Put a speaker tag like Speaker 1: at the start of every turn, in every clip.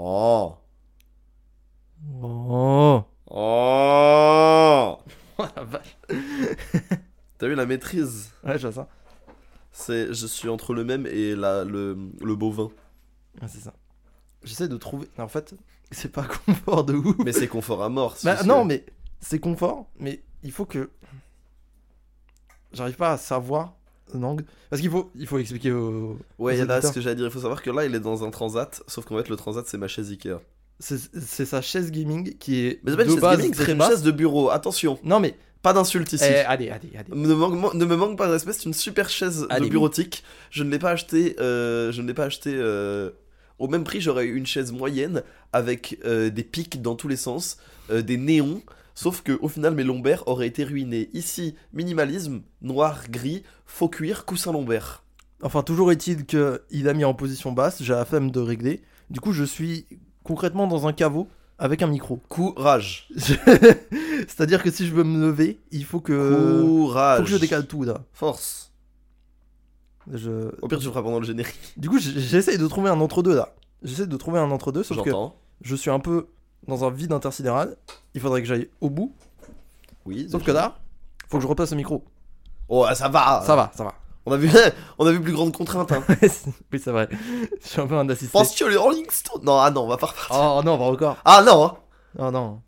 Speaker 1: Oh.
Speaker 2: Oh,
Speaker 1: la maîtrise.
Speaker 2: Ouais, je vois ça.
Speaker 1: C'est, je suis entre le même et la, le, le bovin. Ah,
Speaker 2: Ouais, c'est ça. J'essaie de trouver. En fait, c'est pas confort de ouf.
Speaker 1: Mais c'est confort à mort.
Speaker 2: Bah,
Speaker 1: c'est-
Speaker 2: non, mais c'est confort, mais il faut que. J'arrive pas à savoir un angle. Parce qu'il faut, il faut expliquer au.
Speaker 1: Ouais,
Speaker 2: aux
Speaker 1: il y a là
Speaker 2: auditeurs.
Speaker 1: ce que j'allais dire. Il faut savoir que là, il est dans un transat. Sauf qu'en fait, le transat, c'est ma chaise Ikea.
Speaker 2: C'est c'est sa chaise gaming qui est.
Speaker 1: Mais c'est pas une
Speaker 2: de
Speaker 1: chaise
Speaker 2: base
Speaker 1: gaming, c'est
Speaker 2: très
Speaker 1: une
Speaker 2: basse.
Speaker 1: chaise de bureau. Attention,
Speaker 2: Non, mais.
Speaker 1: pas d'insulte ici.
Speaker 2: eh, allez, allez, allez.
Speaker 1: Ne, manque- ne me manque pas de respect, c'est une super chaise
Speaker 2: Allez.
Speaker 1: de bureautique. Je ne l'ai pas acheté. euh, je ne l'ai pas acheté. euh, Au même prix, j'aurais eu une chaise moyenne avec euh, des pics dans tous les sens, euh, des néons. Sauf que au final, mes lombaires auraient été ruinés. Ici, minimalisme, noir, gris, faux cuir, coussin lombaire.
Speaker 2: Enfin, toujours est-il qu'il a mis en position basse, j'ai la flemme de régler. Du coup, je suis concrètement dans un caveau avec un micro.
Speaker 1: Courage.
Speaker 2: C'est-à-dire que si je veux me lever, il faut que.
Speaker 1: Courage.
Speaker 2: Euh, Faut que je décale tout là.
Speaker 1: Force.
Speaker 2: Je...
Speaker 1: Au pire, tu le feras pendant le générique.
Speaker 2: Du coup, j- j'essaye de trouver un entre-deux là. J'essaye de trouver un entre-deux, sauf que
Speaker 1: J'entends.
Speaker 2: je suis un peu dans un vide intersidéral. Il faudrait que j'aille au bout.
Speaker 1: Oui.
Speaker 2: Sauf
Speaker 1: déjà.
Speaker 2: que là, faut que je replace le micro.
Speaker 1: Oh, ah, ça va.
Speaker 2: Ça va, ça va.
Speaker 1: On a vu, on a vu plus grande contrainte. Hein.
Speaker 2: oui, c'est vrai. je suis un peu un assisté.
Speaker 1: Penses-tu les Rolling Stones Non, ah non, on va pas repartir.
Speaker 2: Oh non, pas encore.
Speaker 1: Ah non. hein.
Speaker 2: Oh non.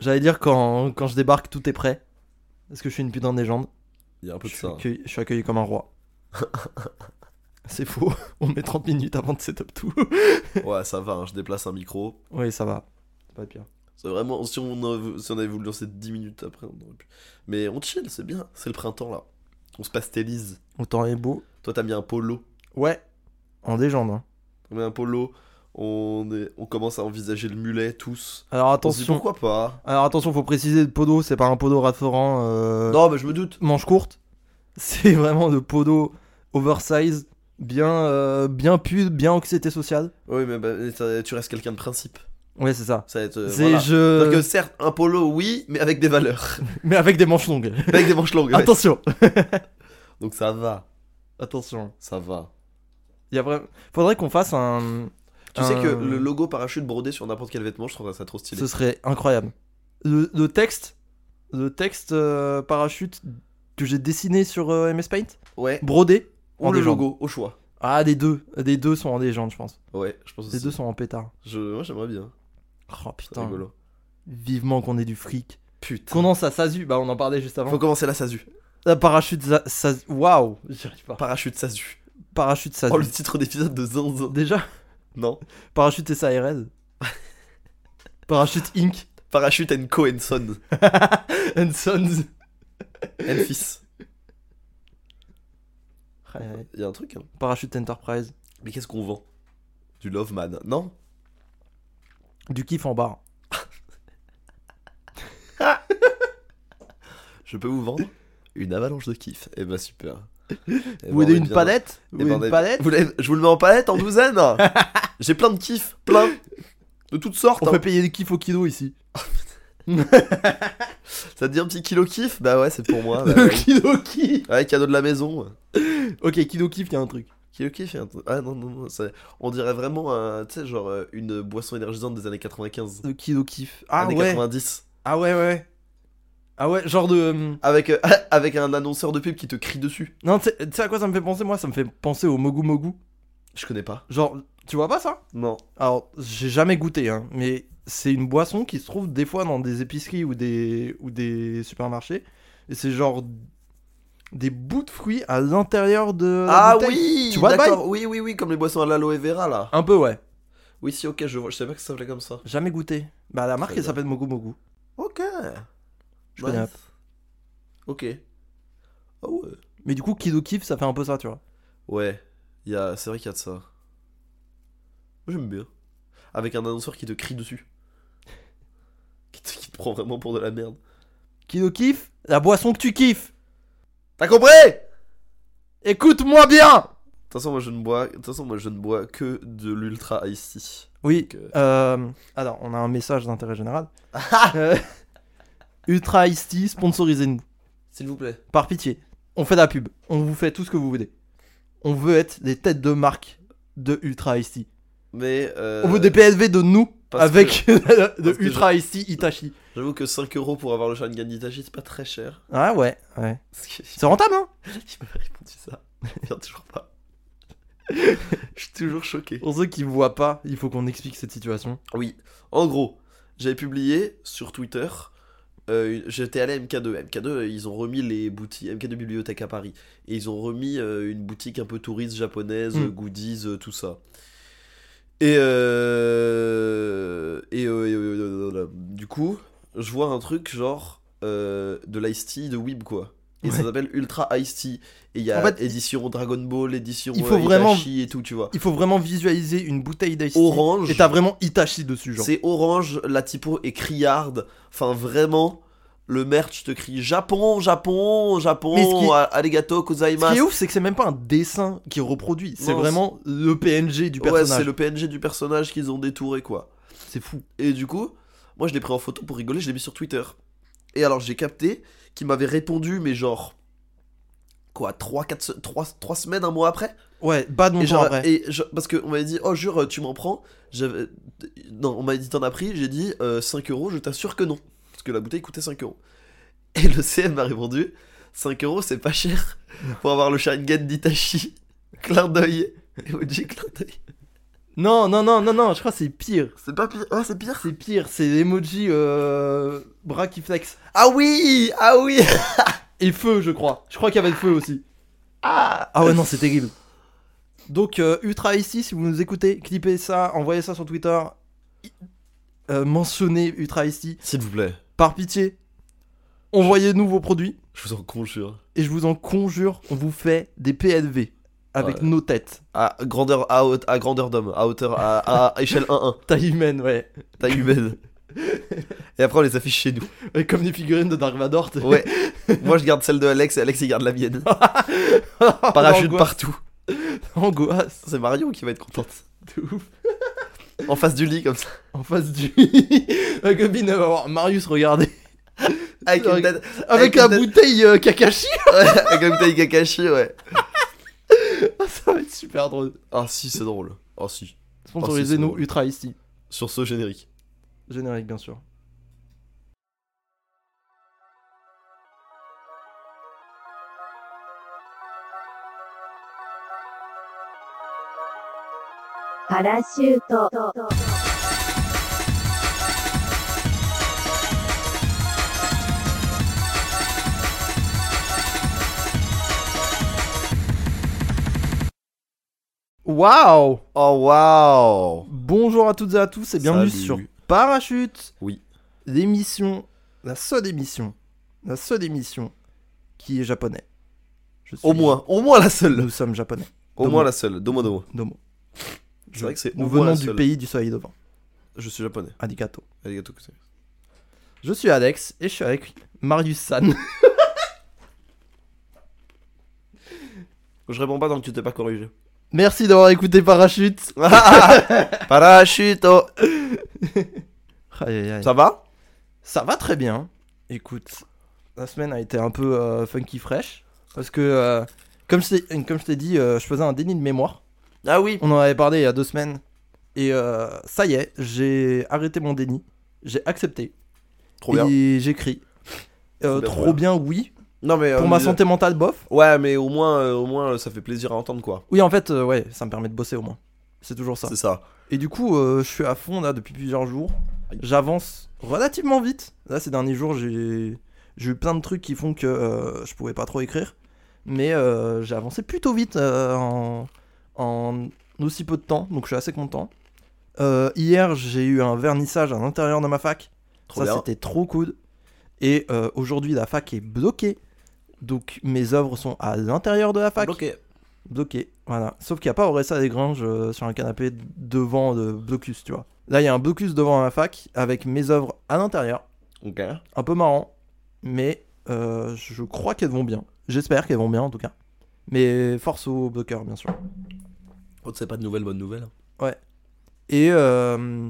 Speaker 2: J'allais dire quand, quand je débarque, tout est prêt. Parce que je suis une putain de légende.
Speaker 1: Il y a un peu
Speaker 2: Je
Speaker 1: de
Speaker 2: suis,
Speaker 1: ça.
Speaker 2: accueilli, je suis accueilli comme un roi. C'est faux. On met 30 minutes avant de setup tout.
Speaker 1: Ouais, ça va, hein, je déplace un micro.
Speaker 2: oui, ça va. C'est pas pire.
Speaker 1: C'est vraiment, si on, a- si on avait voulu lancer 10 minutes après, on aurait pu. Mais on chill, c'est bien, c'est le printemps là. On se pastélise.
Speaker 2: Autant est beau.
Speaker 1: Toi, t'as mis un polo.
Speaker 2: Ouais. En légende. hein.
Speaker 1: On met un polo, on, est- on commence à envisager le mulet tous.
Speaker 2: Alors
Speaker 1: On se dit
Speaker 2: attention.
Speaker 1: pourquoi pas
Speaker 2: Alors attention, faut préciser le podo, c'est pas un podo rafforant euh,
Speaker 1: Non, mais je me doute.
Speaker 2: manche courte. C'est vraiment le podo oversize, bien, euh, bien pub, bien anxiété sociale.
Speaker 1: Oui, mais bah, ça- tu restes quelqu'un de principe.
Speaker 2: Ouais, c'est ça.
Speaker 1: Ça va être. euh,
Speaker 2: c'est
Speaker 1: voilà. C'est-à-dire
Speaker 2: je.
Speaker 1: que certes, un polo, oui, mais avec des valeurs.
Speaker 2: Mais avec des manches longues.
Speaker 1: avec des manches longues. ouais.
Speaker 2: Attention.
Speaker 1: Donc ça va,
Speaker 2: Attention.
Speaker 1: ça va.
Speaker 2: Il y a vraiment... Faudrait qu'on fasse un.
Speaker 1: Tu sais
Speaker 2: un-
Speaker 1: que le logo parachute brodé sur n'importe quel vêtement, je trouve ça trop stylé.
Speaker 2: Euh. Ce serait incroyable. Le, le texte, le texte euh, parachute que j'ai dessiné sur euh, MS Paint,
Speaker 1: Ouais.
Speaker 2: brodé.
Speaker 1: Ou
Speaker 2: en
Speaker 1: le
Speaker 2: légende.
Speaker 1: logo, au choix.
Speaker 2: Ah, des deux. Des deux sont en légende, je pense.
Speaker 1: Ouais, je pense
Speaker 2: Les
Speaker 1: aussi.
Speaker 2: deux sont en pétard.
Speaker 1: Je... Moi j'aimerais bien. hein.
Speaker 2: Oh
Speaker 1: C'est
Speaker 2: putain.
Speaker 1: rigolo.
Speaker 2: Vivement qu'on ait du fric.
Speaker 1: Putain.
Speaker 2: Qu'on en ça Sasu, bah on en parlait juste avant.
Speaker 1: Faut commencer la SASU.
Speaker 2: La parachute Sa- Sasu. Waouh, j'y arrive pas.
Speaker 1: Parachute SASU.
Speaker 2: Parachute Sasu.
Speaker 1: Oh, le titre d'épisode de Zinzin.
Speaker 2: Déjà,
Speaker 1: Non.
Speaker 2: parachute SARS. parachute Inc.
Speaker 1: Parachute and Co. and Son.
Speaker 2: And Sons.
Speaker 1: and fils.
Speaker 2: Ouais, ouais.
Speaker 1: Il y a un truc. Hein.
Speaker 2: Parachute Enterprise.
Speaker 1: Mais qu'est-ce qu'on vend Du Love Man. Non
Speaker 2: Du kiff en barre.
Speaker 1: Je peux vous vendre une avalanche de kiff. Eh ben super. Eh ben,
Speaker 2: Vous
Speaker 1: on
Speaker 2: voulez
Speaker 1: est
Speaker 2: une
Speaker 1: bien.
Speaker 2: palette
Speaker 1: Eh
Speaker 2: Vous
Speaker 1: ben,
Speaker 2: voulez
Speaker 1: on est-
Speaker 2: une palette
Speaker 1: Vous voulez- Je vous le mets en palette en douzaine J'ai plein de kiffs, plein De toutes sortes.
Speaker 2: On
Speaker 1: hein.
Speaker 2: fait payer les kiffs au kilo ici.
Speaker 1: Ça te dit un petit kilo kiff Bah ouais, c'est pour moi. bah
Speaker 2: Le
Speaker 1: ouais.
Speaker 2: kilo kiff
Speaker 1: Ouais, cadeau de la maison.
Speaker 2: Ok, kilo kiff, il y a un truc.
Speaker 1: Kilo kiff. et un truc- Ah non, non, non. ça- On dirait vraiment, euh, tu sais, genre euh, une boisson énergisante des années 95.
Speaker 2: Le kilo kiff. Ah
Speaker 1: années
Speaker 2: ouais
Speaker 1: 90.
Speaker 2: Ah ouais, ouais. Ah ouais, genre de. euh,
Speaker 1: Avec, euh, avec un annonceur de pub qui te crie dessus.
Speaker 2: Non, tu sais- tu sais à quoi ça me fait penser, moi Ça me fait penser au Mogu Mogu.
Speaker 1: Je connais pas.
Speaker 2: Genre, tu vois pas ça
Speaker 1: Non.
Speaker 2: Alors, j'ai jamais goûté, hein, mais c'est une boisson qui se trouve des fois dans des épiceries ou des, ou des supermarchés. Et c'est genre des bouts de fruits à l'intérieur de. la
Speaker 1: Ah
Speaker 2: bouteille.
Speaker 1: oui
Speaker 2: Tu vois le
Speaker 1: D'accord, oui, oui, oui, comme les boissons à l'aloe vera là.
Speaker 2: Un peu, ouais.
Speaker 1: Oui, si, ok, je vois. Je savais pas que ça s'appelait comme ça.
Speaker 2: Jamais goûté. Bah, la marque,
Speaker 1: Très
Speaker 2: elle s'appelle Mogu Mogu.
Speaker 1: Ok.
Speaker 2: Je connais
Speaker 1: Nice. Ok. Ah ouais.
Speaker 2: Mais du coup, Kido Kiff, ça fait un peu ça, tu vois.
Speaker 1: Ouais, y a... c'est vrai qu'il y a de ça. Moi, J'aime bien. Avec un annonceur qui te crie dessus. Qui te, qui te prend vraiment pour de la merde.
Speaker 2: Kido Kiff, la boisson que tu kiffes.
Speaker 1: T'as compris
Speaker 2: Écoute-moi bien
Speaker 1: De toute façon, moi je ne bois, de toute façon, moi, je ne bois que de l'ultra ice tea.
Speaker 2: Oui,
Speaker 1: Donc, euh,
Speaker 2: euh, alors, on a un message d'intérêt général.
Speaker 1: Ah.
Speaker 2: Euh, Ultra Ice Tea, sponsorisez-nous.
Speaker 1: S'il vous plaît.
Speaker 2: Par pitié. On fait de la pub. On vous fait tout ce que vous voulez. On veut être des têtes de marque de Ultra Ice Tea.
Speaker 1: Mais euh,
Speaker 2: On veut des PLV de nous.
Speaker 1: Parce
Speaker 2: avec de
Speaker 1: parce que
Speaker 2: Ultra Icy Itachi.
Speaker 1: que J'avoue que 5 euros pour avoir le Sharingan d'Itachi, c'est pas très cher.
Speaker 2: Ah ouais, ouais.
Speaker 1: Parce que-
Speaker 2: C'est rentable, hein
Speaker 1: Il m'a répondu ça. Il vient toujours pas. Je suis toujours choqué.
Speaker 2: Pour ceux qui ne voient pas, il faut qu'on explique cette situation.
Speaker 1: Oui, en gros, j'avais publié sur Twitter. euh, J'étais allé à MK2. MK2, euh, ils ont remis les boutiques. MK2 Bibliothèque à Paris. Et ils ont remis euh, une boutique un peu touriste japonaise,
Speaker 2: Mm.
Speaker 1: euh, goodies, euh, tout ça. Et. euh, Et. euh, et, euh, euh, du coup, je vois un truc genre. euh, de l'Ice Tea de Weeb, quoi. Et ça
Speaker 2: Ouais.
Speaker 1: s'appelle Ultra Ice Tea. Et il y a
Speaker 2: En fait,
Speaker 1: édition Dragon Ball, édition
Speaker 2: il faut
Speaker 1: euh,
Speaker 2: vraiment-
Speaker 1: Itachi et tout, tu vois.
Speaker 2: Il faut vraiment visualiser une bouteille d'ice tea,
Speaker 1: Orange.
Speaker 2: Et t'as vraiment Itachi dessus, genre.
Speaker 1: C'est orange, la typo est criarde. Enfin, vraiment, le merch te crie Japon, Japon,
Speaker 2: Mais ce qui-
Speaker 1: Japon, a- arigato,
Speaker 2: Ce qui est
Speaker 1: kozaimasu.
Speaker 2: ouf, c'est que c'est même pas un dessin qui reproduit. C'est
Speaker 1: Non,
Speaker 2: vraiment le PNG du
Speaker 1: Ouais,
Speaker 2: personnage.
Speaker 1: c'est le PNG du personnage qu'ils ont détouré, quoi.
Speaker 2: C'est fou.
Speaker 1: Et du coup, moi, je l'ai pris en photo pour rigoler, je l'ai mis sur Twitter. Et alors, j'ai capté qu'il m'avait répondu, mais genre. Quoi, 3, 4, 3, semaines, un mois après
Speaker 2: Ouais, pas
Speaker 1: Et
Speaker 2: longtemps
Speaker 1: genre,
Speaker 2: après.
Speaker 1: et je- parce qu'on m'avait dit, oh, jure, tu m'en prends. J'avais- Non, on m'avait dit, t'en as pris. J'ai dit, euh, 5 euros, je t'assure que non. Parce que la bouteille coûtait 5 euros. Et le CM m'a répondu, 5 euros, c'est pas cher pour avoir le Sharingan d'Itachi. Clin d'œil. Emoji, clin d'œil.
Speaker 2: Non, non, non, non, non, je crois que c'est pire.
Speaker 1: C'est pas pire. Ah, c'est pire.
Speaker 2: C'est pire, c'est l'emoji euh, bras qui flex.
Speaker 1: Ah oui Ah oui
Speaker 2: Et feu, je crois. Je crois qu'il y avait le feu aussi.
Speaker 1: Ah
Speaker 2: Ah ouais, non, c'est terrible. Donc, euh, Ultra ici, si vous nous écoutez, clippez ça, envoyez ça sur Twitter. Euh, mentionnez Ultra ici.
Speaker 1: S'il vous plaît,
Speaker 2: Par pitié, envoyez-nous vos produits.
Speaker 1: je vous en conjure.
Speaker 2: Et je vous en conjure, on vous fait des PLV avec
Speaker 1: Ouais.
Speaker 2: nos têtes.
Speaker 1: À grandeur, à, haute- à grandeur d'homme, à hauteur, à, à échelle 1-1,
Speaker 2: Taille humaine, ouais.
Speaker 1: taille humaine. Et après, on les affiche chez nous.
Speaker 2: Ouais, Comme les figurines de Dark Vador. t'es-
Speaker 1: Ouais. Moi, je garde celle de Alex et Alex, il garde la mienne.
Speaker 2: Oh,
Speaker 1: Parachute
Speaker 2: Angoisse.
Speaker 1: partout.
Speaker 2: Angoisse.
Speaker 1: C'est Marion qui va être contente.
Speaker 2: De ouf.
Speaker 1: En face du lit, comme ça.
Speaker 2: En face du. La copine, elle va voir Marius regarder.
Speaker 1: Avec une
Speaker 2: Avec-
Speaker 1: tête.
Speaker 2: Avec
Speaker 1: Avec
Speaker 2: la
Speaker 1: une-
Speaker 2: bouteille euh, Kakashi.
Speaker 1: ouais, avec une taille Kakashi, ouais.
Speaker 2: Ah, Ça va être super drôle.
Speaker 1: Ah, si, c'est drôle. Ah, si.
Speaker 2: Sponsorisez-nous
Speaker 1: drôle.
Speaker 2: Ultra ici.
Speaker 1: Sur ce générique.
Speaker 2: Générique, bien sûr.
Speaker 3: 「パラシュート」
Speaker 2: Waouh
Speaker 1: Oh, waouh.
Speaker 2: Bonjour à toutes et à tous et bienvenue
Speaker 1: Salut.
Speaker 2: sur Parachute.
Speaker 1: Oui.
Speaker 2: L'émission, la seule émission, la seule émission qui est japonais. Je suis-
Speaker 1: Au moins, au moins la seule.
Speaker 2: Nous sommes japonais.
Speaker 1: Au
Speaker 2: Domo.
Speaker 1: moins la seule. Domo domo.
Speaker 2: Domo.
Speaker 1: C'est vrai que c'est au
Speaker 2: Nous
Speaker 1: moins
Speaker 2: venons
Speaker 1: la
Speaker 2: du
Speaker 1: seule.
Speaker 2: pays du soleil devant.
Speaker 1: Je suis japonais.
Speaker 2: Arigato.
Speaker 1: Arigato gozaimasu.
Speaker 2: Je suis Alex et je suis avec Marius San.
Speaker 1: Je réponds pas tant que tu t'es pas corrigé.
Speaker 2: Merci d'avoir écouté Parachute.
Speaker 1: Parachute. oh.
Speaker 2: Aïe, aïe, aïe. Ça...
Speaker 1: Ça va
Speaker 2: va très bien. Écoute, la semaine a été un peu euh, funky fresh parce que, euh, comme je t'ai- comme je t'ai dit, euh, je faisais un déni de mémoire.
Speaker 1: Ah oui.
Speaker 2: On en avait parlé il y a deux semaines. Et euh, ça y est, j'ai arrêté mon déni. J'ai accepté.
Speaker 1: Trop bien.
Speaker 2: Et j'écris.
Speaker 1: Trop
Speaker 2: Euh,
Speaker 1: bien, trop
Speaker 2: trop bien, oui.
Speaker 1: Non, mais. euh,
Speaker 2: Pour ma
Speaker 1: mais-
Speaker 2: santé mentale, bof.
Speaker 1: Ouais, mais au moins, euh, au moins, ça fait plaisir à entendre, quoi.
Speaker 2: Oui, en fait, euh, ouais, ça me permet de bosser au moins. C'est toujours ça.
Speaker 1: C'est ça.
Speaker 2: Et du coup, euh, je suis à fond là depuis plusieurs jours. J'avance relativement vite. Là, ces derniers jours, j'ai j'ai eu plein de trucs qui font que euh, je pouvais pas trop écrire. Mais euh, j'ai avancé plutôt vite euh, en... en aussi peu de temps, donc je suis assez content. Euh, hier, j'ai eu un vernissage à l'intérieur de ma fac.
Speaker 1: Trop
Speaker 2: ça,
Speaker 1: bien.
Speaker 2: c'était trop cool. Et euh, aujourd'hui, la fac est bloquée. Donc mes œuvres sont à l'intérieur de la fac
Speaker 1: Bloqué.
Speaker 2: bloqué, voilà. Sauf qu'il n'y a pas Oressa Desgranges euh, sur un canapé devant le blocus, tu vois. Là, il y a un blocus devant ma fac avec mes œuvres à l'intérieur.
Speaker 1: Ok.
Speaker 2: Un peu marrant, mais euh, je crois qu'elles vont bien. J'espère qu'elles vont bien en tout cas. Mais force aux bloqueurs, bien sûr.
Speaker 1: Oh, c'est pas de nouvelles bonnes nouvelles.
Speaker 2: Et euh,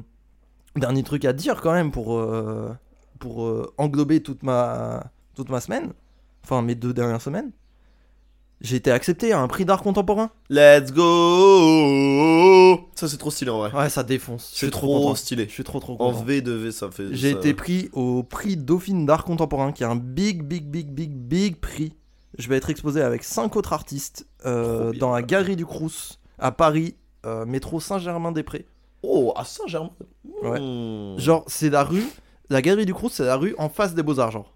Speaker 2: dernier truc à dire quand même pour, euh, pour euh, englober toute ma, toute ma semaine, enfin mes deux dernières semaines, J'ai été accepté à un prix d'art contemporain.
Speaker 1: Let's go Ça, c'est trop stylé en vrai.
Speaker 2: Ouais, ça défonce. Ah, Je
Speaker 1: C'est
Speaker 2: suis trop,
Speaker 1: trop,
Speaker 2: content.
Speaker 1: stylé.
Speaker 2: Je suis trop trop
Speaker 1: En
Speaker 2: content.
Speaker 1: V de V, ça fait.
Speaker 2: J'ai
Speaker 1: ça-
Speaker 2: été pris au prix Dauphine d'art contemporain, qui est un big, big, big, big, big prix. Je vais être exposé avec cinq autres artistes euh,
Speaker 1: Trop bien.
Speaker 2: dans la galerie du Crous à Paris, euh, métro Saint-Germain-des-Prés.
Speaker 1: Oh, à Saint-Germain.
Speaker 2: Ouais.
Speaker 1: Mmh.
Speaker 2: Genre, c'est la rue, la galerie du Crous, c'est la rue en face des Beaux-Arts, genre.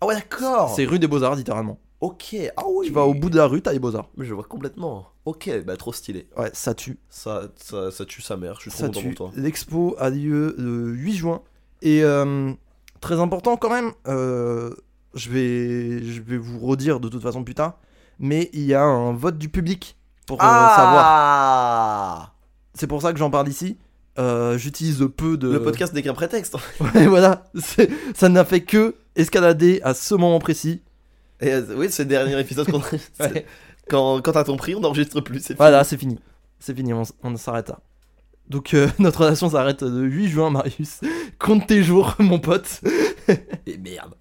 Speaker 1: Ah ouais, d'accord.
Speaker 2: C'est rue des Beaux-Arts, littéralement.
Speaker 1: Ok. Ah oui.
Speaker 2: Tu vas au bout de la rue, t'as les Beaux-Arts.
Speaker 1: Mais je vois complètement. Ok, bah trop stylé.
Speaker 2: Ouais, ça tue.
Speaker 1: Ça, ça, ça tue sa mère. Je suis trop
Speaker 2: Ça
Speaker 1: content
Speaker 2: tue.
Speaker 1: pour toi.
Speaker 2: L'expo a lieu le 8 juin. Et euh, très important quand même, euh, je, vais, je vais vous redire de toute façon plus tard, mais il y a un vote du public pour euh, savoir.
Speaker 1: Ah
Speaker 2: C'est pour ça que j'en parle ici. Euh, J'utilise peu de.
Speaker 1: Le podcast n'est qu'un prétexte.
Speaker 2: Ouais, voilà. C'est- Ça n'a fait que escalader à ce moment précis.
Speaker 1: Et, euh, oui, c'est le dernier épisode qu'on enregistre. Quand, quand t'as ton prix, on n'enregistre plus. C'est
Speaker 2: Voilà, c'est fini. C'est fini, on, s- on s'arrête là. Donc euh, notre relation s'arrête le 8 juin, Marius. Compte tes jours, mon pote.
Speaker 1: fini. Et merde.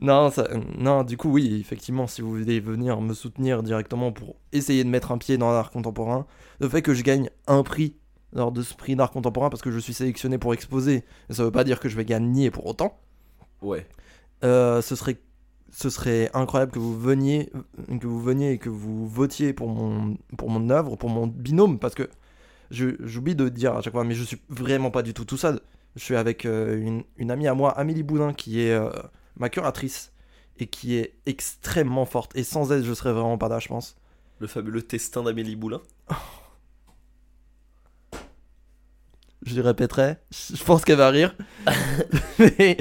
Speaker 2: Non, ça- non, du coup, oui, effectivement, si vous voulez venir me soutenir directement pour essayer de mettre un pied dans l'art contemporain, le fait que je gagne un prix lors de ce prix d'art contemporain parce que je suis sélectionné pour exposer, ça veut pas dire que je vais gagner pour autant.
Speaker 1: Ouais.
Speaker 2: Euh, ce serait ce serait incroyable que vous veniez que vous veniez et que vous votiez pour mon pour mon œuvre, pour mon binôme parce que je- j'oublie de dire à chaque fois mais je suis vraiment pas du tout tout seul. Je suis avec euh, une, une amie à moi, Amélie Boudin qui est euh, ma curatrice et qui est extrêmement forte et sans elle, je serais vraiment pas là, je pense.
Speaker 1: Le fabuleux testin d'Amélie Boulin.
Speaker 2: Je lui répéterai, je pense qu'elle va rire. mais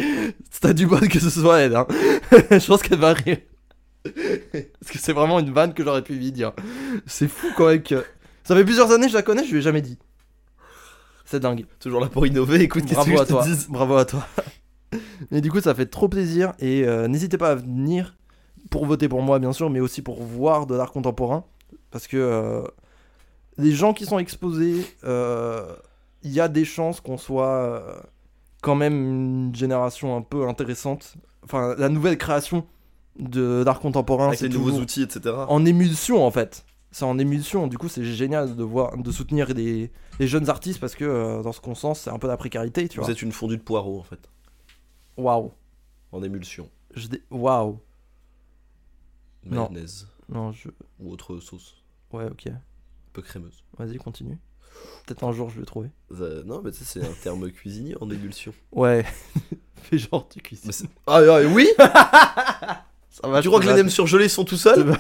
Speaker 2: t'as du bon que ce soit elle, hein. je pense qu'elle va rire. Parce que c'est vraiment une vanne que j'aurais pu lui dire. C'est fou quand même que. Ça fait plusieurs années que je la connais, je lui ai jamais dit. C'est dingue.
Speaker 1: Toujours là pour innover. Écoute, qu'est-ce que
Speaker 2: Bravo
Speaker 1: je
Speaker 2: à
Speaker 1: te
Speaker 2: toi.
Speaker 1: dis
Speaker 2: Bravo à toi. Mais du coup, ça fait trop plaisir et euh, n'hésitez pas à venir pour voter pour moi, bien sûr, mais aussi pour voir de l'art contemporain. Parce que euh, les gens qui sont exposés, euh, il y a des chances qu'on soit euh, quand même une génération un peu intéressante. Enfin, la nouvelle création de l'art contemporain,
Speaker 1: Avec
Speaker 2: c'est
Speaker 1: les nouveaux
Speaker 2: toujours
Speaker 1: outils, etc.
Speaker 2: en émulsion en fait. C'est en émulsion, du coup c'est génial de voir, de soutenir les, les jeunes artistes parce que euh, dans ce qu'on sent c'est un peu la précarité, tu
Speaker 1: Vous
Speaker 2: vois.
Speaker 1: êtes une fondue de poireaux en fait.
Speaker 2: Waouh.
Speaker 1: En émulsion.
Speaker 2: Je dé- Waouh. Non.
Speaker 1: Mayonnaise.
Speaker 2: Non, je.
Speaker 1: Ou autre sauce.
Speaker 2: Ouais, ok.
Speaker 1: Un peu crémeuse.
Speaker 2: Vas-y, continue. Peut-être un jour je vais trouver.
Speaker 1: Euh, non, mais ça, c'est un terme cuisinier en émulsion.
Speaker 2: Ouais. Fais genre tu cuisines.
Speaker 1: Mais c'est- ah, ah, oui
Speaker 2: Ça va,
Speaker 1: Tu crois que les nems surgelés sont tout seuls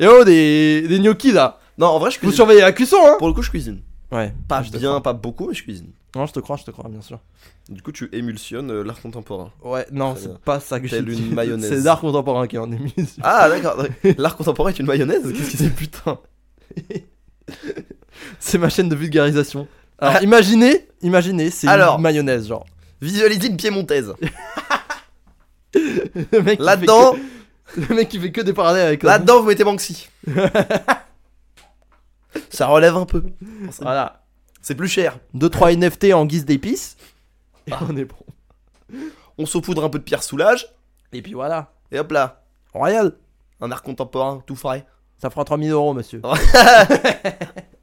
Speaker 2: Et oh, des, des gnocchis là
Speaker 1: Non, en vrai, je
Speaker 2: Vous
Speaker 1: cuisine.
Speaker 2: surveillez la cuisson, hein
Speaker 1: Pour le coup, je cuisine.
Speaker 2: Ouais.
Speaker 1: Pas
Speaker 2: je te
Speaker 1: bien,
Speaker 2: crois.
Speaker 1: pas beaucoup, mais je cuisine.
Speaker 2: Non, je te crois, je te crois, bien sûr.
Speaker 1: Du coup, tu émulsionnes euh, l'art contemporain.
Speaker 2: Ouais, non,
Speaker 1: Très
Speaker 2: c'est
Speaker 1: bien.
Speaker 2: pas ça que j'ai
Speaker 1: Telle
Speaker 2: dit.
Speaker 1: une mayonnaise.
Speaker 2: C'est l'art contemporain qui est en émission.
Speaker 1: Ah, d'accord. L'art contemporain est une mayonnaise Qu'est-ce que c'est
Speaker 2: putain. c'est ma chaîne de vulgarisation. Alors imaginez, imaginez, c'est
Speaker 1: Alors.
Speaker 2: une mayonnaise genre.
Speaker 1: Visualisine piémontaise.
Speaker 2: Le mec qui
Speaker 1: Là-dedans,
Speaker 2: fait que- le mec qui fait que des parallèles avec euh, la
Speaker 1: là-dedans, vous mettez Banksy. Ça relève un peu.
Speaker 2: Voilà.
Speaker 1: C'est plus cher.
Speaker 2: 2 3 NFT en guise d'épices. Et on est bon.
Speaker 1: On saupoudre un peu de pierre soulage.
Speaker 2: Et puis voilà.
Speaker 1: Et hop là.
Speaker 2: Royal.
Speaker 1: Un art contemporain, tout frais.
Speaker 2: Ça fera 3000 euros monsieur.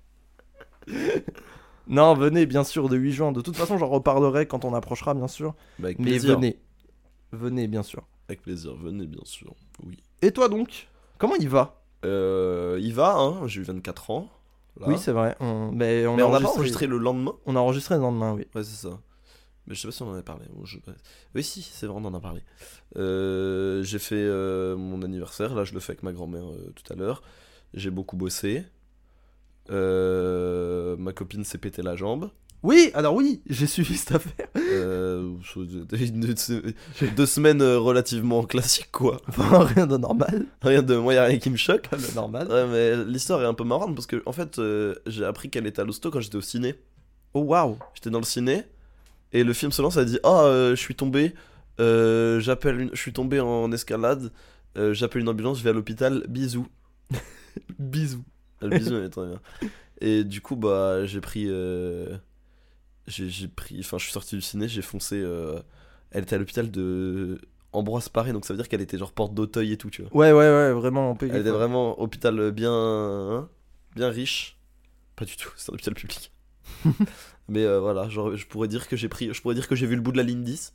Speaker 2: non, venez bien sûr de 8 juin. De toute façon, j'en reparlerai quand on approchera bien sûr,
Speaker 1: Bah, avec
Speaker 2: mais
Speaker 1: plaisir.
Speaker 2: venez. Venez bien sûr.
Speaker 1: Avec plaisir, venez bien sûr. Oui.
Speaker 2: Et toi donc, comment il va
Speaker 1: Euh, il va, hein, j'ai eu 24 ans. là.
Speaker 2: Oui, c'est vrai. On... Mais on
Speaker 1: Mais
Speaker 2: a
Speaker 1: on n'a pas
Speaker 2: enregistré-
Speaker 1: enregistré le lendemain.
Speaker 2: On a enregistré le lendemain, oui.
Speaker 1: Ouais, c'est ça. Mais je sais pas si on en a parlé. Bon, je- Oui, si, c'est vrai, on en a parlé. Euh, j'ai fait euh, mon anniversaire, là je le fais avec ma grand-mère euh, tout à l'heure. J'ai beaucoup bossé. Euh, ma copine s'est pété la jambe.
Speaker 2: Oui, alors oui, j'ai suivi cette affaire.
Speaker 1: Euh, deux, deux semaines euh, relativement classiques, quoi.
Speaker 2: Enfin, rien de normal.
Speaker 1: Rien de moi, y a rien qui me choque.
Speaker 2: Pas de normal.
Speaker 1: Ouais, mais l'histoire est un peu marrante parce que, en fait, euh, j'ai appris qu'elle était à l'hosto quand j'étais au ciné.
Speaker 2: Oh waouh.
Speaker 1: J'étais dans le ciné et le film se lance. Elle dit Ah, euh, je suis tombé. euh, j'appelle une... Je suis tombé en escalade. euh, J'appelle une ambulance. Je vais à l'hôpital. Bisous.
Speaker 2: Bisous.
Speaker 1: Le bisou elle est très bien. Et du coup, bah, j'ai pris. euh, J'ai j'ai pris. Enfin, je suis sorti du ciné. J'ai foncé. euh, Elle était à l'hôpital de Ambroise Paré, donc ça veut dire qu'elle était genre porte d'Auteuil et tout, tu vois.
Speaker 2: Ouais, ouais, ouais, vraiment en PQ.
Speaker 1: Elle était
Speaker 2: quoi.
Speaker 1: vraiment hôpital euh, bien, hein, bien riche. Pas du tout, c'est un hôpital public. Mais euh, voilà, genre, je pourrais dire que j'ai pris, je pourrais dire que j'ai vu le bout de la ligne 10.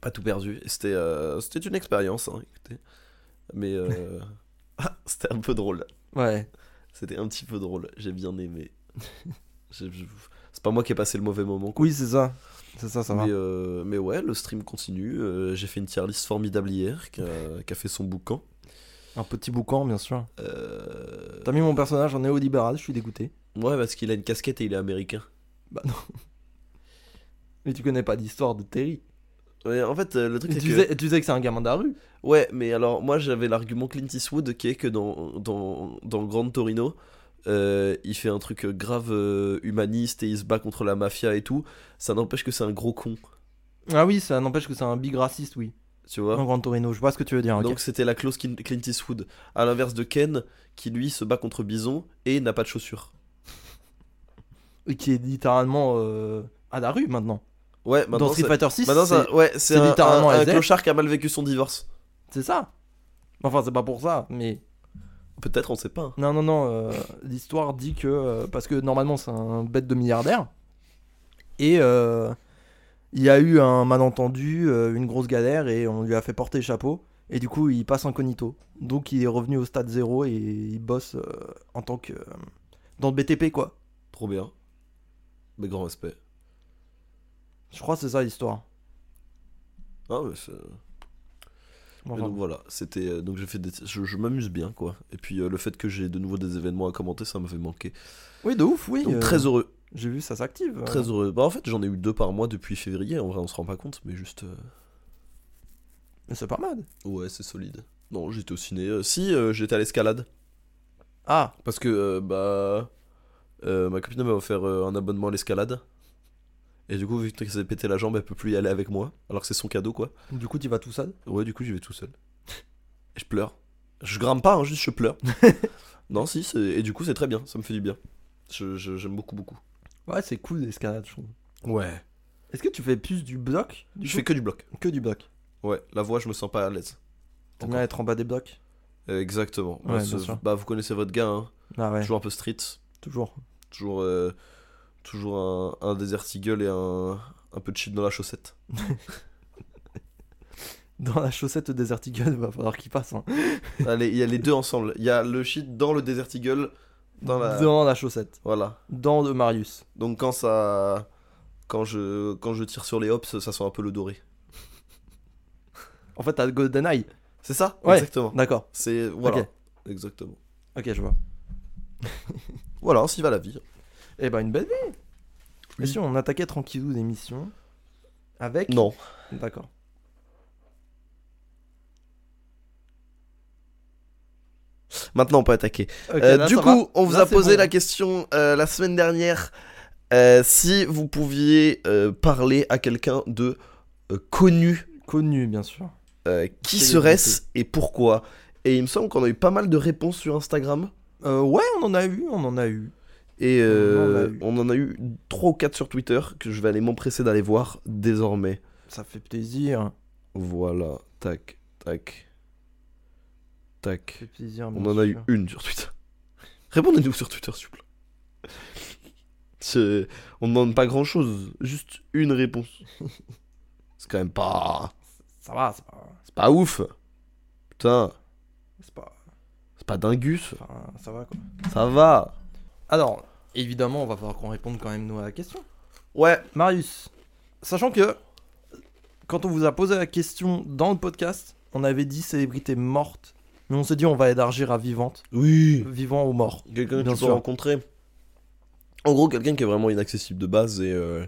Speaker 1: Pas tout perdu. Et C'était, euh, c'était une expérience, hein, écoutez. Mais euh, c'était un peu drôle.
Speaker 2: Ouais.
Speaker 1: C'était un petit peu drôle. J'ai bien aimé. J'ai- je- C'est pas moi qui ai passé le mauvais moment. quoi.
Speaker 2: Oui, c'est ça. C'est ça, ça va.
Speaker 1: Mais, euh, mais ouais, le stream continue. Euh, j'ai fait une tier list formidable hier qui a, qui a fait son boucan.
Speaker 2: Un petit boucan, bien sûr.
Speaker 1: Euh,
Speaker 2: T'as mis mon personnage en néolibéral, je suis dégoûté.
Speaker 1: Ouais, parce qu'il a une casquette et il est américain.
Speaker 2: Mais tu connais pas d'histoire de Terry.
Speaker 1: Ouais, en fait, euh, le truc,
Speaker 2: Tu
Speaker 1: c'est que...
Speaker 2: disais, tu disais que c'est un gamin de la rue.
Speaker 1: Ouais, mais alors, moi, j'avais l'argument Clint Eastwood qui est que dans, dans, dans Grand Torino, euh, il fait un truc grave euh, humaniste et il se bat contre la mafia et tout. Ça n'empêche que c'est un gros con,
Speaker 2: Ah oui, ça n'empêche que c'est un big raciste, oui.
Speaker 1: tu vois
Speaker 2: En Grand Torino, je vois ce que tu veux dire. ok.
Speaker 1: Donc, c'était la clause Clin- Clint Eastwood. À l'inverse de Ken, qui lui se bat contre Bison et n'a pas de chaussures.
Speaker 2: Et qui est littéralement euh, à la rue maintenant.
Speaker 1: Ouais, maintenant,
Speaker 2: Dans Street
Speaker 1: c'est-
Speaker 2: Fighter 6,
Speaker 1: maintenant,
Speaker 2: c'est
Speaker 1: ça- ouais, c'est
Speaker 2: c'est
Speaker 1: un,
Speaker 2: littéralement
Speaker 1: un- un
Speaker 2: SF.
Speaker 1: clochard qui a mal vécu son divorce.
Speaker 2: c'est ça. Enfin, c'est pas pour ça, mais
Speaker 1: Peut-être, on sait pas. hein.
Speaker 2: Non, non, non. euh, L'histoire dit que. euh, parce que normalement, c'est un bête de milliardaire. Et euh, il y a eu un malentendu, euh, une grosse galère, et on lui a fait porter le chapeau. Et du coup, il passe incognito. Donc, il est revenu au stade zéro et il bosse euh, en tant que. euh, dans le BTP, quoi.
Speaker 1: Trop bien. Mais grand respect.
Speaker 2: Je crois que c'est ça l'histoire.
Speaker 1: Ah, mais c'est. Et
Speaker 2: Enfin,
Speaker 1: donc voilà, c'était euh, donc je fais des- je, je m'amuse bien quoi. Et puis euh, le fait que j'ai de nouveau des événements à commenter, ça m'a fait manquer.
Speaker 2: oui, de ouf, oui.
Speaker 1: Donc
Speaker 2: euh,
Speaker 1: très heureux,
Speaker 2: J'ai vu, ça s'active. euh,
Speaker 1: très heureux. Bah en fait, j'en ai eu deux par mois depuis février, en vrai on se rend pas compte, mais juste euh,
Speaker 2: Mais c'est pas mal.
Speaker 1: ouais, c'est solide. Non, j'étais au ciné. euh, si euh, j'étais à l'escalade
Speaker 2: Ah,
Speaker 1: parce que euh, bah euh, ma copine m'a offert euh, un abonnement à l'escalade. Et du coup, vu que ça s'est pété la jambe, elle peut plus y aller avec moi, alors que c'est son cadeau quoi.
Speaker 2: du coup, tu vas tout seul
Speaker 1: Ouais, du coup, j'y vais tout seul. Et je pleure. Je grimpe pas, hein, juste je pleure. non, si, c'est- et du coup, c'est très bien, ça me fait du bien. Je- je- J'aime beaucoup, beaucoup.
Speaker 2: Ouais, c'est cool l'escalade, je trouve.
Speaker 1: Ouais.
Speaker 2: Est-ce que tu fais plus du bloc du
Speaker 1: Je
Speaker 2: coup
Speaker 1: fais que du bloc.
Speaker 2: que du bloc.
Speaker 1: Ouais, la voix, je me sens pas à l'aise.
Speaker 2: T'aimes bien être en bas des blocs
Speaker 1: Euh, Exactement.
Speaker 2: Ouais,
Speaker 1: Bah,
Speaker 2: bien
Speaker 1: ce-
Speaker 2: sûr.
Speaker 1: bah, vous connaissez votre gars, hein.
Speaker 2: Ah ouais,
Speaker 1: Toujours un peu street,
Speaker 2: toujours.
Speaker 1: toujours, euh, toujours un, un Desert Eagle et un, un peu de shit dans la chaussette.
Speaker 2: Dans la chaussette Desert Eagle, va falloir qu'il passe. hein.
Speaker 1: Allez, il y a les deux ensemble. Il y a le shit dans le Desert Eagle, dans la.
Speaker 2: Dans la chaussette.
Speaker 1: Voilà.
Speaker 2: Dans de Marius.
Speaker 1: Donc quand ça. Quand je, quand je tire sur les hops, ça sent un peu le doré.
Speaker 2: En fait, t'as GoldenEye.
Speaker 1: C'est ça
Speaker 2: Ouais.
Speaker 1: Exactement.
Speaker 2: D'accord.
Speaker 1: C'est voilà.
Speaker 2: Ok.
Speaker 1: Exactement.
Speaker 2: Ok, je vois.
Speaker 1: Voilà, ainsi va la vie.
Speaker 2: Eh ben, une belle vie. Et
Speaker 1: Oui.
Speaker 2: si on attaquait tranquillou l'émission avec.
Speaker 1: Non.
Speaker 2: D'accord.
Speaker 1: Maintenant, on peut attaquer.
Speaker 2: Ok,
Speaker 1: Euh,
Speaker 2: là,
Speaker 1: du
Speaker 2: ça
Speaker 1: coup,
Speaker 2: va.
Speaker 1: on vous
Speaker 2: Là,
Speaker 1: a
Speaker 2: c'est
Speaker 1: posé
Speaker 2: bon.
Speaker 1: la question euh, la semaine dernière euh, si vous pouviez euh, parler à quelqu'un de euh, connu,
Speaker 2: Connu, bien sûr.
Speaker 1: euh, qui
Speaker 2: Célébrité.
Speaker 1: serait-ce et pourquoi Et il me semble qu'on a eu pas mal de réponses sur Instagram.
Speaker 2: Euh, ouais, on en a eu, on en a eu.
Speaker 1: Et euh,
Speaker 2: On
Speaker 1: on, en a eu 3 ou 4 sur Twitter que je vais aller m'empresser d'aller voir désormais.
Speaker 2: Ça fait plaisir.
Speaker 1: Voilà, tac, tac,
Speaker 2: Ça
Speaker 1: tac.
Speaker 2: fait plaisir.
Speaker 1: On
Speaker 2: bien
Speaker 1: en a eu
Speaker 2: sûr.
Speaker 1: une sur Twitter. Répondez-nous sur Twitter, s'il vous plaît. C'est- On ne demande pas grand-chose, juste une réponse. C'est quand même pas...
Speaker 2: Ça va, c'est pas.
Speaker 1: C'est pas ouf. Putain,
Speaker 2: C'est pas.
Speaker 1: c'est pas dingus.
Speaker 2: Enfin, ça va quoi.
Speaker 1: Ça va.
Speaker 2: Alors, évidemment, on va falloir qu'on réponde quand même nous à la question.
Speaker 1: Ouais,
Speaker 2: Marius, sachant que quand on vous a posé la question dans le podcast, on avait dit célébrité morte, mais on s'est dit on va élargir à vivante,
Speaker 1: oui.
Speaker 2: vivant ou mort.
Speaker 1: Quelqu'un
Speaker 2: Bien
Speaker 1: que tu peux
Speaker 2: sûr.
Speaker 1: rencontrer. En gros, quelqu'un qui est vraiment inaccessible de base et... euh,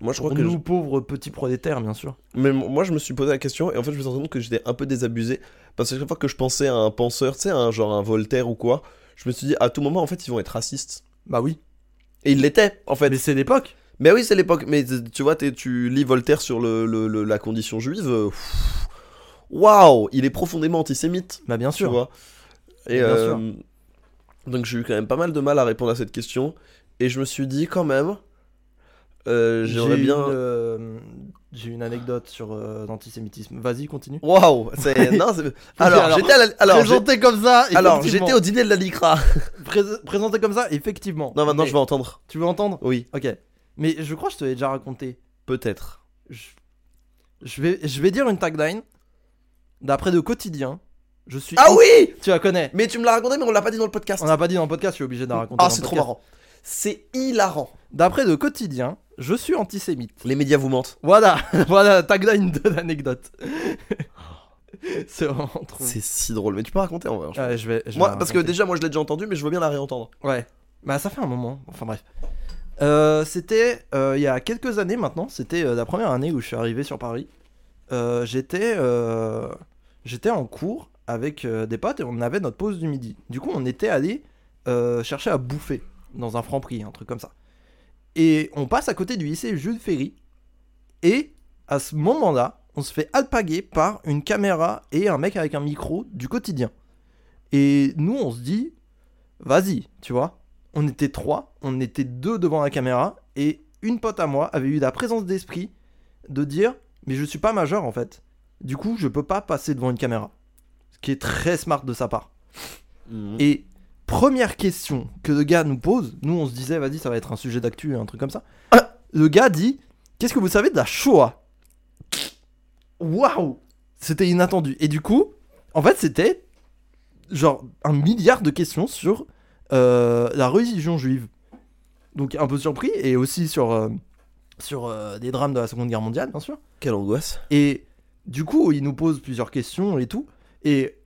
Speaker 1: Moi, je crois que...
Speaker 2: nous pauvres petits prolétaires, bien sûr.
Speaker 1: Mais m- moi, je me suis posé la question et en fait, je me suis rendu compte que j'étais un peu désabusé. Parce que chaque fois que je pensais à un penseur, tu sais, à un genre un Voltaire ou quoi, je me suis dit à tout moment, en fait, ils vont être racistes.
Speaker 2: Bah oui,
Speaker 1: Et ils l'étaient, en fait.
Speaker 2: mais
Speaker 1: Mais,
Speaker 2: c'est l'époque.
Speaker 1: oui, c'est l'époque. Mais t- tu vois, t'es- tu lis Voltaire sur le, le- le- la condition juive. euh, pff, Waouh Il est profondément antisémite,
Speaker 2: Bah bien
Speaker 1: tu
Speaker 2: sûr.
Speaker 1: vois. Et
Speaker 2: Bien
Speaker 1: euh, donc, j'ai eu quand même pas mal de mal à répondre à cette question. Et je me suis dit, quand même, euh, j'aimerais
Speaker 2: J'ai
Speaker 1: bien.
Speaker 2: une, euh, J'ai une anecdote sur euh, l'antisémitisme. Vas-y, continue.
Speaker 1: Waouh, c'est non, c'est- alors,
Speaker 2: alors,
Speaker 1: j'étais à la- alors j'ai-
Speaker 2: présenté comme ça.
Speaker 1: alors,
Speaker 2: effectivement.
Speaker 1: j'étais au dîner de la Licra.
Speaker 2: Prés- présenté comme ça, effectivement.
Speaker 1: Non, maintenant
Speaker 2: Mais-
Speaker 1: je vais entendre.
Speaker 2: Tu veux entendre
Speaker 1: Oui,
Speaker 2: Ok. Mais je crois que je te l'ai déjà raconté.
Speaker 1: peut-être.
Speaker 2: Je, je vais, je vais dire une tagline d'après de quotidien. Je suis.
Speaker 1: Ah oui
Speaker 2: Tu la connais.
Speaker 1: Mais tu me l'as raconté mais on l'a pas dit dans le podcast.
Speaker 2: On n'a pas dit dans le podcast, je suis obligé de la raconter.
Speaker 1: Ah,
Speaker 2: dans le
Speaker 1: c'est trop
Speaker 2: podcast.
Speaker 1: marrant. C'est hilarant.
Speaker 2: D'après de quotidien, je suis antisémite.
Speaker 1: Les médias vous mentent.
Speaker 2: Voilà, voilà la tagline de l'anecdote. c'est vraiment trop.
Speaker 1: C'est si drôle, mais tu peux raconter en vrai. je-
Speaker 2: Ouais, je vais. je vais
Speaker 1: moi,
Speaker 2: la
Speaker 1: parce que
Speaker 2: raconter.
Speaker 1: déjà, moi je l'ai déjà entendu, mais je veux bien la réentendre.
Speaker 2: Ouais. Bah ça fait un moment. Enfin bref. Euh, c'était euh, il y a quelques années maintenant. C'était euh, la première année où je suis arrivé sur Paris. Euh, j'étais euh, j'étais en cours avec euh, des potes et on avait notre pause du midi. Du coup, on était allé euh, chercher à bouffer dans un Franprix, un truc comme ça. Et on passe à côté du lycée Jules Ferry. Et à ce moment-là, on se fait alpaguer par une caméra et un mec avec un micro du quotidien. Et nous, on se dit, vas-y, tu vois. On était trois, on était deux devant la caméra, et une pote à moi avait eu la présence d'esprit de dire Mais je suis pas majeur en fait. Du coup, je peux pas passer devant une caméra. Ce qui est très smart de sa part.
Speaker 1: Et-
Speaker 2: Et première question que le gars nous pose, nous on se disait Vas-y, ça va être un sujet d'actu, un truc comme ça. Ah, le gars dit Qu'est-ce que vous savez de la Shoah Waouh C'était inattendu. Et du coup, en fait, c'était genre un milliard de questions sur euh, la religion juive. Donc un peu surpris, et aussi sur, euh, sur euh, des drames de la Seconde Guerre mondiale, bien sûr.
Speaker 1: Quelle angoisse.
Speaker 2: Et du coup, il nous pose plusieurs questions et tout. Et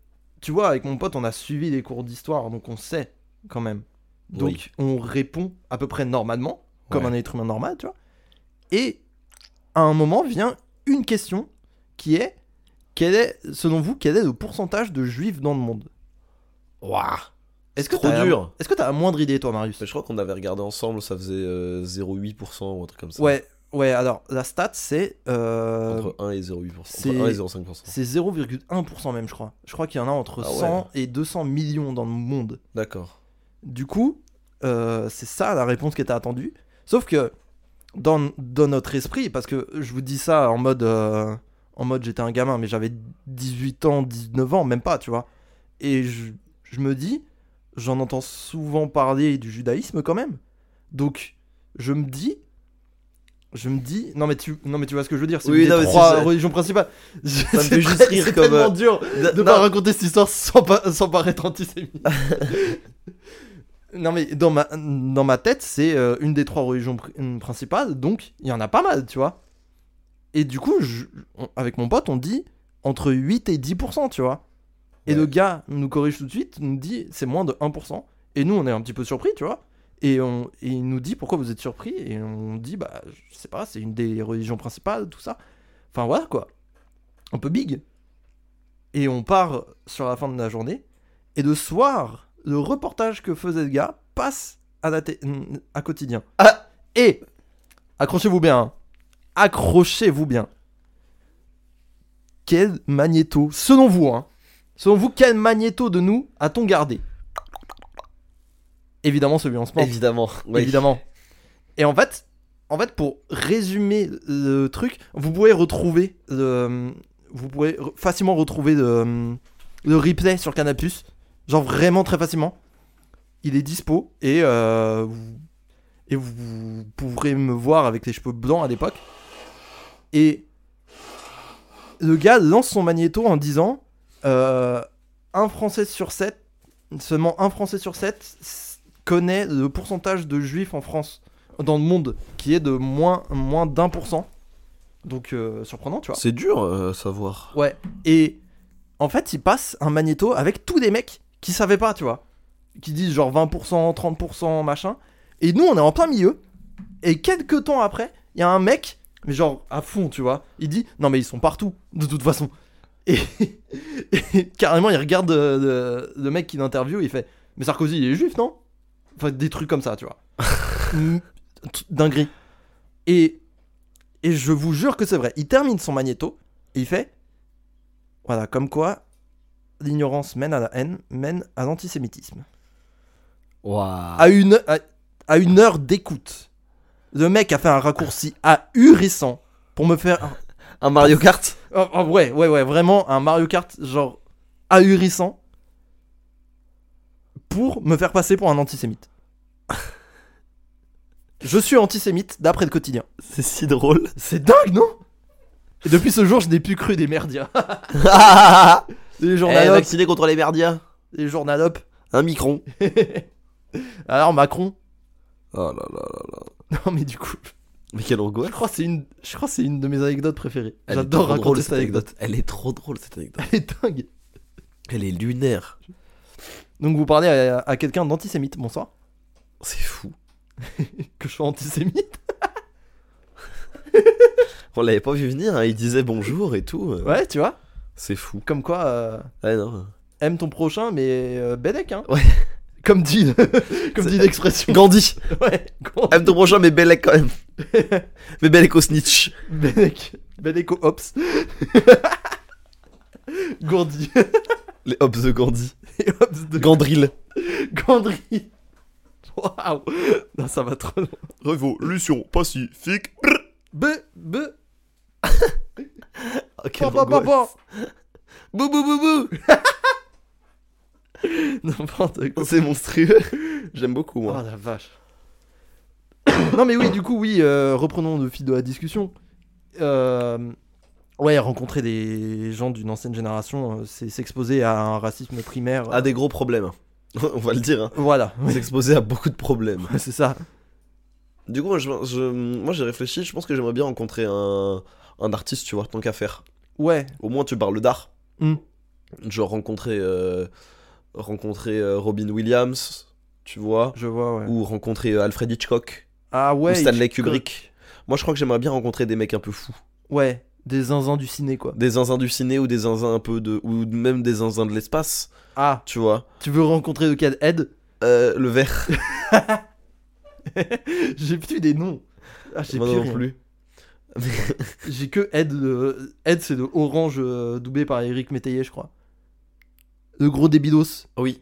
Speaker 2: tu vois, avec mon pote, on a suivi les cours d'histoire, donc on sait quand même. Donc
Speaker 1: Oui.
Speaker 2: on répond à peu près normalement, comme
Speaker 1: Ouais.
Speaker 2: un être humain normal, tu vois. Et à un moment vient une question qui est, quel est selon vous, quel est le pourcentage de juifs dans le monde
Speaker 1: Waouh.
Speaker 2: Est-ce que
Speaker 1: Trop
Speaker 2: t'as-
Speaker 1: dur.
Speaker 2: Est-ce que t'as la moindre idée, toi, Marius
Speaker 1: Mais je crois qu'on avait regardé ensemble, ça faisait euh, 0,8% ou un truc comme ça.
Speaker 2: Ouais, ouais, alors la stat c'est euh,
Speaker 1: Entre 1 et 0,8%. Entre
Speaker 2: c'est-
Speaker 1: 1 et 0,5%.
Speaker 2: c'est 0,1% même je crois. Je crois qu'il y en a entre
Speaker 1: Ah ouais.
Speaker 2: 100 et 200 millions dans le monde.
Speaker 1: D'accord.
Speaker 2: Du coup, euh, c'est ça la réponse qui était attendue. Sauf que dans, dans notre esprit, parce que je vous dis ça en mode euh, en mode j'étais un gamin, mais j'avais 18 ans, 19 ans, même pas, tu vois. Et je, je me dis, j'en entends souvent parler du judaïsme quand même. Donc je me dis je me dis non mais tu non mais tu vois ce que je veux dire c'est
Speaker 1: Oui,
Speaker 2: une
Speaker 1: non,
Speaker 2: des
Speaker 1: mais
Speaker 2: trois
Speaker 1: c'est- c'est-
Speaker 2: religions principales ça
Speaker 1: me fait juste rire
Speaker 2: c'est
Speaker 1: comme,
Speaker 2: tellement
Speaker 1: euh,
Speaker 2: dur de
Speaker 1: Non,
Speaker 2: pas raconter cette histoire sans, pa- sans paraître antisémite. non mais dans ma, dans ma tête, c'est euh, une des trois religions pr- euh, principales, donc il y en a pas mal, tu vois. Et du coup, je- on- avec mon pote, on dit entre 8 et 10%, tu vois. Et
Speaker 1: Ouais.
Speaker 2: le gars nous corrige tout de suite, nous dit c'est moins de 1%. Et nous, on est un petit peu surpris, tu vois. Et, on, et il nous dit pourquoi vous êtes surpris. Et on dit, bah, je sais pas, c'est une des religions principales, tout ça. Enfin, voilà quoi. Un peu big. Et on part sur la fin de la journée. Et le soir, le reportage que faisait le gars passe à, la té- à quotidien.
Speaker 1: Ah
Speaker 2: Et, accrochez-vous bien, hein. accrochez-vous bien. Quel magnéto, selon vous, hein, selon vous, quel magnéto de nous a-t-on gardé Évidemment, celui en sport.
Speaker 1: Évidemment. oui.
Speaker 2: Évidemment. Et en fait, en fait, pour résumer le truc, vous pouvez retrouver le- vous pouvez re- facilement retrouver le, le replay sur Canapus, genre vraiment très facilement. Il est dispo et euh, vous, et vous pourrez me voir avec les cheveux blancs à l'époque. Et le gars lance son magnéto en disant euh, un Français sur sept, seulement un Français sur sept s- connaît le pourcentage de juifs en France, dans le monde, qui est de moins, moins d'un pour cent. Donc euh, surprenant, tu vois.
Speaker 1: C'est dur euh, à savoir.
Speaker 2: Ouais. Et en fait, il passe un magnéto avec tous des mecs qui savaient pas, tu vois. Qui disent genre 20%, 30%, machin. Et nous, on est en plein milieu. Et quelques temps après, il y a un mec, mais genre à fond, tu vois. Il dit Non, mais ils sont partout, de toute façon. Et, et carrément, il regarde euh, le, le mec qui l'interviewe et il fait Mais Sarkozy, il est juif, non Enfin, des trucs comme ça, tu vois. Mm, t- Dinguerie. Et, et je vous jure que c'est vrai. Il termine son magnéto et il fait voilà, comme quoi l'ignorance mène à la haine, mène à l'antisémitisme.
Speaker 1: Waouh.
Speaker 2: À, une, Ah. à, à une heure d'écoute, le mec a fait un raccourci ahurissant pour me faire.
Speaker 1: Un Mario Kart
Speaker 2: Oh, oh, ouais, ouais, ouais, vraiment un Mario Kart genre ahurissant pour me faire passer pour un antisémite. Je suis antisémite d'après le quotidien.
Speaker 1: C'est si drôle.
Speaker 2: C'est dingue, non Et depuis ce jour, je n'ai plus cru des merdias.
Speaker 1: Eh,
Speaker 2: Les journalopes.
Speaker 1: vacciné contre les merdias.
Speaker 2: les journalopes.
Speaker 1: Un micron.
Speaker 2: Alors Macron.
Speaker 1: Oh là là là là.
Speaker 2: Non mais du coup,
Speaker 1: Mais quelle angoisse.
Speaker 2: je crois que c'est une, je crois que c'est une de mes anecdotes préférées.
Speaker 1: Elle est
Speaker 2: J'adore
Speaker 1: trop
Speaker 2: raconter
Speaker 1: drôle,
Speaker 2: cette anecdote.
Speaker 1: Elle est trop drôle cette anecdote.
Speaker 2: Elle est dingue.
Speaker 1: Elle est lunaire.
Speaker 2: Donc vous parlez à, à quelqu'un d'antisémite, bonsoir.
Speaker 1: C'est fou.
Speaker 2: Que je sois antisémite
Speaker 1: On l'avait pas vu venir, hein, il disait bonjour et tout. euh,
Speaker 2: Ouais, tu vois.
Speaker 1: C'est fou.
Speaker 2: Comme quoi, euh,
Speaker 1: Ouais, non.
Speaker 2: aime ton prochain, mais euh, Benek, hein.
Speaker 1: Ouais.
Speaker 2: Comme dit, le- comme dit l'expression.
Speaker 1: Gandhi
Speaker 2: Ouais, grand-
Speaker 1: Aime ton prochain, mais Belek quand même. mais Belek au snitch.
Speaker 2: Benek. Benek au hops. Gourdi.
Speaker 1: Les Hobbes de Gandhi.
Speaker 2: Et hops de
Speaker 1: Gandril.
Speaker 2: Gandry. Waouh. Non, ça va trop loin.
Speaker 1: Révolution pacifique.
Speaker 2: B, B,
Speaker 1: Ah, quelle
Speaker 2: pa, pa, pa,
Speaker 1: angoisse.
Speaker 2: pa.
Speaker 1: Bou, bou, bou, bou.
Speaker 2: N'importe quoi.
Speaker 1: Oh, C'est monstrueux. J'aime beaucoup,
Speaker 2: Oh
Speaker 1: moi.
Speaker 2: la vache. non mais oui, du coup, oui, euh, reprenons le fil de la discussion. Euh, ouais, rencontrer des gens d'une ancienne génération, euh, c'est s'exposer à un racisme primaire. Euh,
Speaker 1: A Ah, des gros problèmes. On va le dire. Hein.
Speaker 2: Voilà,
Speaker 1: On s'exposait à beaucoup de problèmes.
Speaker 2: c'est ça.
Speaker 1: Du coup, moi, je, je- moi, j'ai réfléchi. Je pense que j'aimerais bien rencontrer un, un artiste, tu vois, tant qu'à faire.
Speaker 2: Ouais,
Speaker 1: Au moins, tu parles d'art.
Speaker 2: Hmm.
Speaker 1: Genre rencontrer, euh, rencontrer euh, Robin Williams, tu vois,
Speaker 2: je vois, ouais.
Speaker 1: ou rencontrer euh, Alfred Hitchcock,
Speaker 2: Ah ouais.
Speaker 1: ou Stanley
Speaker 2: Hitchcock.
Speaker 1: Kubrick. Moi, je crois que j'aimerais bien rencontrer des mecs un peu fous.
Speaker 2: Ouais, des zinzins du ciné, quoi.
Speaker 1: Des zinzins du ciné ou des zinzins un peu de. ou même des zinzins de l'espace,
Speaker 2: Ah,
Speaker 1: tu vois.
Speaker 2: tu veux rencontrer de quel Ed
Speaker 1: Euh, le vert,
Speaker 2: J'ai plus des noms. Ah, j'ai
Speaker 1: moi
Speaker 2: plus,
Speaker 1: non
Speaker 2: rien.
Speaker 1: plus.
Speaker 2: J'ai que Ed. euh, Ed, c'est de Orange euh, doublé par Eric Métayer, je crois. Le gros débidos.
Speaker 1: Oui,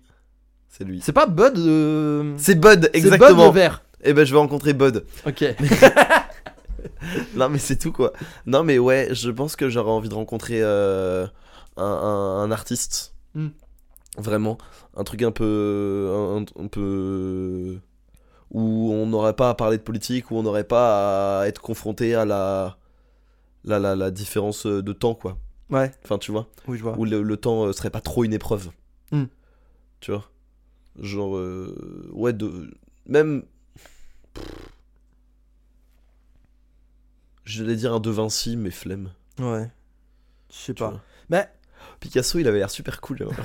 Speaker 1: c'est lui.
Speaker 2: C'est pas Bud euh,
Speaker 1: C'est Bud,
Speaker 2: c'est Bud
Speaker 1: exactement.
Speaker 2: le vert.
Speaker 1: Et ben, je vais rencontrer Bud.
Speaker 2: Ok.
Speaker 1: Non mais c'est tout quoi. Non mais ouais, je pense que j'aurais envie de rencontrer euh, un, un- un artiste.
Speaker 2: Hmm.
Speaker 1: Vraiment. Un truc un peu... Un, un peu... Où on n'aurait pas à parler de politique, où on n'aurait pas à être confronté à la... La, la, la différence de temps quoi.
Speaker 2: Ouais,
Speaker 1: Enfin tu vois.
Speaker 2: oui, je vois.
Speaker 1: Où le, le temps euh, serait pas trop une épreuve.
Speaker 2: Hmm.
Speaker 1: Tu vois. Genre... euh, ouais, de... Même... Je vais dire un De Vinci, mais flemme.
Speaker 2: Ouais. Je sais
Speaker 1: Tu
Speaker 2: pas.
Speaker 1: vois.
Speaker 2: Mais
Speaker 1: Picasso, il avait l'air super cool. hein.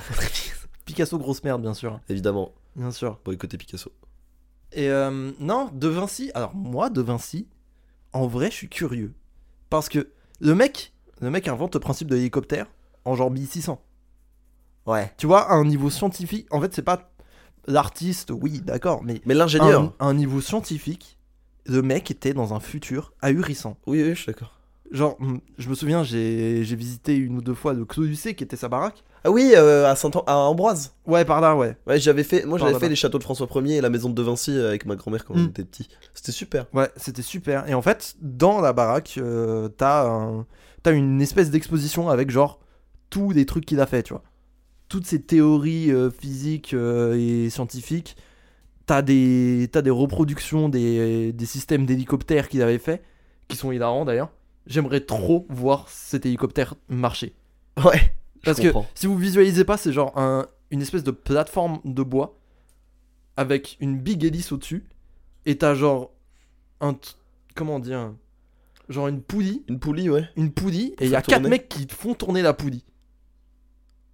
Speaker 2: Picasso, grosse merde, bien sûr. hein.
Speaker 1: Évidemment,
Speaker 2: Bien sûr.
Speaker 1: boycotter Picasso.
Speaker 2: Et euh, non, De Vinci. Alors, moi, De Vinci, en vrai, je suis curieux. Parce que le mec, le mec invente le principe de l'hélicoptère en genre 1600.
Speaker 1: Ouais.
Speaker 2: Tu vois, à un niveau scientifique, en fait, c'est pas l'artiste, oui, d'accord, mais
Speaker 1: Mais
Speaker 2: à
Speaker 1: l'ingénieur.
Speaker 2: un, à un niveau scientifique, le mec était dans un futur ahurissant.
Speaker 1: Oui, oui, je suis d'accord.
Speaker 2: Genre, mm, je me souviens, j'ai j'ai visité une ou deux fois le Clos du C qui était sa baraque.
Speaker 1: Ah oui, euh, à saint à Ambroise.
Speaker 2: Ouais, par là, ouais.
Speaker 1: Ouais, j'avais fait, moi
Speaker 2: Par
Speaker 1: j'avais
Speaker 2: là-bas.
Speaker 1: fait les châteaux de François 1er et la maison de De Vinci euh, avec ma grand-mère quand
Speaker 2: Mm.
Speaker 1: on était petit. C'était super.
Speaker 2: Ouais, c'était super. Et en fait, dans la baraque, euh, t'as un- t'as une espèce d'exposition avec genre tous les trucs qu'il a fait, tu vois. Toutes ces théories euh, physiques euh, et scientifiques. T'as des, t'as des reproductions des, des systèmes d'hélicoptères qu'il avait fait, qui sont hilarants d'ailleurs. J'aimerais trop voir cet hélicoptère marcher.
Speaker 1: Ouais.
Speaker 2: Parce que si vous visualisez pas, c'est genre un- une espèce de plateforme de bois avec une big hélice au-dessus et t'as genre un t- comment dire un- genre une poulie,
Speaker 1: Une poulie, ouais.
Speaker 2: une poulie
Speaker 1: Pour
Speaker 2: et il y a
Speaker 1: faire
Speaker 2: quatre
Speaker 1: tourner.
Speaker 2: mecs qui font tourner la poulie.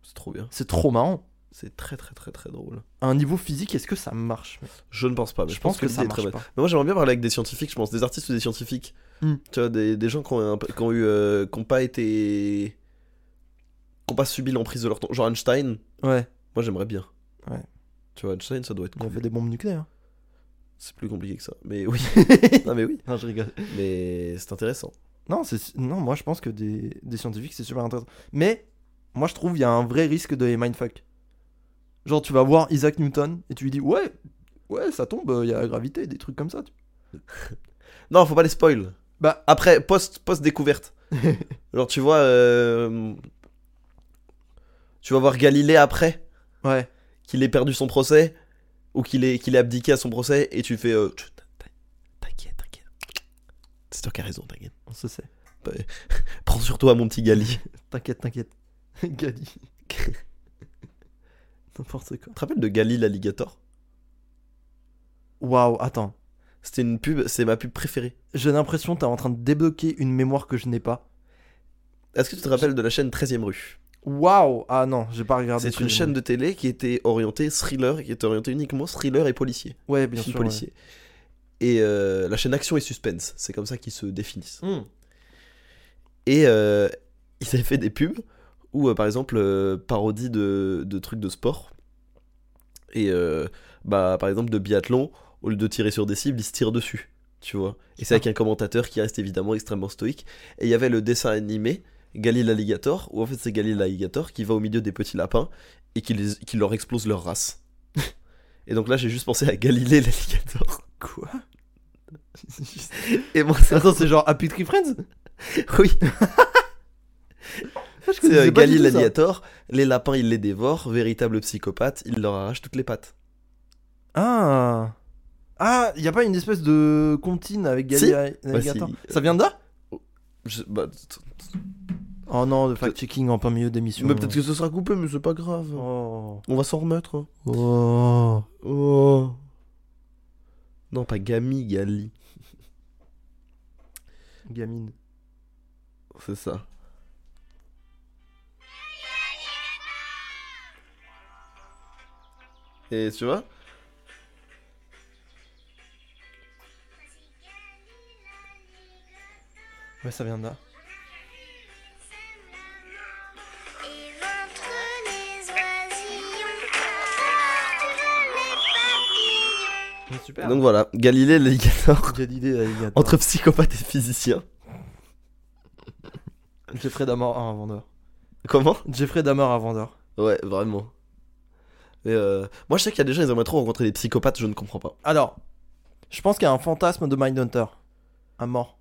Speaker 1: C'est trop bien.
Speaker 2: C'est trop marrant.
Speaker 1: C'est très, très, très, très drôle.
Speaker 2: À un niveau physique, est-ce que ça marche mec
Speaker 1: Je ne pense pas, mais
Speaker 2: Ah bah, Je pense que, ça
Speaker 1: l'idée est très
Speaker 2: marche
Speaker 1: bonne.
Speaker 2: pas.
Speaker 1: Mais moi j'aimerais bien parler avec des scientifiques, je pense, des artistes ou des scientifiques.
Speaker 2: Mm.
Speaker 1: Tu vois, des, des gens qui ont, un peu- qui ont eu. euh, qui ont pas été. qui ont pas subi l'emprise de leur temps. Genre Einstein,
Speaker 2: Ouais,
Speaker 1: moi j'aimerais bien.
Speaker 2: Ouais.
Speaker 1: Tu vois, Einstein, ça doit être
Speaker 2: on
Speaker 1: cool.
Speaker 2: fait des bombes nucléaires.
Speaker 1: C'est plus compliqué que ça. Mais oui. non, mais oui.
Speaker 2: Non, je rigole.
Speaker 1: Mais c'est intéressant.
Speaker 2: Non, c'est non, moi je pense que des, des scientifiques c'est super intéressant. Mais moi je trouve il y a un vrai risque de les mindfuck. Genre tu vas voir Isaac Newton et tu lui dis ouais, euh, ouais ça tombe, il y a la gravité, des trucs comme ça. tu-
Speaker 1: Non, faut pas les spoil.
Speaker 2: Bah.
Speaker 1: Après, post, post-découverte. Genre, tu vois. euh, Tu vas voir Galilée après,
Speaker 2: Ouais.
Speaker 1: qu'il ait perdu son procès, ou qu'il ait, qu'il ait abdiqué à son procès, et tu fais. euh, tu- t'in- T'inquiète, t'inquiète. C'est toi qui as raison, t'inquiète.
Speaker 2: On se sait.
Speaker 1: Prends sur toi, mon petit Gali.
Speaker 2: T'inquiète, t'inquiète. Gali. N'importe quoi.
Speaker 1: Tu te rappelles de Gali l'alligator
Speaker 2: Waouh, attends.
Speaker 1: C'était une pub, c'est ma pub préférée.
Speaker 2: J'ai l'impression que t'es en train de débloquer une mémoire que je n'ai pas.
Speaker 1: Est-ce que tu te rappelles de la chaîne 13ème rue
Speaker 2: Waouh Ah non, j'ai pas regardé.
Speaker 1: C'est
Speaker 2: tous
Speaker 1: une
Speaker 2: les
Speaker 1: chaîne
Speaker 2: noms.
Speaker 1: de télé qui était orientée thriller, et qui était orientée uniquement thriller et policier.
Speaker 2: Ouais, bien
Speaker 1: film
Speaker 2: sûr.
Speaker 1: policier. Et euh, la chaîne action et suspense, c'est comme ça qu'ils se définissent.
Speaker 2: ouais. Hmm.
Speaker 1: Et euh, ils avaient fait des pubs où, euh, par exemple, euh, parodie de, de trucs de sport. Et euh, bah, par exemple, de biathlon, au lieu de tirer sur des cibles, ils se tirent dessus. Tu vois Et c'est avec un commentateur qui reste évidemment extrêmement stoïque. Et il y avait le dessin animé Galil l'alligator, où en fait c'est Galil l'alligator qui va au milieu des petits lapins et qui, les- qui leur explose leur race. et donc là, j'ai juste pensé à Galilée l'alligator.
Speaker 2: Quoi
Speaker 1: Et moi, ça.
Speaker 2: Attends, c'est genre Happy Tree Friends
Speaker 1: Oui,
Speaker 2: Ah, je
Speaker 1: C'est euh,
Speaker 2: connaissais pas du
Speaker 1: Galil
Speaker 2: tout ça.
Speaker 1: l'alligator, les lapins ils les dévorent, véritable psychopathe, il leur arrache toutes les pattes.
Speaker 2: Ah Ah, y a pas une espèce de comptine avec Gali
Speaker 1: Si.
Speaker 2: Navigator
Speaker 1: Bah, si.
Speaker 2: Ça vient de là
Speaker 1: Je- bah, t-
Speaker 2: Oh non, le fact-checking en plein milieu d'émission.
Speaker 1: mais peut-être que ce sera coupé, mais c'est pas grave.
Speaker 2: Oh.
Speaker 1: On va s'en remettre. hein.
Speaker 2: Oh.
Speaker 1: Oh. Non, pas Gami, Gali.
Speaker 2: Gamine.
Speaker 1: C'est ça. Et tu vois
Speaker 2: Ouais, ça vient de là.
Speaker 4: Et ventre les oisillons, portent les papillons.
Speaker 2: Ouais, Super.
Speaker 1: Donc voilà, Galilée l'alligator,
Speaker 2: Galilée Navigator.
Speaker 1: entre psychopathe et physicien.
Speaker 2: Jeffrey Dahmer à un vendeur.
Speaker 1: Comment
Speaker 2: Jeffrey Dahmer à un vendeur.
Speaker 1: Ouais, vraiment. Mais, euh, moi, je sais qu'il y a des gens, ils aimeraient trop rencontrer des psychopathes, je ne comprends pas.
Speaker 2: Alors, je pense qu'il y a un fantasme de Mindhunter. Un mort.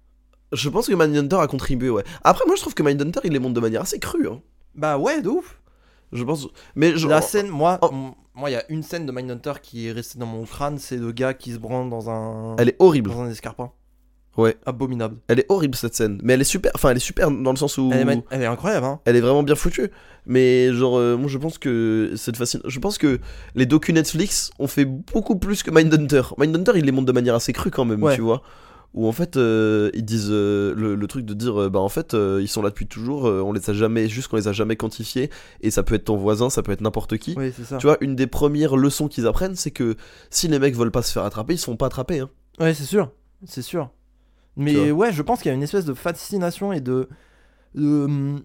Speaker 1: Je pense que Mindhunter a contribué, ouais. Après, moi, je trouve que Mindhunter, il les montre de manière assez crue. hein.
Speaker 2: Bah ouais, de ouf.
Speaker 1: Je pense. Mais je.
Speaker 2: La scène, moi,
Speaker 1: Oh.
Speaker 2: m- moi, il y a une scène de Mindhunter qui est restée dans mon crâne, c'est le gars qui se branle dans un
Speaker 1: Elle est horrible.
Speaker 2: dans un escarpin.
Speaker 1: Ouais.
Speaker 2: Abominable.
Speaker 1: Elle est horrible, cette scène. Mais elle est super. Enfin, elle est super dans le sens où.
Speaker 2: Elle est, ma- elle est incroyable, hein.
Speaker 1: elle est vraiment bien foutue. Mais genre, euh, moi je pense que cette facile. Je pense que les docu Netflix ont fait beaucoup plus que Mindhunter. Mindhunter, ils les montrent de manière assez crue quand même,
Speaker 2: Ouais.
Speaker 1: tu vois. Où en fait, euh, ils disent euh, le, le truc de dire, euh, bah en fait, euh, ils sont là depuis toujours, euh, on les a jamais, juste qu'on les a jamais quantifiés, et ça peut être ton voisin, ça peut être n'importe qui.
Speaker 2: Oui, c'est ça.
Speaker 1: Tu vois, une des premières leçons qu'ils apprennent, c'est que si les mecs veulent pas se faire attraper, ils sont pas attrapés. hein.
Speaker 2: Ouais, c'est sûr, c'est sûr.
Speaker 1: Tu
Speaker 2: Mais ouais, je pense qu'il y a une espèce de fascination et de, de, hum,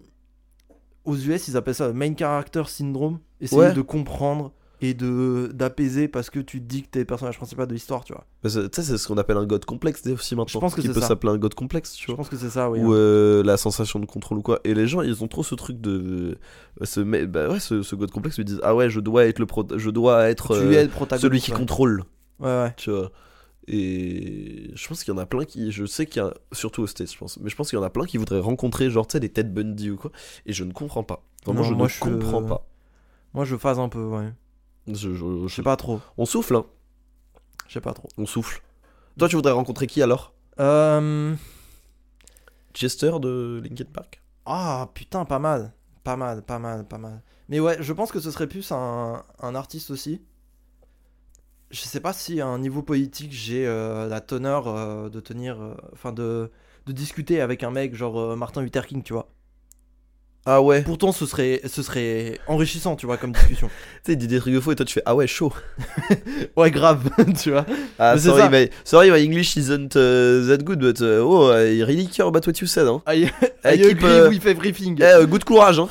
Speaker 2: aux US, ils appellent ça le main character syndrome. Essayer
Speaker 1: Ouais.
Speaker 2: de comprendre et de d'apaiser parce que tu te dis que t'es le personnage principal de l'histoire, tu vois.
Speaker 1: Parce que, Tu sais, c'est ce qu'on appelle un god complexe aussi maintenant.
Speaker 2: Je pense que
Speaker 1: qui
Speaker 2: c'est
Speaker 1: peut
Speaker 2: ça.
Speaker 1: s'appeler un god complexe, tu
Speaker 2: Je
Speaker 1: vois.
Speaker 2: pense que c'est ça, oui. hein.
Speaker 1: ou euh, la sensation de contrôle ou quoi. Et les gens, ils ont trop ce truc de ce mais bah ouais, ce, ce god complexe, ils disent ah ouais, je dois être le pro- je dois être
Speaker 2: tu
Speaker 1: euh,
Speaker 2: es le protagoniste.
Speaker 1: celui qui
Speaker 2: ouais.
Speaker 1: contrôle,
Speaker 2: Ouais, ouais.
Speaker 1: tu vois. Et je pense qu'il y en a plein qui, je sais qu'il y a surtout aux States, je pense, mais je pense qu'il y en a plein qui voudraient rencontrer genre tu sais les Ted Bundy ou quoi. Et je ne comprends pas. Vraiment,
Speaker 2: Non,
Speaker 1: je
Speaker 2: moi,
Speaker 1: ne
Speaker 2: je-
Speaker 1: comprends pas.
Speaker 2: Moi, je phase un peu, ouais.
Speaker 1: Je, je- je-
Speaker 2: Je sais pas trop.
Speaker 1: On souffle, hein.
Speaker 2: Je sais pas trop.
Speaker 1: On souffle. Toi, tu voudrais rencontrer qui alors
Speaker 2: Euh,
Speaker 1: Chester de Linkin Park
Speaker 2: Ah putain, pas mal. Pas mal, pas mal, pas mal. Mais ouais, je pense que ce serait plus un, un artiste aussi. Je sais pas si à un niveau politique, j'ai euh, la teneur euh, de tenir. euh, Enfin, de, de discuter avec un mec genre euh, Martin Luther King, tu vois.
Speaker 1: Ah ouais. Tu
Speaker 2: Pourtant, ce serait, ce serait enrichissant, tu vois, comme discussion.
Speaker 1: sais, Didier Rigofo et toi, tu fais ah ouais, chaud.
Speaker 2: ouais, grave, tu vois.
Speaker 1: Ah,
Speaker 2: Mais c'est
Speaker 1: sorry,
Speaker 2: ça.
Speaker 1: my, sorry, my English isn't uh, that good, but uh, oh, I really care about what you said. Hein.
Speaker 2: I,
Speaker 1: I
Speaker 2: I
Speaker 1: keep,
Speaker 2: agree
Speaker 1: euh,
Speaker 2: with everything.
Speaker 1: Eh, euh, good courage, hein.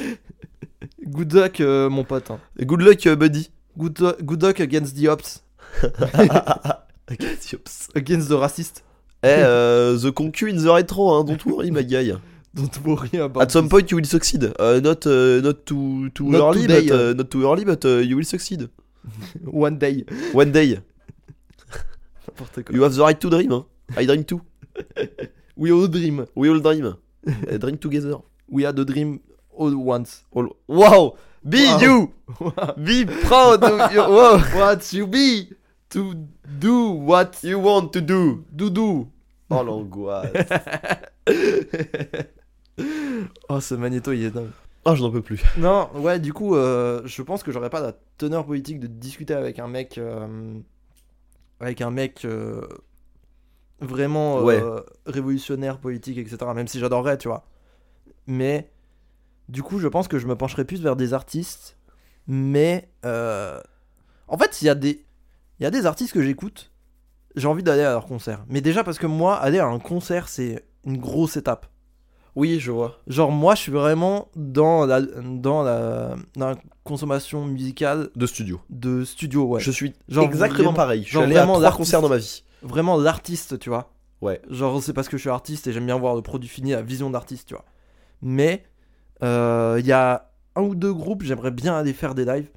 Speaker 2: Good luck, euh, mon pote. hein.
Speaker 1: Good luck, euh, buddy.
Speaker 2: Good, good luck against the ops.
Speaker 1: Ok, oups.
Speaker 2: Against the racist.
Speaker 1: Eh, euh, the concu in the retro, hein, don't worry, my guy.
Speaker 2: Don't worry about
Speaker 1: At some
Speaker 2: this.
Speaker 1: point, you will succeed. Uh, not, uh, not too, too
Speaker 2: Not
Speaker 1: early,
Speaker 2: today,
Speaker 1: but, uh, not too early, but uh, you will succeed.
Speaker 2: One day.
Speaker 1: One day,
Speaker 2: N'importe quoi.
Speaker 1: you have the right to dream. Hein. I dream too.
Speaker 2: We all dream.
Speaker 1: We all dream. Eh, Drink together.
Speaker 2: We had a dream all once.
Speaker 1: All... Wow! Be
Speaker 2: Wow.
Speaker 1: you! Be proud of your... Wow.
Speaker 2: What you be to do what
Speaker 1: You want to do.
Speaker 2: do do.
Speaker 1: Oh l'angoisse.
Speaker 2: Oh, ce magnéto, il est dingue.
Speaker 1: Oh, je n'en peux plus.
Speaker 2: Non, ouais, du coup, euh, je pense que j'aurais pas la teneur politique de discuter avec un mec. euh, avec un mec. euh, vraiment euh,
Speaker 1: Ouais.
Speaker 2: révolutionnaire, politique, etc. Même si j'adorerais, tu vois. Mais. Du coup, je pense que je me pencherais plus vers des artistes. Mais. euh, en fait, il y a des. Il y a des artistes que j'écoute. J'ai envie d'aller à leur concert. Mais déjà, parce que moi, aller à un concert, c'est une grosse étape.
Speaker 1: Oui, je vois.
Speaker 2: Genre moi je suis vraiment dans la, dans la, dans la consommation musicale
Speaker 1: De studio.
Speaker 2: de studio ouais.
Speaker 1: Je suis
Speaker 2: Genre
Speaker 1: exactement
Speaker 2: vraiment-
Speaker 1: pareil. Je suis
Speaker 2: genre
Speaker 1: allé à
Speaker 2: vraiment
Speaker 1: trois
Speaker 2: l'artiste.
Speaker 1: concerts dans ma vie.
Speaker 2: Vraiment l'artiste tu vois.
Speaker 1: Ouais.
Speaker 2: Genre c'est parce que je suis artiste et j'aime bien voir le produit fini, la vision d'artiste tu vois. Mais euh, il y a un ou deux groupes j'aimerais bien aller faire des lives.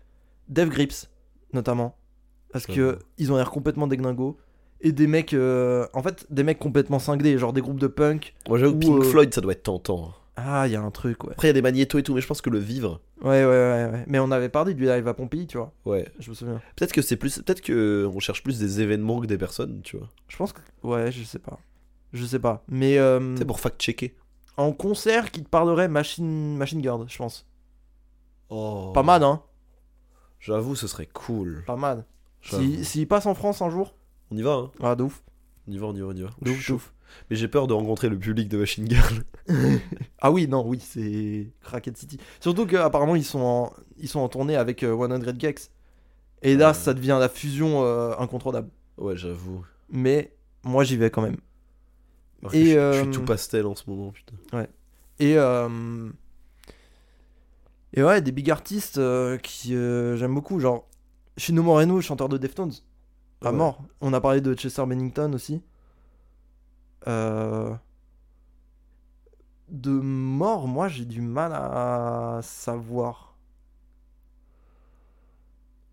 Speaker 2: Dev Grips notamment parce que
Speaker 1: Ouais.
Speaker 2: ils ont l'air complètement déglingos et des mecs euh, en fait des mecs complètement cinglés genre des groupes de punk.
Speaker 1: Moi, j'avoue,
Speaker 2: Ou,
Speaker 1: Pink
Speaker 2: euh,
Speaker 1: Floyd, ça doit être tentant. hein.
Speaker 2: Ah il y a un truc ouais.
Speaker 1: Après, il y a des magnétos et tout, mais je pense que le vivre.
Speaker 2: Ouais ouais ouais, ouais. mais on avait parlé du live à Pompéi tu vois.
Speaker 1: Ouais.
Speaker 2: Je me souviens.
Speaker 1: Peut-être que c'est plus. Peut-être que on cherche plus des événements que des personnes, tu vois.
Speaker 2: Je pense que. Ouais, je sais pas. Je sais pas. Mais euh,
Speaker 1: C'est pour fact-checker.
Speaker 2: en concert, qui te parlerait Machine, Machine Guard, je pense.
Speaker 1: Oh.
Speaker 2: Pas mal, hein
Speaker 1: J'avoue, ce serait cool.
Speaker 2: Pas mal.
Speaker 1: J'avoue.
Speaker 2: S'il s'il passe en France un jour.
Speaker 1: On y va, hein.
Speaker 2: Ah, de ouf.
Speaker 1: On y va, on y va, on y va.
Speaker 2: De ouf, de ouf.
Speaker 1: Mais j'ai peur de rencontrer le public de Machine Girl.
Speaker 2: Ah oui, non, oui, c'est Crackhead City. Surtout qu'apparemment, ils, sont en... ils sont en tournée avec euh, 100 Gex. Et là,
Speaker 1: Ouais.
Speaker 2: ça devient la fusion euh, incontrôlable.
Speaker 1: Ouais, j'avoue.
Speaker 2: Mais moi, j'y vais quand même.
Speaker 1: Alors que
Speaker 2: Et,
Speaker 1: je, suis- je
Speaker 2: euh,
Speaker 1: suis tout pastel en ce moment, putain.
Speaker 2: Et, euh, et ouais, des big artistes euh, qui euh, j'aime beaucoup, genre Chino Moreno, chanteur de Deftones, à
Speaker 1: Ouais.
Speaker 2: mort. On a parlé de Chester Bennington aussi. Euh, De mort, moi j'ai du mal à savoir.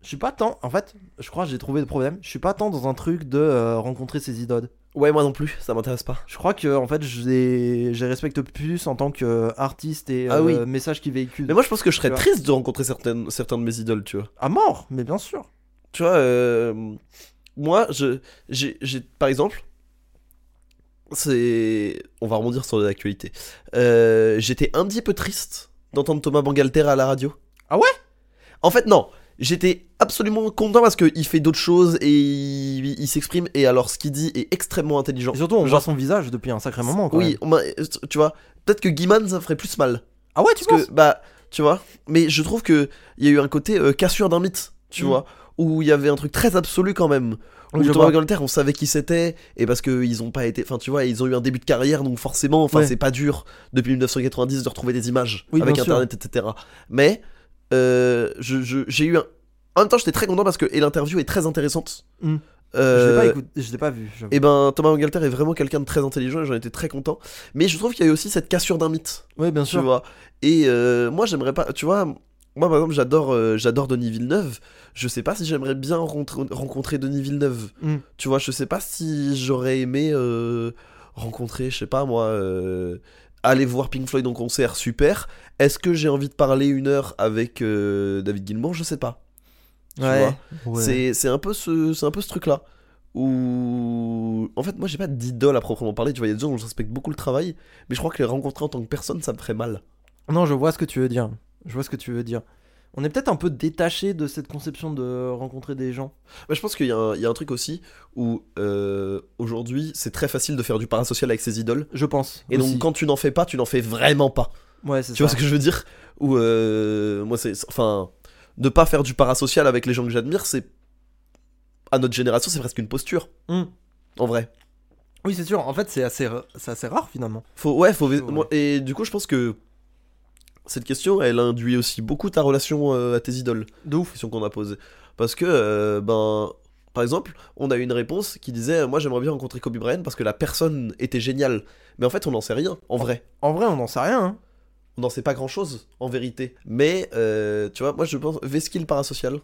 Speaker 2: Je suis pas tant, en fait, je crois que j'ai trouvé le problème. Je suis pas tant dans un truc de euh, rencontrer ses idoles.
Speaker 1: Ouais, moi non plus, ça m'intéresse pas.
Speaker 2: Je crois que en fait, je les, je les respecte plus en tant qu'artiste et
Speaker 1: Ah
Speaker 2: euh,
Speaker 1: oui.
Speaker 2: message qu'ils véhiculent.
Speaker 1: Mais moi, je pense que je
Speaker 2: Tu
Speaker 1: serais
Speaker 2: vois.
Speaker 1: triste de rencontrer certaines, certains de mes idoles, tu vois.
Speaker 2: À mort, mais bien sûr.
Speaker 1: Tu vois, euh, moi, je, j'ai, j'ai- par exemple, c'est, on va rebondir sur l'actualité. Euh, j'étais un petit peu triste d'entendre Thomas Bangalter à la radio.
Speaker 2: Ah ouais
Speaker 1: En fait, non. J'étais absolument content parce qu'il fait d'autres choses et il, il s'exprime et alors ce qu'il dit est extrêmement intelligent.
Speaker 2: Et surtout, on
Speaker 1: Genre-
Speaker 2: voit son visage depuis un sacré moment. Quand
Speaker 1: oui,
Speaker 2: même.
Speaker 1: on m'a- tu vois, peut-être que Guiman ça ferait plus mal
Speaker 2: Ah ouais, tu
Speaker 1: parce
Speaker 2: penses
Speaker 1: que bah tu vois mais je trouve que il y a eu un côté euh, cassure d'un mythe tu
Speaker 2: Mm.
Speaker 1: vois où il y avait un truc très absolu quand même
Speaker 2: Oui,
Speaker 1: où
Speaker 2: je
Speaker 1: Thomas
Speaker 2: vois.
Speaker 1: Bangalter on savait qui c'était et parce que ils ont pas été enfin tu vois ils ont eu un début de carrière donc forcément enfin
Speaker 2: Ouais.
Speaker 1: c'est pas dur depuis 1990 de retrouver des images
Speaker 2: Oui,
Speaker 1: avec
Speaker 2: bien sûr.
Speaker 1: internet etc mais euh, je je- j'ai eu un en même temps j'étais très content parce que et l'interview est très intéressante
Speaker 2: Mm. Je l'ai
Speaker 1: Euh,
Speaker 2: pas écouté, je l'ai pas vu. j'avoue.
Speaker 1: et ben Thomas Bangalter est vraiment quelqu'un de très intelligent et j'en étais très content mais je trouve qu'il y a eu aussi cette cassure d'un mythe
Speaker 2: Oui, bien
Speaker 1: tu
Speaker 2: sûr.
Speaker 1: vois. Et euh, moi, j'aimerais pas, tu vois, moi par exemple, j'adore, euh, j'adore Denis Villeneuve. Je sais pas si j'aimerais bien rencontre- rencontrer Denis Villeneuve.
Speaker 2: Mm.
Speaker 1: Tu vois, je sais pas si j'aurais aimé euh, rencontrer, je sais pas moi, euh, aller voir Pink Floyd en concert, super. Est-ce que j'ai envie de parler une heure avec euh, David Gilmour Je sais pas. tu
Speaker 2: ouais. Ouais.
Speaker 1: C'est, c'est un peu ce, c'est un peu ce truc-là. Où... En fait, moi, j'ai pas d'idole à proprement parler. Tu vois, il y a des gens dont je respecte beaucoup le travail, mais je crois que les rencontrer en tant que personne, ça me ferait mal.
Speaker 2: Non, je vois ce que tu veux dire. Je vois ce que tu veux dire. On est peut-être un peu détaché de cette conception de rencontrer des gens.
Speaker 1: Bah, je pense qu'il y, a un- il y a un truc aussi où euh, aujourd'hui c'est très facile de faire du parasocial avec ses idoles.
Speaker 2: Je pense.
Speaker 1: Et
Speaker 2: aussi.
Speaker 1: donc quand tu n'en fais pas, tu n'en fais vraiment pas.
Speaker 2: Ouais, c'est
Speaker 1: Tu
Speaker 2: ça.
Speaker 1: vois ce que je veux dire Ou euh, moi c'est c'est- enfin ne pas faire du parasocial avec les gens que j'admire, c'est à notre génération c'est presque une posture
Speaker 2: Hum.
Speaker 1: en vrai.
Speaker 2: Oui, c'est sûr. En fait, c'est assez, ra- c'est assez rare finalement.
Speaker 1: Faut ouais faut
Speaker 2: Ouais.
Speaker 1: moi- et du coup je pense que cette question elle induit aussi beaucoup ta relation euh, à tes idoles.
Speaker 2: De ouf.
Speaker 1: question qu'on a posée. Parce que, euh, ben, par exemple, on a eu une réponse qui disait Moi, j'aimerais bien rencontrer Kobe Bryant parce que la personne était géniale. Mais en fait, on n'en sait rien, en vrai.
Speaker 2: En vrai, on n'en sait rien. hein.
Speaker 1: On n'en sait pas grand chose, en vérité. Mais, euh, tu vois, moi, je pense Veskill parasocial,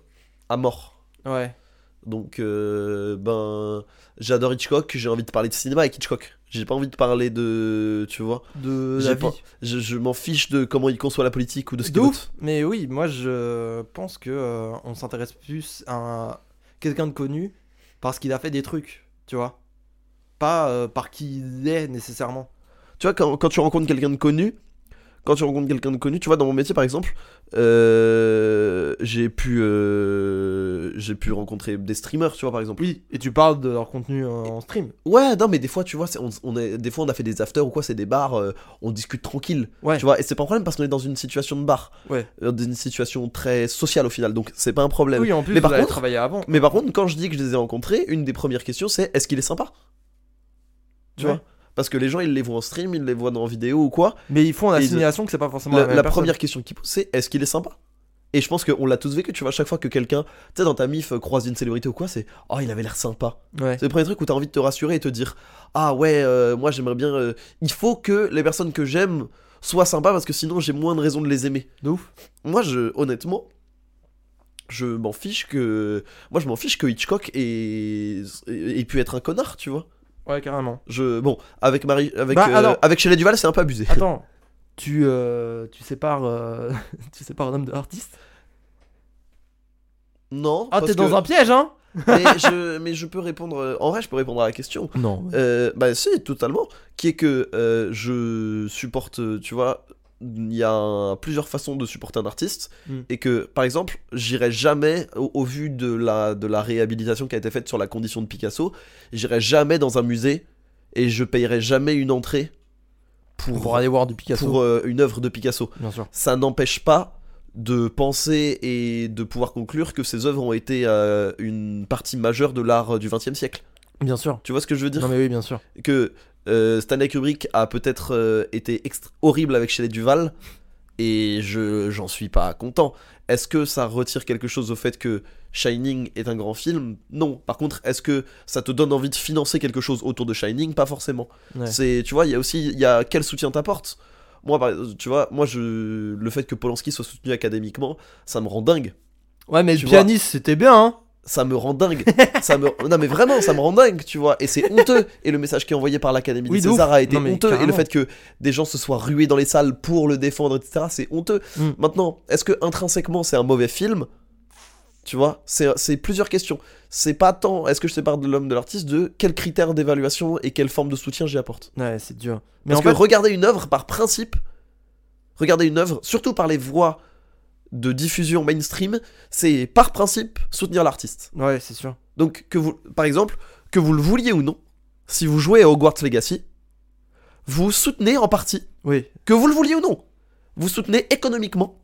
Speaker 1: à mort.
Speaker 2: Ouais.
Speaker 1: Donc, euh, ben, j'adore Hitchcock, j'ai envie de parler de cinéma avec Hitchcock. J'ai pas envie de parler de. Tu vois
Speaker 2: de
Speaker 1: j'ai
Speaker 2: la
Speaker 1: pas-
Speaker 2: vie.
Speaker 1: Je, je m'en fiche de comment il conçoit la politique ou de ce
Speaker 2: De
Speaker 1: qu'il
Speaker 2: ouf. Mais oui, moi je pense que euh, on s'intéresse plus à un- quelqu'un de connu parce qu'il a fait des trucs, tu vois. Pas euh, par qui il est nécessairement.
Speaker 1: Tu vois, quand, quand tu rencontres quelqu'un de connu, quand tu rencontres quelqu'un de connu, tu vois, dans mon métier par exemple, euh, j'ai pu, euh, j'ai pu rencontrer des streamers, tu vois, par exemple.
Speaker 2: Oui, et tu parles de leur contenu euh, en stream.
Speaker 1: Ouais, non, mais des fois, tu vois, c'est- on, on est, des fois, on a fait des afters ou quoi, c'est des bars, euh, on discute tranquille.
Speaker 2: Ouais.
Speaker 1: Tu vois, et c'est pas un problème parce qu'on est dans une situation de bar.
Speaker 2: Ouais.
Speaker 1: Dans une situation très sociale au final, donc c'est pas un problème.
Speaker 2: Oui, en plus,
Speaker 1: Mais par
Speaker 2: vous avez
Speaker 1: contre-
Speaker 2: travaillé avant.
Speaker 1: Mais par contre, quand je dis que je les ai rencontrés, une des premières questions c'est est-ce qu'il est sympa Tu
Speaker 2: Ouais.
Speaker 1: vois Parce que les gens, ils les voient en stream, ils les voient en vidéo ou quoi.
Speaker 2: Mais ils font
Speaker 1: Et ils-
Speaker 2: l'assimilation que c'est pas forcément
Speaker 1: la
Speaker 2: la, même
Speaker 1: la
Speaker 2: personne.
Speaker 1: première question qu'ils posent c'est est-ce qu'il est sympa Et je pense qu'on l'a tous vécu, tu vois, à chaque fois que quelqu'un, tu sais, dans ta mif euh, croise une célébrité ou quoi, c'est oh, il avait l'air sympa.
Speaker 2: Ouais.
Speaker 1: C'est le premier truc où t'as envie de te rassurer et te dire ah ouais, euh, moi j'aimerais bien. euh, il faut que les personnes que j'aime soient sympas parce que sinon j'ai moins de raisons de les aimer.
Speaker 2: De ouf.
Speaker 1: Moi, je, honnêtement, je m'en fiche que. Moi, je m'en fiche que Hitchcock ait, ait pu être un connard, tu vois.
Speaker 2: Ouais, carrément.
Speaker 1: Je, bon, avec Marie, avec,
Speaker 2: Bah,
Speaker 1: euh,
Speaker 2: alors-
Speaker 1: avec Shelley Duval, c'est un peu abusé.
Speaker 2: Attends, tu, euh, tu sépares euh, tu sépares l'homme de l'artiste.
Speaker 1: Non.
Speaker 2: Ah,
Speaker 1: parce
Speaker 2: t'es dans
Speaker 1: que-
Speaker 2: un piège, hein
Speaker 1: mais, je, mais je peux répondre. euh, En vrai, je peux répondre à la question.
Speaker 2: Non.
Speaker 1: Euh, bah, si, totalement. Qui est que euh, je supporte, euh, tu vois, il y a un- plusieurs façons de supporter un artiste.
Speaker 2: Mm.
Speaker 1: Et que, par exemple, j'irai jamais, au, au vu de la, de la réhabilitation qui a été faite sur la condition de Picasso, j'irai jamais dans un musée et je payerai jamais une entrée pour,
Speaker 2: Pour aller voir du Picasso.
Speaker 1: pour, euh, une œuvre de Picasso
Speaker 2: Bien sûr.
Speaker 1: ça n'empêche pas de penser et de pouvoir conclure que ces œuvres ont été euh, une partie majeure de l'art euh, du XXe siècle.
Speaker 2: Bien sûr.
Speaker 1: Tu vois ce que je veux dire
Speaker 2: Non, mais oui, bien sûr.
Speaker 1: Que euh, Stanley Kubrick a peut-être euh, été extr- horrible avec Shelley Duval et je j'en suis pas content. Est-ce que ça retire quelque chose au fait que Shining est un grand film Non. Par contre, est-ce que ça te donne envie de financer quelque chose autour de Shining Pas forcément.
Speaker 2: Ouais.
Speaker 1: C'est tu vois, il y a aussi il y a quel soutien t'apportes moi, par- tu vois, moi, je, le fait que Polanski soit soutenu académiquement, ça me rend dingue.
Speaker 2: Ouais, mais
Speaker 1: Tu
Speaker 2: le
Speaker 1: vois.
Speaker 2: pianiste, c'était bien, hein
Speaker 1: Ça me rend dingue. ça me, non, mais vraiment, ça me rend dingue, tu vois. Et c'est honteux. Et le message qui est envoyé par l'Académie
Speaker 2: Oui,
Speaker 1: des
Speaker 2: de
Speaker 1: Césars
Speaker 2: ouf.
Speaker 1: a été
Speaker 2: Non, mais
Speaker 1: honteux. Et le
Speaker 2: carrément.
Speaker 1: fait que des gens se soient rués dans les salles pour le défendre, etc., c'est honteux.
Speaker 2: Mm.
Speaker 1: Maintenant, est-ce que intrinsèquement, c'est un mauvais film Tu vois, c'est c'est plusieurs questions. C'est pas tant est-ce que je sépare de l'homme de l'artiste de quels critères d'évaluation et quelle forme de soutien j'y apporte.
Speaker 2: Ouais, c'est dur. Mais
Speaker 1: Parce
Speaker 2: en
Speaker 1: que regarder une œuvre par principe, regarder une œuvre, surtout par les voies de diffusion mainstream, c'est par principe soutenir l'artiste.
Speaker 2: fait... Ouais, c'est sûr.
Speaker 1: Donc, que vous, par exemple, que vous le vouliez ou non, si vous jouez à Hogwarts Legacy, vous soutenez en partie,
Speaker 2: Oui.
Speaker 1: que vous le vouliez ou non, vous soutenez économiquement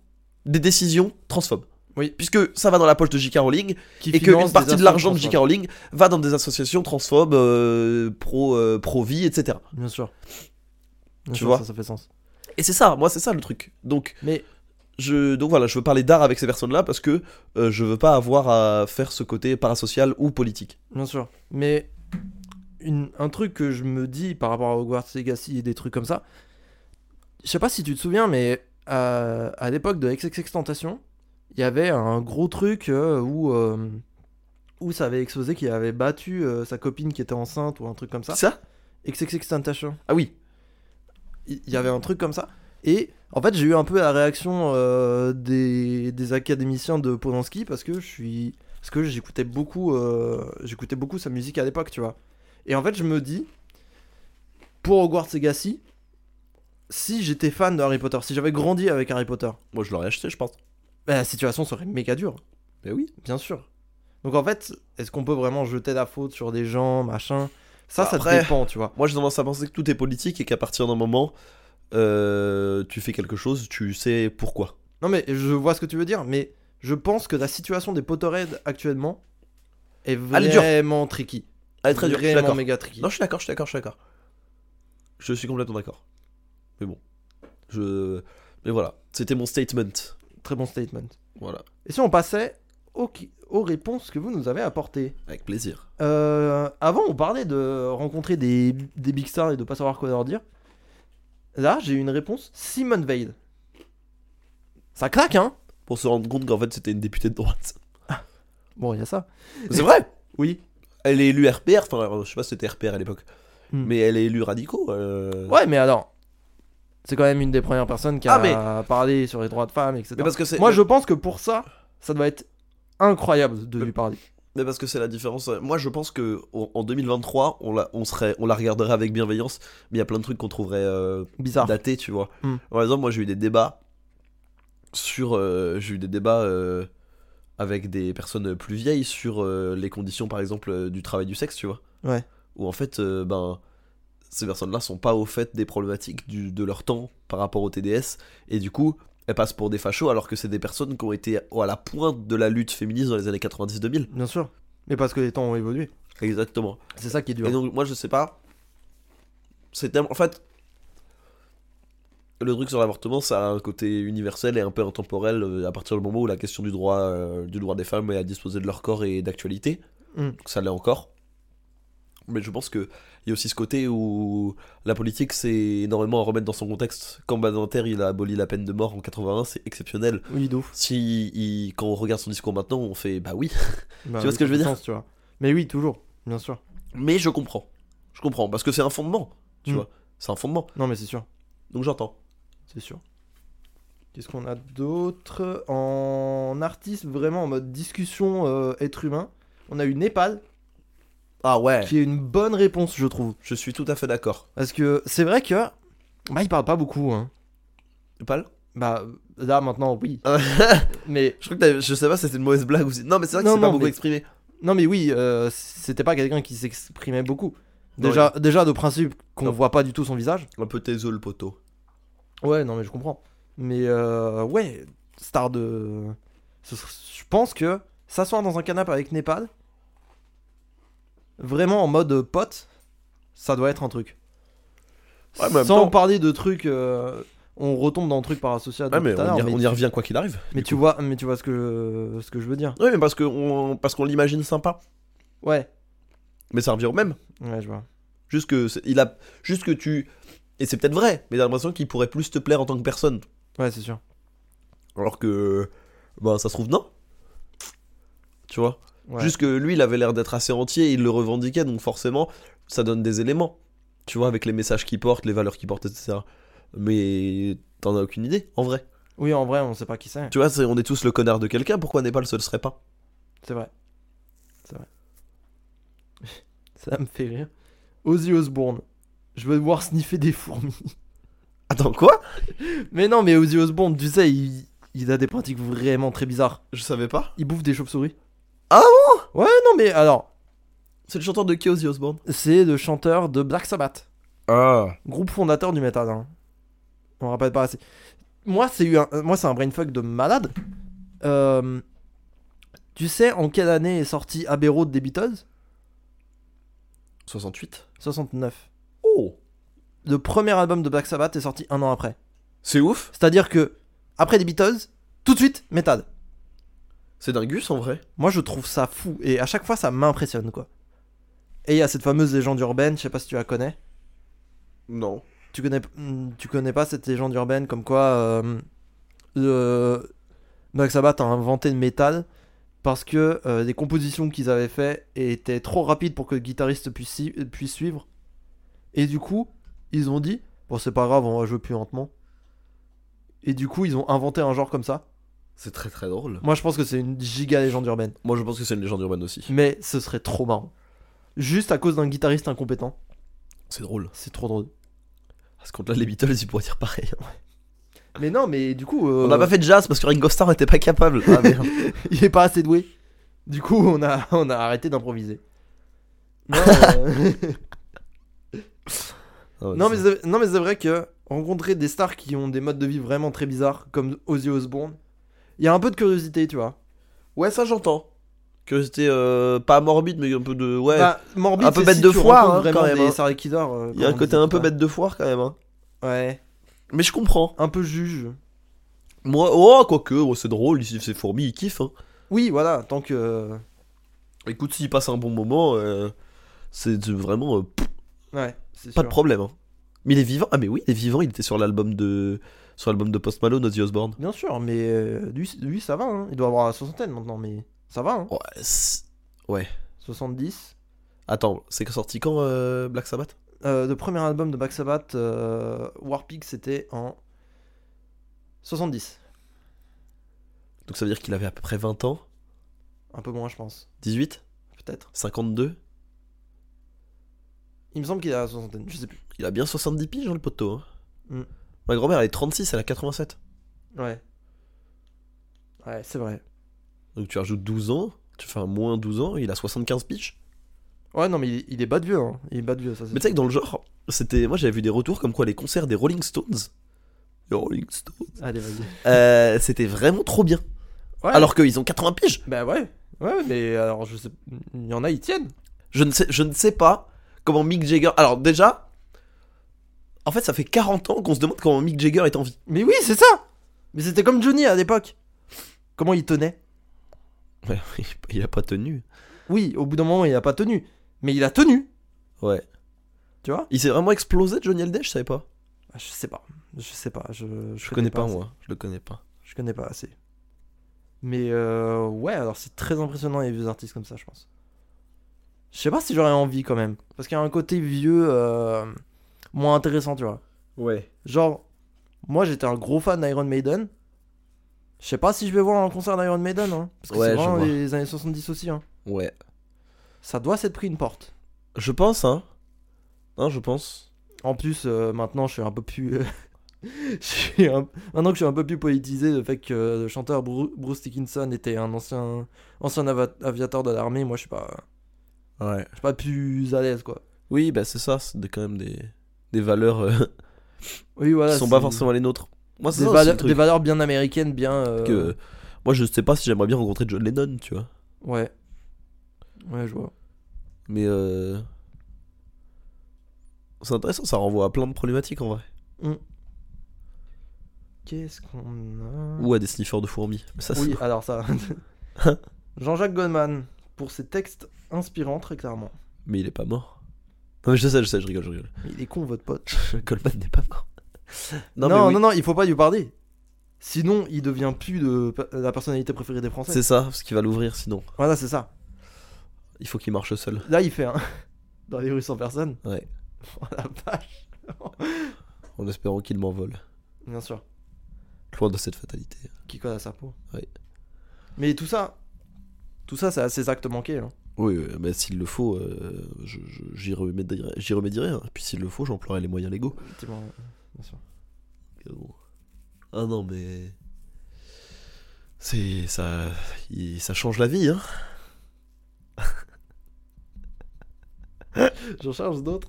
Speaker 1: des décisions transphobes.
Speaker 2: Oui.
Speaker 1: Puisque ça va dans la poche de J.K. Rowling,
Speaker 2: Qui
Speaker 1: et
Speaker 2: finance
Speaker 1: qu'une
Speaker 2: des
Speaker 1: partie de
Speaker 2: assos
Speaker 1: l'argent de J.K.
Speaker 2: transphobes.
Speaker 1: Rowling va dans des associations transphobes, euh, pro, euh, pro-vie, etc.
Speaker 2: Bien sûr. Bien
Speaker 1: Tu
Speaker 2: sûr,
Speaker 1: vois.
Speaker 2: ça, ça fait sens.
Speaker 1: Et c'est ça, moi c'est ça le truc. Donc,
Speaker 2: Mais
Speaker 1: je donc voilà, je veux parler d'art avec ces personnes-là parce que euh, je veux pas avoir à faire ce côté parasocial ou politique.
Speaker 2: Bien sûr. Mais une- un truc que je me dis par rapport à Hogwarts Legacy et des trucs comme ça, je sais pas si tu te souviens, mais à, à l'époque de XXX Tentation, il y avait un gros truc euh, où, euh, où ça avait explosé qu'il avait battu euh, sa copine qui était enceinte ou un truc comme ça.
Speaker 1: Ça
Speaker 2: XXX Tentation.
Speaker 1: Ah oui.
Speaker 2: Il il y avait un truc comme ça. Et en fait, j'ai eu un peu la réaction euh, des, des académiciens de Polanski parce que je suis parce que j'écoutais beaucoup euh, j'écoutais beaucoup sa musique à l'époque, tu vois. Et en fait, je me dis pour Hogwarts Legacy, si j'étais fan de Harry Potter, si j'avais grandi avec Harry Potter,
Speaker 1: Moi je l'aurais acheté, je pense.
Speaker 2: bah, la situation serait méga dure,
Speaker 1: Mais oui.
Speaker 2: bien sûr. Donc en fait, est-ce qu'on peut vraiment jeter la faute sur des gens, machin Ça,
Speaker 1: Bah,
Speaker 2: ça
Speaker 1: après-
Speaker 2: dépend, tu vois.
Speaker 1: Moi j'ai tendance à penser que tout est politique et qu'à partir d'un moment, euh, tu fais quelque chose, tu sais pourquoi.
Speaker 2: Non mais je vois ce que tu veux dire, mais je pense que la situation des Potterhead actuellement est
Speaker 1: Ah, Elle est dure.
Speaker 2: vraiment tricky.
Speaker 1: Ah, très dur, je suis
Speaker 2: Vraiment
Speaker 1: d'accord.
Speaker 2: méga tricky.
Speaker 1: Non, je suis d'accord, je suis d'accord, je suis d'accord. Je suis complètement d'accord. Mais bon. Je. Mais voilà. C'était mon statement.
Speaker 2: Très bon statement.
Speaker 1: Voilà.
Speaker 2: Et si on passait aux, qui- aux réponses que vous nous avez apportées
Speaker 1: Avec plaisir.
Speaker 2: Euh, Avant, on parlait de rencontrer des, des big stars et de pas savoir quoi leur dire. Là, j'ai une réponse Simone Veil. Ça claque, hein
Speaker 1: Pour se rendre compte qu'en fait c'était une députée de droite.
Speaker 2: Bon, il y a ça.
Speaker 1: C'est vrai
Speaker 2: Oui.
Speaker 1: Elle est élue RPR, enfin, je sais pas si c'était RPR à l'époque,
Speaker 2: Hmm.
Speaker 1: mais elle est élue radicaux. euh.
Speaker 2: Ouais, mais alors, c'est quand même une des premières personnes qui a
Speaker 1: Ah,
Speaker 2: parlé sur les droits de femmes, etc.
Speaker 1: Mais parce que c'est.
Speaker 2: Moi, je pense que pour ça, ça doit être incroyable de lui parler.
Speaker 1: Mais parce que c'est la différence. Moi, je pense que en en 2023, on la, on serait, on la regarderait avec bienveillance, mais il y a plein de trucs qu'on trouverait euh,
Speaker 2: Bizarre.
Speaker 1: datés, tu vois.
Speaker 2: Ah. Hmm.
Speaker 1: Par exemple, moi, j'ai eu des débats sur, euh, j'ai eu des débats euh, avec des personnes plus vieilles sur euh, les conditions, par exemple, euh, du travail du sexe, tu vois.
Speaker 2: Ouais.
Speaker 1: Où en fait, euh, ben, ces personnes-là sont pas au fait des problématiques du- de leur temps par rapport au TDS, et du coup. Elles passent pour des fachos alors que c'est des personnes qui ont été à la pointe de la lutte féministe dans les années 90-2000.
Speaker 2: Bien sûr. Mais parce que les temps ont évolué.
Speaker 1: Exactement.
Speaker 2: C'est ça qui est dur.
Speaker 1: Et donc, moi, je sais pas. C'est tellement. En fait, le truc sur l'avortement, ça a un côté universel et un peu intemporel euh, à partir du moment où la question du droit, euh, du droit des femmes est à disposer de leur corps et d'actualité.
Speaker 2: Mm.
Speaker 1: Donc, ça l'est encore. Mais je pense qu'il y a aussi ce côté où la politique, c'est énormément à remettre dans son contexte. Quand Badinter, il a aboli la peine de mort en 81, c'est exceptionnel.
Speaker 2: Oui, d'ouf.
Speaker 1: Si, il- quand on regarde son discours maintenant, on fait bah oui. vois ce que je veux dire
Speaker 2: tu vois. Mais oui, toujours. Bien sûr.
Speaker 1: Mais je comprends. Je comprends. Parce que c'est un fondement. Tu
Speaker 2: Mm.
Speaker 1: vois. C'est un fondement.
Speaker 2: Non, mais c'est sûr.
Speaker 1: Donc j'entends.
Speaker 2: C'est sûr. Qu'est-ce qu'on a d'autre En artiste, vraiment en mode discussion euh, être humain, on a eu Népal,
Speaker 1: Ah ouais.
Speaker 2: qui est une bonne réponse, je trouve.
Speaker 1: Je suis tout à fait d'accord.
Speaker 2: Parce que c'est vrai que. Bah, il parle pas beaucoup, hein.
Speaker 1: Pâle
Speaker 2: Bah, là maintenant, oui.
Speaker 1: Je
Speaker 2: Mais.
Speaker 1: crois que t'avais- je sais pas si c'était une mauvaise blague ou si... Non mais c'est vrai que
Speaker 2: Non,
Speaker 1: c'est pas
Speaker 2: non,
Speaker 1: beaucoup
Speaker 2: mais-
Speaker 1: exprimé.
Speaker 2: Non, mais oui, euh, c'était pas quelqu'un qui s'exprimait beaucoup.
Speaker 1: Non,
Speaker 2: Déjà, déjà de principe qu'on
Speaker 1: Non.
Speaker 2: voit pas du tout son visage.
Speaker 1: Un peu taiseux le poteau.
Speaker 2: Ouais, non, mais je comprends. Mais euh, ouais, star de. ce- Je pense que s'asseoir dans un canapé avec Népal, vraiment en mode pote, ça doit être un truc.
Speaker 1: Ouais, mais en même
Speaker 2: Sans
Speaker 1: temps-
Speaker 2: parler de trucs. euh, on retombe dans le truc par association.
Speaker 1: Ah mais on, y, on y revient quoi qu'il arrive.
Speaker 2: Mais tu vois, mais tu vois ce que ce que je veux dire.
Speaker 1: Oui mais parce qu'on parce qu'on l'imagine sympa.
Speaker 2: Ouais.
Speaker 1: Mais ça revient au même.
Speaker 2: Ouais, je vois.
Speaker 1: Juste que c'est- il a juste que tu et c'est peut-être vrai, mais t'as l'impression qu'il pourrait plus te plaire en tant que personne.
Speaker 2: Ouais, c'est sûr.
Speaker 1: Alors que bah ça se trouve non. Tu vois.
Speaker 2: Ouais.
Speaker 1: Juste que lui il avait l'air d'être assez entier, il le revendiquait donc forcément ça donne des éléments. Tu vois avec les messages qu'il porte, les valeurs qu'il porte etc. Mais t'en as aucune idée en vrai.
Speaker 2: Oui, en vrai, on sait pas qui c'est.
Speaker 1: Tu vois, c'est- on est tous le connard de quelqu'un, pourquoi Népal se le serait pas
Speaker 2: C'est vrai. C'est vrai. Ça me fait rire. Ozzy Osbourne. Je veux voir sniffer des fourmis.
Speaker 1: Attends, quoi
Speaker 2: Mais non, mais Ozzy Osbourne, tu sais, il, il a des pratiques vraiment très bizarres.
Speaker 1: Je savais pas.
Speaker 2: Il bouffe des chauves-souris.
Speaker 1: Ah
Speaker 2: bon Ouais, non, mais alors,
Speaker 1: C'est le chanteur de qui, Ozzy Osbourne
Speaker 2: c'est le chanteur de Black Sabbath,
Speaker 1: Ah.
Speaker 2: groupe fondateur du métal. hein. On rappelle pas assez. Moi, c'est eu un, euh, moi, c'est un brain fuck de malade. Euh, tu sais en quelle année est sorti Abbey Road des Beatles
Speaker 1: 68
Speaker 2: 69.
Speaker 1: Oh
Speaker 2: le premier album de Black Sabbath est sorti un an après.
Speaker 1: C'est ouf
Speaker 2: C'est-à-dire que, après les Beatles, tout de suite, métal.
Speaker 1: C'est dingus en vrai
Speaker 2: Moi, je trouve ça fou. Et à chaque fois, ça m'impressionne, quoi. Et il y a cette fameuse légende urbaine, je sais pas si tu la connais.
Speaker 1: Non.
Speaker 2: Tu connais, hmm, tu connais pas cette légende urbaine comme quoi euh, le- Black Sabbath a inventé le métal parce que euh, les compositions qu'ils avaient fait étaient trop rapides pour que le guitariste puisse, si- puisse suivre. Et du coup, ils ont dit Bon, c'est pas grave, on va jouer plus lentement. Et du coup, ils ont inventé un genre comme ça.
Speaker 1: C'est très très drôle.
Speaker 2: Moi, je pense que c'est une giga légende urbaine.
Speaker 1: Moi je pense que c'est une légende urbaine aussi.
Speaker 2: Mais ce serait trop marrant. Juste à cause d'un guitariste incompétent,
Speaker 1: C'est drôle.
Speaker 2: c'est trop drôle.
Speaker 1: Parce que là, les Beatles, ils pourraient dire pareil. hein.
Speaker 2: Mais non, mais du coup. euh,
Speaker 1: On n'a pas fait de jazz parce que Ringo Starr n'était pas capable. Ah merde.
Speaker 2: il est pas assez doué. Du coup, on a, on a arrêté d'improviser. Non, euh,
Speaker 1: Ah
Speaker 2: non, mais c'est- non, mais c'est vrai que rencontrer des stars qui ont des modes de vie vraiment très bizarres, comme Ozzy Osbourne, il y a un peu de curiosité, tu vois.
Speaker 1: Ouais, ça j'entends. Que c'était euh, pas morbide, mais un peu de. Ouais.
Speaker 2: Bah, morbide,
Speaker 1: un peu
Speaker 2: c'est
Speaker 1: bête
Speaker 2: si
Speaker 1: de
Speaker 2: tu
Speaker 1: foire,
Speaker 2: rencontres
Speaker 1: hein,
Speaker 2: vraiment
Speaker 1: quand même,
Speaker 2: des
Speaker 1: hein.
Speaker 2: serial killers, euh,
Speaker 1: Il y a un
Speaker 2: comme on
Speaker 1: côté
Speaker 2: disait
Speaker 1: un
Speaker 2: tout
Speaker 1: peu
Speaker 2: à l'heure.
Speaker 1: bête de foire quand même. hein.
Speaker 2: Ouais,
Speaker 1: Mais je comprends.
Speaker 2: un peu juge.
Speaker 1: Moi, oh, quoique, oh, c'est drôle, ils- ces fourmis, ils kiffent. hein.
Speaker 2: Oui, voilà, tant que.
Speaker 1: Écoute, s'il passe un bon moment, euh, c'est c'est vraiment euh, pff,
Speaker 2: Ouais, c'est
Speaker 1: pas
Speaker 2: sûr.
Speaker 1: de problème. hein. Mais il est vivant. Ah mais oui, il est vivant. Il était sur l'album de sur l'album de Post Malone, Ozzy Osbourne.
Speaker 2: Bien sûr, mais euh, lui, lui, ça va, hein. il doit avoir la soixantaine maintenant, mais. Ça va, hein
Speaker 1: Ouais. c'est-
Speaker 2: 70.
Speaker 1: Attends, c'est sorti quand euh, Black Sabbath
Speaker 2: Euh, le premier album de Black Sabbath, euh, Warpig, c'était en 70.
Speaker 1: Donc ça veut dire qu'il avait à peu près 20 ans,
Speaker 2: Un peu moins, je pense.
Speaker 1: 18,
Speaker 2: Peut-être.
Speaker 1: 52.
Speaker 2: Il me semble qu'il a la soixantaine, je sais plus.
Speaker 1: Il a bien 70 piges, hein, le poteau. hein.
Speaker 2: Mm.
Speaker 1: Ma grand-mère, elle est 36, elle a 87.
Speaker 2: Ouais. Ouais, c'est vrai.
Speaker 1: Donc tu rajoutes 12 ans, tu fais un moins 12 ans, il a 75 piges.
Speaker 2: Ouais, non, mais il, il est bas de vieux, hein. Il est bas de vieux, ça. c'est-
Speaker 1: Mais tu sais que dans le genre, c'était. Moi j'avais vu des retours comme quoi les concerts des Rolling Stones. Les Rolling Stones.
Speaker 2: Allez, vas-y.
Speaker 1: euh, c'était vraiment trop bien.
Speaker 2: Ouais.
Speaker 1: Alors qu'ils ont 80 piges.
Speaker 2: Bah ouais. Ouais, mais alors, je sais. Il y en a, ils tiennent.
Speaker 1: Je ne sais, je ne sais pas comment Mick Jagger. Alors déjà, en fait, ça fait 40 ans qu'on se demande comment Mick Jagger est en vie.
Speaker 2: Mais oui, c'est ça Mais c'était comme Johnny à l'époque. Comment il tenait
Speaker 1: Ouais, il a pas tenu.
Speaker 2: Oui, au bout d'un moment, il a pas tenu. Mais il a tenu,
Speaker 1: Ouais.
Speaker 2: tu vois
Speaker 1: Il s'est vraiment explosé, Johnny Hallyday, je savais pas.
Speaker 2: Ah, Je sais pas. Je sais pas. Je, je,
Speaker 1: Je connais pas,
Speaker 2: assez.
Speaker 1: moi. Je le connais pas.
Speaker 2: Je connais pas assez. Mais euh, ouais, alors c'est très impressionnant les vieux artistes comme ça, je pense. Je sais pas si j'aurais envie quand même. Parce qu'il y a un côté vieux euh, moins intéressant, tu vois.
Speaker 1: Ouais.
Speaker 2: Genre, moi j'étais un gros fan d'Iron Maiden. Je sais pas si je vais voir un concert d'Iron Maiden, hein, parce que
Speaker 1: Ouais,
Speaker 2: c'est
Speaker 1: je
Speaker 2: vraiment
Speaker 1: vois.
Speaker 2: les années 70 aussi. Hein.
Speaker 1: Ouais.
Speaker 2: Ça doit s'être pris une porte.
Speaker 1: Je pense, hein. Non, je pense.
Speaker 2: En plus, euh, maintenant, je suis un peu plus. euh, je suis un- Maintenant que je suis un peu plus politisé, le fait que euh, le chanteur Bru- Bruce Dickinson était un ancien, ancien ava- aviateur de l'armée, moi, je suis pas,
Speaker 1: Ouais.
Speaker 2: je suis pas plus à l'aise, quoi.
Speaker 1: Oui, bah c'est ça, c'est des- quand même des, des valeurs euh,
Speaker 2: Oui, voilà.
Speaker 1: qui sont pas
Speaker 2: Ah, c'est
Speaker 1: forcément les nôtres. Moi, c'est
Speaker 2: Des,
Speaker 1: ça aussi,
Speaker 2: valeurs,
Speaker 1: le truc.
Speaker 2: des valeurs bien américaines, bien. euh,
Speaker 1: que moi je sais pas si j'aimerais bien rencontrer John Lennon, tu vois.
Speaker 2: Ouais. Ouais, je vois.
Speaker 1: Mais euh... c'est intéressant, ça renvoie à plein de problématiques en vrai.
Speaker 2: Qu'est-ce qu'on a
Speaker 1: Ou à des sniffeurs de fourmis. Mais ça,
Speaker 2: Oui,
Speaker 1: c'est-
Speaker 2: alors ça. Jean-Jacques Goldman, pour ses textes inspirants, très clairement.
Speaker 1: Mais il est pas mort. Non, mais je sais, je sais, je rigole, je rigole.
Speaker 2: Mais il est con, votre pote.
Speaker 1: Coleman n'est pas mort.
Speaker 2: Non,
Speaker 1: Non,
Speaker 2: non,
Speaker 1: mais oui,
Speaker 2: non, il faut pas lui parler. Sinon, il devient plus de la personnalité préférée des Français.
Speaker 1: c'est ça, parce qu'il va l'ouvrir sinon.
Speaker 2: Voilà, c'est ça.
Speaker 1: Il faut qu'il marche seul.
Speaker 2: Là, il fait un. Dans les rues sans personne.
Speaker 1: Ouais.
Speaker 2: Oh la vache.
Speaker 1: En espérant qu'il m'envole.
Speaker 2: Bien sûr.
Speaker 1: Loin de cette fatalité.
Speaker 2: Qui colle à sa peau.
Speaker 1: Ouais.
Speaker 2: Mais tout ça. Tout ça, c'est à ses actes manqués. hein.
Speaker 1: Oui, oui, mais s'il le faut, euh, je- je- j'y remédierai, j'y remédierai, hein. Puis s'il le faut, j'emploierai les moyens légaux.
Speaker 2: Effectivement, ouais. Bien sûr.
Speaker 1: Mais bon. Ah non, mais. C'est. Ça. il- ça change la vie, hein.
Speaker 2: J'en charge d'autres.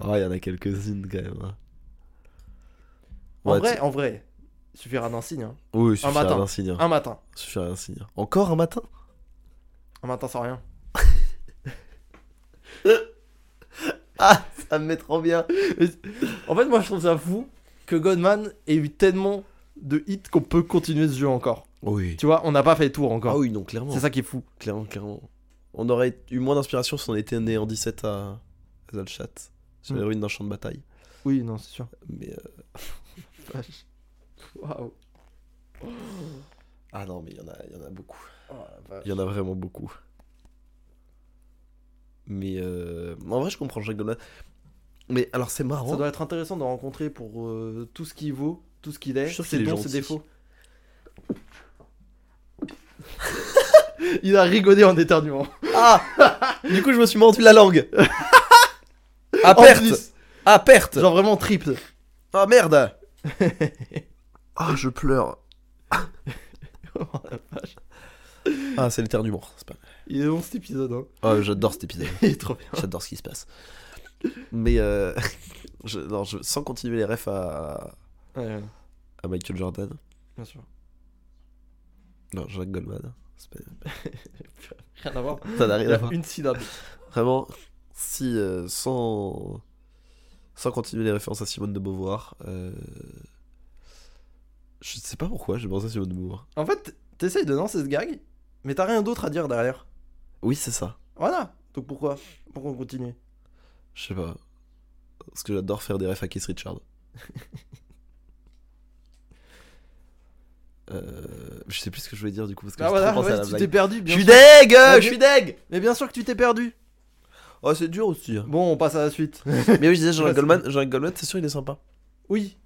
Speaker 1: Ah, il y en a quelques-unes quand même. hein.
Speaker 2: En
Speaker 1: Ouais,
Speaker 2: vrai,
Speaker 1: tu-
Speaker 2: en vrai. il Suffira d'un signe. hein.
Speaker 1: Oui, il suffira
Speaker 2: matin.
Speaker 1: d'un signe. hein.
Speaker 2: Un matin.
Speaker 1: Il suffira d'un signe. Encore un matin
Speaker 2: Un matin sans rien.
Speaker 1: Ah, ça me met trop bien.
Speaker 2: En fait, moi, je trouve ça fou que Goldman ait eu tellement de hits qu'on peut continuer ce jeu encore.
Speaker 1: Oui.
Speaker 2: Tu vois, on n'a pas fait le tour encore.
Speaker 1: Ah oui, non, clairement.
Speaker 2: C'est ça qui est fou.
Speaker 1: Clairement, clairement. On aurait eu moins d'inspiration si on était né en 17 à à Zalchat, sur les
Speaker 2: Mm.
Speaker 1: ruines d'un champ de bataille.
Speaker 2: Oui, non, c'est sûr.
Speaker 1: Mais. euh,
Speaker 2: Vache. Waouh.
Speaker 1: Ah non, mais il y, en a- il y en a beaucoup.
Speaker 2: Oh, la vache.
Speaker 1: Il y en a vraiment beaucoup. Mais euh, en vrai, je comprends Jacques Goldman. Mais alors, c'est marrant.
Speaker 2: Ça doit être intéressant de rencontrer pour euh, tout ce qu'il vaut, tout ce qu'il est,
Speaker 1: Je suis sûr
Speaker 2: ses
Speaker 1: qu'il est
Speaker 2: dons, ses
Speaker 1: gentil.
Speaker 2: défauts. Il a rigolé en éternuant.
Speaker 1: Ah Du coup, je me suis mordu la langue. à
Speaker 2: En
Speaker 1: perte.
Speaker 2: plus,
Speaker 1: À perte.
Speaker 2: Genre vraiment triple.
Speaker 1: Ah merde. Ah, je pleure.
Speaker 2: Oh, la vache.
Speaker 1: Ah, c'est l'éternuement. c'est Pas...
Speaker 2: Il est bon cet épisode, hein.
Speaker 1: Ah, j'adore cet épisode.
Speaker 2: Il est trop bien.
Speaker 1: J'adore ce qui se passe. Mais euh, je, non, je, sans continuer les refs à,
Speaker 2: Ouais, ouais,
Speaker 1: à Michael Jordan,
Speaker 2: bien sûr.
Speaker 1: non, Jacques Goldman, hein. c'est pas-
Speaker 2: Rien à voir.
Speaker 1: ça n'a
Speaker 2: Il
Speaker 1: rien
Speaker 2: y
Speaker 1: à
Speaker 2: a
Speaker 1: voir.
Speaker 2: une syllabe.
Speaker 1: Vraiment, si euh, sans, sans continuer les références à Simone de Beauvoir, euh, je sais pas pourquoi j'ai pensé à Simone de Beauvoir.
Speaker 2: En fait, t'essayes de lancer ce gag, mais t'as rien d'autre à dire derrière.
Speaker 1: Oui, c'est ça.
Speaker 2: Voilà. Donc pourquoi Pourquoi on continue
Speaker 1: Je sais pas. Parce que j'adore faire des refs à Keith Richard. Euh, je sais plus ce que je voulais dire du coup parce que
Speaker 2: Ah
Speaker 1: j'ai
Speaker 2: voilà,
Speaker 1: trop pensé à
Speaker 2: ouais,
Speaker 1: la
Speaker 2: tu t'es
Speaker 1: blague.
Speaker 2: perdu.
Speaker 1: Je
Speaker 2: bien
Speaker 1: suis
Speaker 2: sûr.
Speaker 1: deg, euh,
Speaker 2: Vas-y.
Speaker 1: je suis deg.
Speaker 2: Mais bien sûr que tu t'es perdu.
Speaker 1: Oh, c'est dur aussi.
Speaker 2: Bon, on passe à la suite.
Speaker 1: Mais oui, je disais Jean-Luc
Speaker 2: Vas-y.
Speaker 1: Goldman, Jean-Luc Goldman, c'est sûr il est sympa
Speaker 2: oui.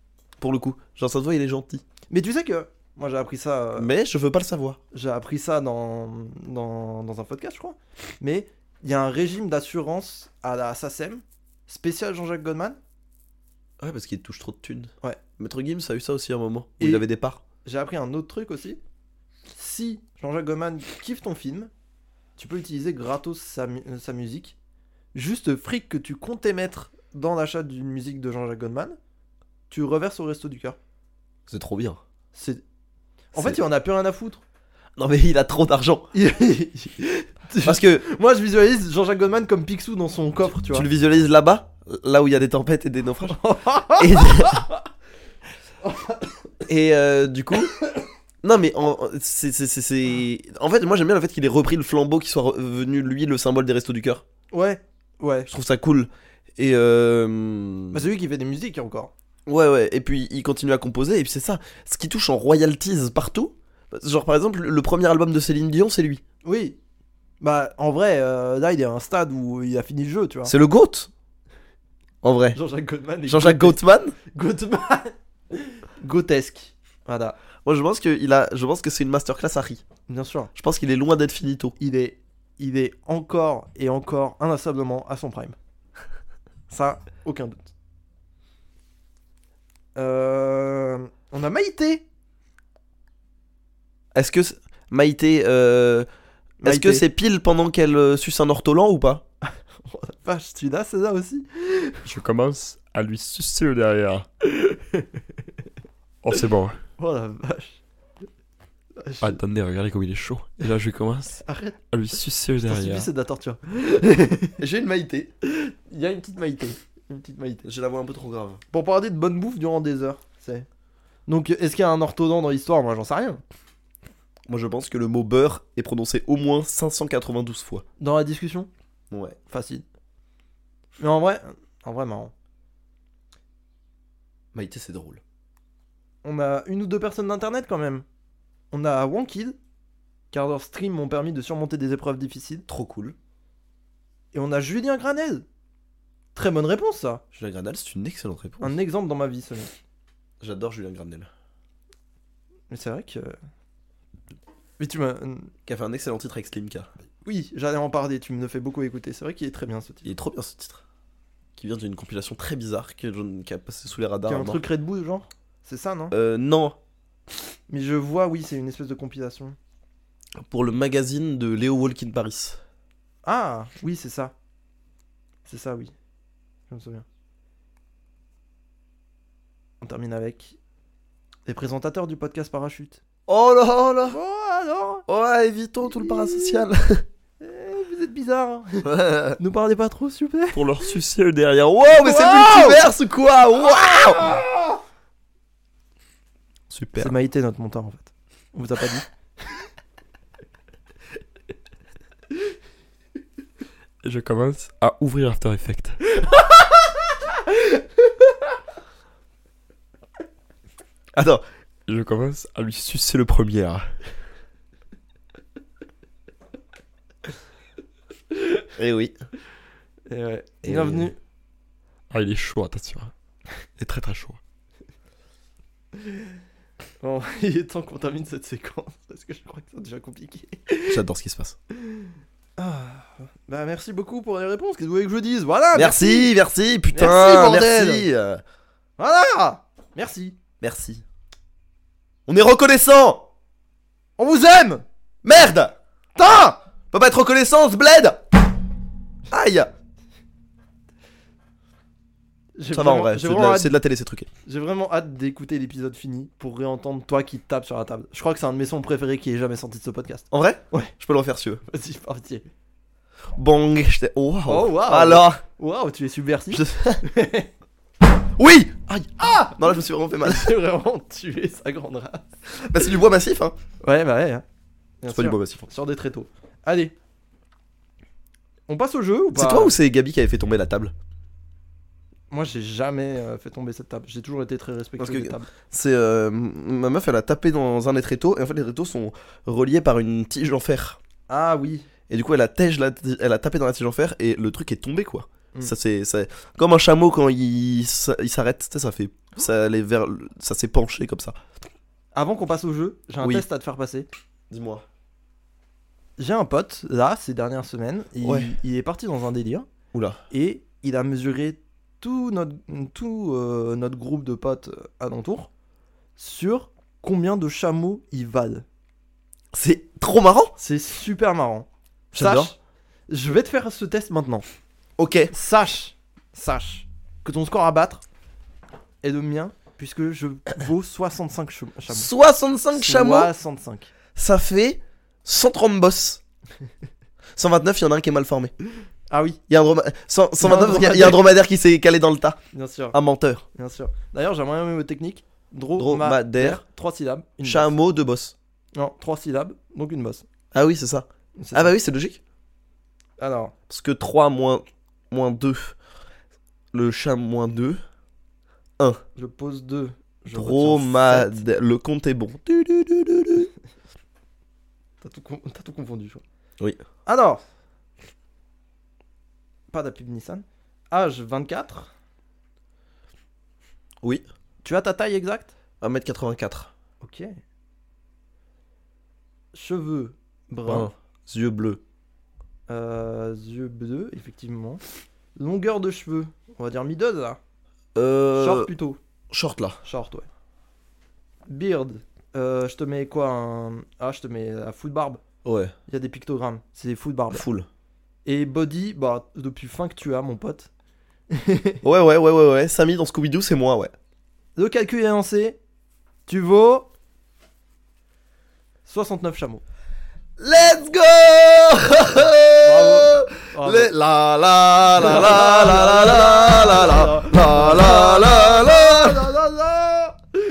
Speaker 1: pour le coup. Genre ça se voit, il est gentil.
Speaker 2: Mais tu sais que moi j'ai appris ça. euh,
Speaker 1: Mais je veux pas le savoir.
Speaker 2: J'ai appris ça dans, dans, dans un podcast, je crois. Mais il y a un régime d'assurance à la SACEM E spécial Jean-Jacques Goldman.
Speaker 1: Ouais, parce qu'il touche trop de thunes.
Speaker 2: Ouais.
Speaker 1: Maître Gims a eu ça aussi à un moment où
Speaker 2: Et-
Speaker 1: il avait des parts.
Speaker 2: J'ai appris un autre truc aussi. Si Jean-Jacques Goldman kiffe ton film, tu peux utiliser gratos sa, mu- euh, sa musique. Juste le fric que tu comptais mettre dans l'achat d'une musique de Jean-Jacques Goldman, tu reverses au resto du cœur.
Speaker 1: C'est trop bien.
Speaker 2: C'est... En
Speaker 1: C'est-
Speaker 2: fait, il en a plus rien à foutre.
Speaker 1: Non mais il a trop d'argent. Parce que
Speaker 2: Moi, je visualise Jean-Jacques Goldman comme Picsou dans son coffre, tu
Speaker 1: tu
Speaker 2: vois.
Speaker 1: le visualises là-bas, là où il y a des tempêtes et des naufrages. Et, Et, euh, du coup, non mais en, en- c'est, c'est- c'est- c'est- en fait moi j'aime bien le fait qu'il ait repris le flambeau, qu'il soit revenu lui le symbole des restos du cœur.
Speaker 2: Ouais, ouais.
Speaker 1: Je trouve ça cool. Et euh...
Speaker 2: Bah, c'est lui qui fait des musiques encore.
Speaker 1: ouais ouais. Et puis il continue à composer et puis c'est ça. Ce qui touche en royalties partout. Genre par exemple le premier album de Céline Dion c'est lui.
Speaker 2: Oui. Bah, en vrai, euh, là, il est à un stade où il a fini le jeu, tu vois.
Speaker 1: C'est le GOAT. En vrai.
Speaker 2: Jean-Jacques Goldman est
Speaker 1: Jean-Jacques Goatman.
Speaker 2: Goldman. Grotesque. Voilà.
Speaker 1: Moi je pense que il a, je pense que c'est une masterclass Harry.
Speaker 2: Bien sûr.
Speaker 1: Je pense qu'il est loin d'être finito.
Speaker 2: Il est, il est encore et encore inlassablement à son prime. Ça, aucun doute. Euh, on a Maïté.
Speaker 1: Est-ce que c'est- Maïté, euh, est-ce
Speaker 2: Maïté.
Speaker 1: que c'est pile pendant qu'elle euh, suce un ortolan ou pas
Speaker 2: Oh la vache, celui-là, c'est là aussi.
Speaker 5: Je commence à lui sucer derrière. oh, c'est bon.
Speaker 2: Oh la vache. Vache.
Speaker 5: Ah, Attendez, regardez comme il est chaud. Et là, je commence
Speaker 2: Arrête,
Speaker 5: à lui sucer
Speaker 2: ça suffit,
Speaker 5: derrière.
Speaker 2: c'est de la torture.
Speaker 1: J'ai une Maïté.
Speaker 2: Il y a une petite Maïté. Une petite Maïté.
Speaker 1: J'ai la voix un peu trop grave.
Speaker 2: pour parler de bonne bouffe durant des heures. C'est. Donc, est-ce qu'il y a un orthodon dans l'histoire Moi, j'en sais rien.
Speaker 1: Moi je pense que le mot beurre est prononcé au moins 592 fois.
Speaker 2: Dans la discussion,
Speaker 1: Ouais.
Speaker 2: facile. Mais en vrai, en vrai marrant.
Speaker 1: Maïté c'est drôle.
Speaker 2: On a une ou deux personnes d'internet quand même. On a Wankid, car leurs streams m'ont permis de surmonter des épreuves difficiles.
Speaker 1: Trop cool.
Speaker 2: Et on a Julien Granel. Très bonne réponse, ça.
Speaker 1: Julien Granel, c'est une excellente réponse.
Speaker 2: Un exemple dans ma vie, ce mec.
Speaker 1: J'adore Julien Granel.
Speaker 2: Mais c'est vrai que. Mais tu m'as. euh,
Speaker 1: Qui a fait un excellent titre avec Slimka.
Speaker 2: Oui, j'allais en parler, tu me le fais beaucoup écouter. C'est vrai qu'il est très bien ce titre.
Speaker 1: Il est trop bien ce titre. Qui vient d'une compilation très bizarre que John- qui a passé sous les
Speaker 2: Il
Speaker 1: radars.
Speaker 2: y a
Speaker 1: à
Speaker 2: un
Speaker 1: mort.
Speaker 2: truc Red Bull, genre C'est ça, non
Speaker 1: Euh, non,
Speaker 2: Mais je vois, oui, c'est une espèce de compilation.
Speaker 1: pour le magazine de Léo Walkin Paris.
Speaker 2: Ah, oui, c'est ça. C'est ça, oui. Je me souviens. On termine avec les présentateurs du podcast Parachute.
Speaker 1: Oh là oh là
Speaker 2: Oh, alors
Speaker 1: Oh, évitons tout le parasocial
Speaker 2: Eh, Vous êtes bizarre. Nous parlez pas trop, s'il vous plaît.
Speaker 1: Pour leur sucer derrière. Wow, mais c'est
Speaker 2: Wow
Speaker 1: multiverse ou quoi Wow Super.
Speaker 2: C'est Maïté, notre monteur, en fait. On vous a pas dit.
Speaker 5: Et je commence à ouvrir After Effects.
Speaker 1: Attends,
Speaker 5: Et je commence à lui sucer le premier. Ah,
Speaker 1: eh oui.
Speaker 2: Et ouais.
Speaker 1: Et
Speaker 2: Bienvenue.
Speaker 5: Ah, il est chaud, attention. Il est très très chaud.
Speaker 2: Bon, il est temps qu'on termine cette séquence, parce que je crois que c'est déjà compliqué.
Speaker 1: J'adore ce qui se passe.
Speaker 2: Ah. Bah, merci beaucoup pour les réponses. Qu'est-ce que vous voulez que je dise Voilà
Speaker 1: Merci, merci, putain
Speaker 2: Ah, Merci, bordel.
Speaker 1: merci, euh,
Speaker 2: Voilà Merci
Speaker 1: merci. On est reconnaissant
Speaker 2: On vous aime
Speaker 1: Merde Putain Faut pas être reconnaissant, ce bled Aïe
Speaker 2: J'ai
Speaker 1: Ça va en
Speaker 2: vraiment-
Speaker 1: vrai,
Speaker 2: j'ai
Speaker 1: c'est de,
Speaker 2: vraiment
Speaker 1: la-
Speaker 2: hâte-
Speaker 1: c'est de la télé, c'est truqué.
Speaker 2: j'ai vraiment hâte d'écouter l'épisode fini pour réentendre toi qui te tapes sur la table. Je crois que c'est un de mes sons préférés qui ait jamais sorti de ce podcast.
Speaker 1: En vrai
Speaker 2: Ouais.
Speaker 1: Je peux le refaire si tu veux.
Speaker 2: Vas-y, parti.
Speaker 1: Bang j'étais- Wow.
Speaker 2: Oh, wow.
Speaker 1: Alors
Speaker 2: Waouh, tu es subversif.
Speaker 1: Je- Oui Aïe Ah Non là je me suis vraiment fait mal.
Speaker 2: J'ai vraiment tué sa grande race.
Speaker 1: Bah c'est du bois massif hein
Speaker 2: Ouais, bah ouais. hein. Bien
Speaker 1: C'est pas du
Speaker 2: sûr.
Speaker 1: bois massif. hein.
Speaker 2: Sur des tréteaux. Allez. On passe au jeu ou pas Bah.
Speaker 1: C'est toi ou c'est Gabi qui avait fait tomber la table
Speaker 2: Moi, j'ai jamais euh, fait tomber cette table. J'ai toujours été très respectueux
Speaker 1: Parce que-
Speaker 2: des tables.
Speaker 1: C'est euh, ma meuf, elle a tapé dans un étréteau et en fait les tréteaux sont reliés par une tige en fer.
Speaker 2: Ah oui.
Speaker 1: Et du coup, elle a, tège la- elle a tapé dans la tige en fer et le truc est tombé quoi.
Speaker 2: Mm.
Speaker 1: Ça c'est ça- comme un chameau quand il, s- il s'arrête, tu sais, ça fait ça allait vers le- ça s'est penché comme ça.
Speaker 2: Avant qu'on passe au jeu, j'ai un
Speaker 1: Oui.
Speaker 2: test à te faire passer.
Speaker 1: Dis-moi.
Speaker 2: J'ai un pote, là, ces dernières semaines, il,
Speaker 1: Ouais.
Speaker 2: il est parti dans un délire
Speaker 1: Oula.
Speaker 2: et il a mesuré tout notre, tout, euh, notre groupe de potes euh, alentour sur combien de chameaux ils valent.
Speaker 1: C'est trop marrant.
Speaker 2: C'est super marrant.
Speaker 1: J'aime bien.
Speaker 2: Sache, je vais te faire ce test maintenant.
Speaker 1: OK.
Speaker 2: Sache, sache que ton score à battre est le mien puisque je vaux 65 cham- chameaux.
Speaker 1: 65 chameaux,
Speaker 2: 65.
Speaker 1: ça fait 130 bosses. 129, il y en a un qui est mal formé.
Speaker 2: Ah oui,
Speaker 1: Il y a un, droma- cent- 129, il y a- il y a un
Speaker 2: dromadaire.
Speaker 1: dromadaire qui s'est calé dans le tas.
Speaker 2: bien sûr,
Speaker 1: Un menteur.
Speaker 2: bien sûr. D'ailleurs, j'aimerais un mot technique. Dromadaire,
Speaker 1: Dromadaire.
Speaker 2: 3 syllabes. Une bosse.
Speaker 1: Chameau, deux bosses.
Speaker 2: Non, 3 syllabes, donc une bosse.
Speaker 1: Ah oui, c'est ça.
Speaker 2: C'est
Speaker 1: Ah
Speaker 2: ça.
Speaker 1: bah oui, c'est logique.
Speaker 2: Alors,
Speaker 1: Parce que 3 moins, moins 2, le chat moins 2,
Speaker 2: je pose 2. Je retiens sept.
Speaker 1: dromadaire. Le compte est bon. Du, du, du, du, du.
Speaker 2: T'as tout, con- t'as tout confondu, je crois.
Speaker 1: Oui.
Speaker 2: Alors, pas d'appui de Nissan. Âge 24.
Speaker 1: Oui.
Speaker 2: Tu as ta taille exacte
Speaker 1: 1m84.
Speaker 2: Ok. Cheveux bruns,
Speaker 1: Brun. Yeux bleus.
Speaker 2: euh, yeux bleus, effectivement. Longueur de cheveux, on va dire mideuse là.
Speaker 1: Euh,
Speaker 2: Short plutôt.
Speaker 1: short, là.
Speaker 2: Short, ouais. Beard, euh, je te mets quoi un... Ah, je te mets la full barbe.
Speaker 1: Ouais,
Speaker 2: Il y a des pictogrammes, c'est des full barbe.
Speaker 1: full.
Speaker 2: Et body, bah, depuis fin que tu as, mon pote.
Speaker 1: Ouais, ouais, ouais, ouais, ouais. Samy dans Scooby-Doo, c'est moi, ouais.
Speaker 2: Le calcul est lancé. Tu vaux 69 chameaux.
Speaker 1: Let's go
Speaker 2: Bravo.
Speaker 1: Les- La la la la la la la la la la la la la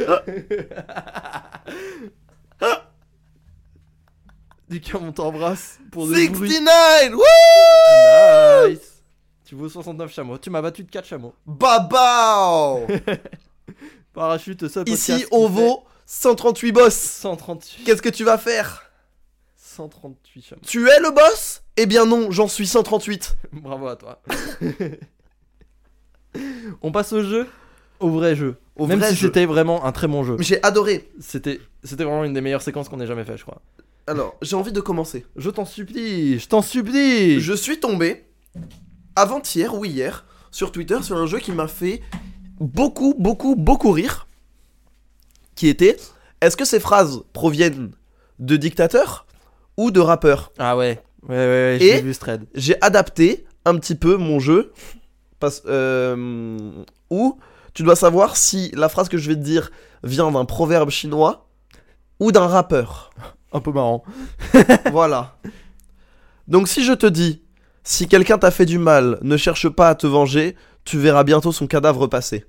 Speaker 2: Non, non, non Lucas, on t'embrasse pour le bruit.
Speaker 1: 69 Wouh
Speaker 2: Nice. Tu vaux 69 chameaux. Tu m'as battu de 4 chameaux.
Speaker 1: Babao
Speaker 2: Parachute, seul podcast
Speaker 1: oh. Ici,
Speaker 2: qui
Speaker 1: on
Speaker 2: fait
Speaker 1: vaut 138 boss.
Speaker 2: 138.
Speaker 1: Qu'est-ce que tu vas faire
Speaker 2: 138 chameaux.
Speaker 1: Tu es le boss Eh bien non, j'en suis 138.
Speaker 2: Bravo à toi. on passe au jeu. Au vrai jeu.
Speaker 1: Au
Speaker 2: Même
Speaker 1: vrai
Speaker 2: si
Speaker 1: jeu.
Speaker 2: c'était vraiment un très bon jeu.
Speaker 1: Mais J'ai adoré.
Speaker 2: C'était c'était vraiment une des meilleures séquences qu'on ait jamais fait, je crois.
Speaker 1: Alors, j'ai envie de commencer.
Speaker 2: Je t'en supplie, je t'en supplie.
Speaker 1: Je suis tombé avant-hier ou hier sur Twitter sur un jeu qui m'a fait beaucoup, beaucoup, beaucoup rire. Qui était Est-ce que ces phrases proviennent de dictateurs ou de rappeurs
Speaker 2: Ah ouais. Ouais, ouais, ouais,
Speaker 1: Et-
Speaker 2: j'ai vu ce trade.
Speaker 1: j'ai adapté un petit peu mon jeu parce euh, où tu dois savoir si la phrase que je vais te dire vient d'un proverbe chinois ou d'un rappeur.
Speaker 2: Un peu marrant.
Speaker 1: voilà. Donc si je te dis si quelqu'un t'a fait du mal, ne cherche pas à te venger, tu verras bientôt son cadavre passer.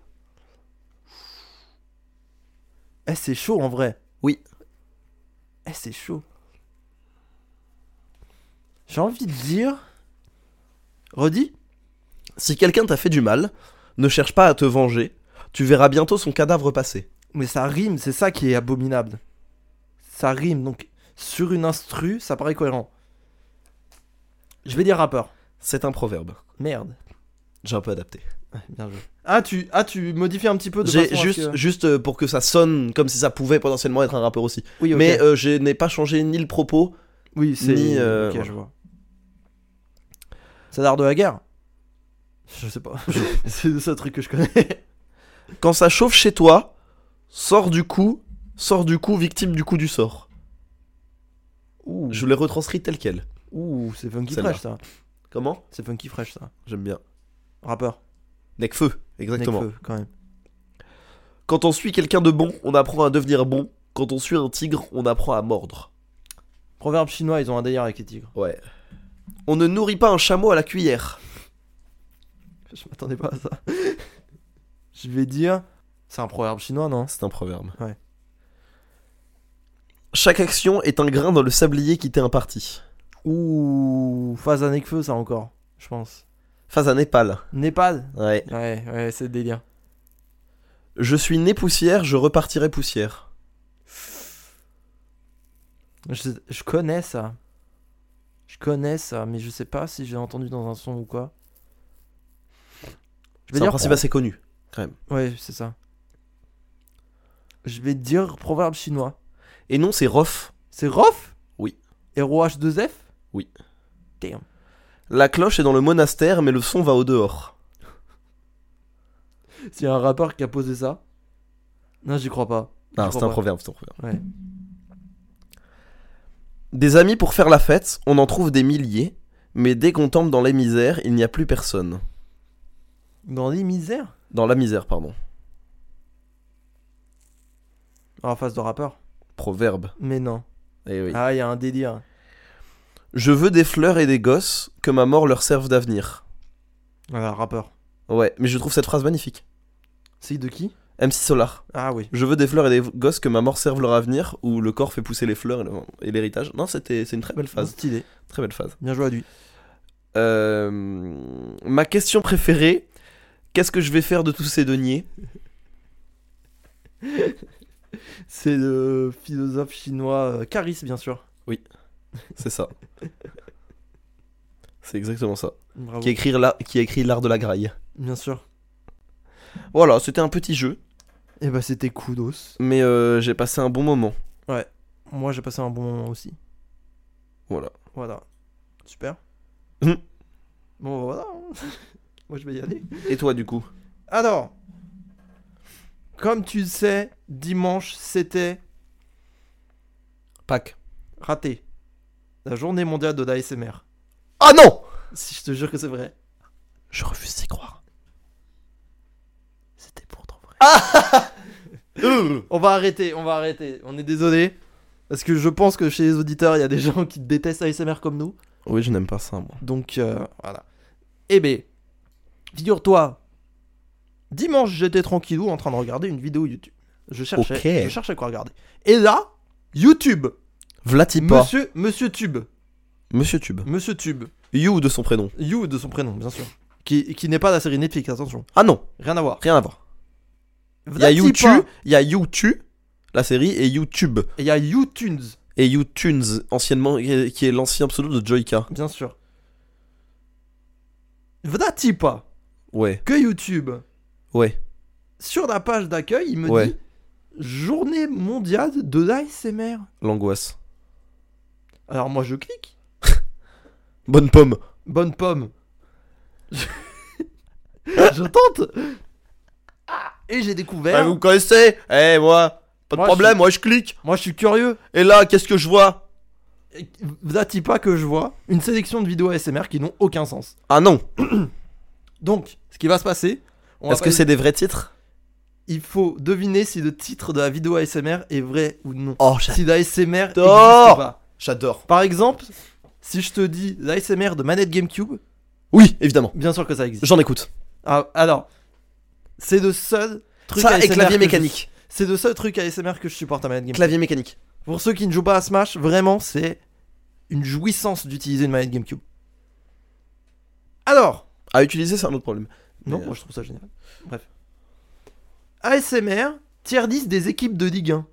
Speaker 2: Eh, c'est chaud en vrai.
Speaker 1: Oui.
Speaker 2: Eh, c'est chaud. J'ai envie de dire. Redis
Speaker 1: Si quelqu'un t'a fait du mal, ne cherche pas à te venger, tu verras bientôt son cadavre passer.
Speaker 2: Mais ça rime, c'est ça qui est abominable. Ça rime, donc sur une instru, ça paraît cohérent. Je vais dire rappeur.
Speaker 1: C'est un proverbe.
Speaker 2: Merde.
Speaker 1: J'ai un peu adapté.
Speaker 2: Ouais, Bien joué. Ah, tu, ah, tu modifies un petit peu de
Speaker 1: J'ai
Speaker 2: façon à ce
Speaker 1: juste,
Speaker 2: que-
Speaker 1: juste euh, pour que ça sonne comme si ça pouvait potentiellement être un rappeur aussi.
Speaker 2: Oui, ok.
Speaker 1: Mais euh, je n'ai pas changé ni le propos.
Speaker 2: Oui, c'est.
Speaker 1: Ni, euh,
Speaker 2: ok,
Speaker 1: voilà.
Speaker 2: je vois. C'est l'art de la guerre Je sais pas. c'est le seul truc que je connais.
Speaker 1: Quand ça chauffe chez toi, sors du coup, sors du coup, victime du coup du sort.
Speaker 2: Ouh,
Speaker 1: Je l'ai retranscrit tel quel.
Speaker 2: Ouh c'est funky
Speaker 1: Celle-là.
Speaker 2: fresh ça.
Speaker 1: Comment
Speaker 2: C'est funky fresh ça.
Speaker 1: J'aime bien.
Speaker 2: Rappeur.
Speaker 1: Necfeu, exactement.
Speaker 2: Nekfeu, quand même.
Speaker 1: Quand on suit quelqu'un de bon, on apprend à devenir bon. Quand on suit un tigre, on apprend à mordre.
Speaker 2: Proverbe chinois, ils ont un délire avec les tigres.
Speaker 1: Ouais. On ne nourrit pas un chameau à la cuillère.
Speaker 2: Je m'attendais pas à ça. je vais dire. C'est un proverbe chinois, non
Speaker 1: C'est un proverbe.
Speaker 2: Ouais.
Speaker 1: Chaque action est un grain dans le sablier qui t'est imparti.
Speaker 2: Ouh, phase à Nekfeu, ça encore, je pense.
Speaker 1: Face à Népal.
Speaker 2: Népal
Speaker 1: Ouais.
Speaker 6: Ouais, ouais, c'est délire.
Speaker 1: Je suis né poussière, je repartirai poussière.
Speaker 2: je, je connais ça. Je connais ça, mais je sais pas si j'ai entendu dans un son ou quoi. Je
Speaker 1: C'est
Speaker 2: vais
Speaker 1: un
Speaker 2: dire.
Speaker 1: principe assez connu.
Speaker 2: Ouais, c'est ça. Je vais dire proverbe chinois.
Speaker 1: Et non, c'est Rof.
Speaker 2: C'est Rof
Speaker 1: Oui.
Speaker 2: Et H2F
Speaker 1: Oui.
Speaker 2: Damn.
Speaker 1: La cloche est dans le monastère, mais le son va au dehors.
Speaker 2: C'est un rappeur qui a posé ça. Non, j'y crois pas. J'y
Speaker 1: Non,
Speaker 2: crois
Speaker 1: c'est un
Speaker 2: pas.
Speaker 1: proverbe, c'est un proverbe.
Speaker 2: Ouais.
Speaker 1: Des amis pour faire la fête, on en trouve des milliers, mais dès qu'on tombe dans les misères, il n'y a plus personne.
Speaker 2: Dans les misères
Speaker 1: Dans la misère, pardon.
Speaker 2: En face de rappeur
Speaker 1: Proverbe.
Speaker 2: Mais non.
Speaker 1: Eh oui.
Speaker 2: Ah, il y a un délire.
Speaker 1: Je veux des fleurs et des gosses, que ma mort leur serve d'avenir.
Speaker 2: Ah, rappeur.
Speaker 1: Ouais, mais je trouve cette phrase magnifique.
Speaker 2: C'est de qui
Speaker 1: MC Solar.
Speaker 2: Ah oui.
Speaker 1: Je veux des fleurs et des gosses que ma mort serve leur avenir, où le corps fait pousser les fleurs et le- et l'héritage. Non, c'était c'est une très belle phase.
Speaker 2: Stylé.
Speaker 1: Très belle phase.
Speaker 2: Bien joué à lui.
Speaker 1: Euh, ma question préférée qu'est-ce que je vais faire de tous ces deniers
Speaker 2: C'est le philosophe chinois euh, Caris, bien sûr.
Speaker 1: C'est ça. c'est exactement ça.
Speaker 2: Bravo.
Speaker 1: Qui a écrit la- qui a écrit l'art de la graille.
Speaker 2: Bien sûr.
Speaker 1: Voilà, c'était un petit jeu,
Speaker 2: Et bah, c'était Kudos.
Speaker 1: mais euh, j'ai passé un bon moment.
Speaker 2: Moi, j'ai passé un bon moment aussi.
Speaker 1: Voilà.
Speaker 2: Voilà. Super. Mmh.
Speaker 1: Hum.
Speaker 2: Bon, bah, voilà. hein. Moi, je vais y aller.
Speaker 1: Et toi, du coup
Speaker 2: Alors, comme tu le sais, dimanche, c'était
Speaker 1: Pâques.
Speaker 2: raté. La journée mondiale de l'ASMR.
Speaker 1: Ah non
Speaker 2: Si je te jure que c'est vrai.
Speaker 1: Je refuse d'y croire.
Speaker 2: C'était pour ton vrai. Ah Euh, on va arrêter, on va arrêter. On est désolé. Parce que je pense que chez les auditeurs, il y a des gens qui détestent ASMR comme nous.
Speaker 1: Oui, je n'aime pas ça, moi.
Speaker 2: Donc, euh, voilà. Eh ben, figure-toi, dimanche, j'étais tranquillou en train de regarder une vidéo YouTube. Je cherchais,
Speaker 1: Ok.
Speaker 2: je cherchais quoi regarder. Et là, YouTube
Speaker 1: Vlatipa. Monsieur,
Speaker 2: Monsieur, Monsieur Tube.
Speaker 1: Tube.
Speaker 2: Monsieur Tube.
Speaker 1: You de son prénom.
Speaker 2: You de son prénom, bien sûr. Qui, qui n'est pas la série Netflix, attention.
Speaker 1: Ah non,
Speaker 2: Rien à voir.
Speaker 1: rien à voir. Il y a
Speaker 2: Vlatipa.
Speaker 1: YouTube, il y a YouTube, la série, et YouTube.
Speaker 2: Et il y a YouTunes,
Speaker 1: Et YouTunes, anciennement, qui est- qui est l'ancien pseudo de Joyka.
Speaker 2: bien sûr. Vlatipa,
Speaker 1: Ouais,
Speaker 2: que YouTube,
Speaker 1: ouais.
Speaker 2: sur la page d'accueil, il me
Speaker 1: Ouais.
Speaker 2: dit Journée mondiale de l'ASMR.
Speaker 1: L'angoisse.
Speaker 2: Alors moi je clique,
Speaker 1: Bonne pomme.
Speaker 2: bonne pomme. Je, je tente. Ah, Et j'ai découvert.
Speaker 1: Ah, vous me connaissez Eh, moi, pas de
Speaker 2: Moi,
Speaker 1: problème,
Speaker 2: je-
Speaker 1: moi je clique.
Speaker 2: Moi je suis curieux.
Speaker 1: Et là, qu'est-ce que je vois
Speaker 2: Vlatipa que je vois, une sélection de vidéos ASMR qui n'ont aucun sens.
Speaker 1: Ah non
Speaker 2: Donc, ce qui va se passer, on va
Speaker 1: Est-ce que
Speaker 2: pas-
Speaker 1: c'est des vrais titres
Speaker 2: il faut deviner si le titre de la vidéo ASMR est vrai ou non.
Speaker 1: Oh,
Speaker 2: Si l'ASMR existe ou
Speaker 1: J'adore.
Speaker 2: pas.
Speaker 1: j'adore.
Speaker 2: Par exemple, si je te dis l'ASMR de manette GameCube,
Speaker 1: Oui, évidemment.
Speaker 2: bien sûr que ça existe.
Speaker 1: J'en écoute.
Speaker 2: Ah, alors, c'est le seul truc
Speaker 1: Ça et
Speaker 2: ASMR
Speaker 1: clavier
Speaker 2: que je-
Speaker 1: mécanique.
Speaker 2: C'est le seul truc ASMR que je supporte à manette GameCube.
Speaker 1: Clavier mécanique.
Speaker 2: Pour ceux qui ne jouent pas à Smash, vraiment, c'est une jouissance d'utiliser une manette GameCube. Alors,
Speaker 1: À utiliser, c'est un autre problème.
Speaker 2: Non,
Speaker 1: Mais,
Speaker 2: moi je trouve ça génial. Bref. ASMR, tier 10 des équipes de Ligue 1.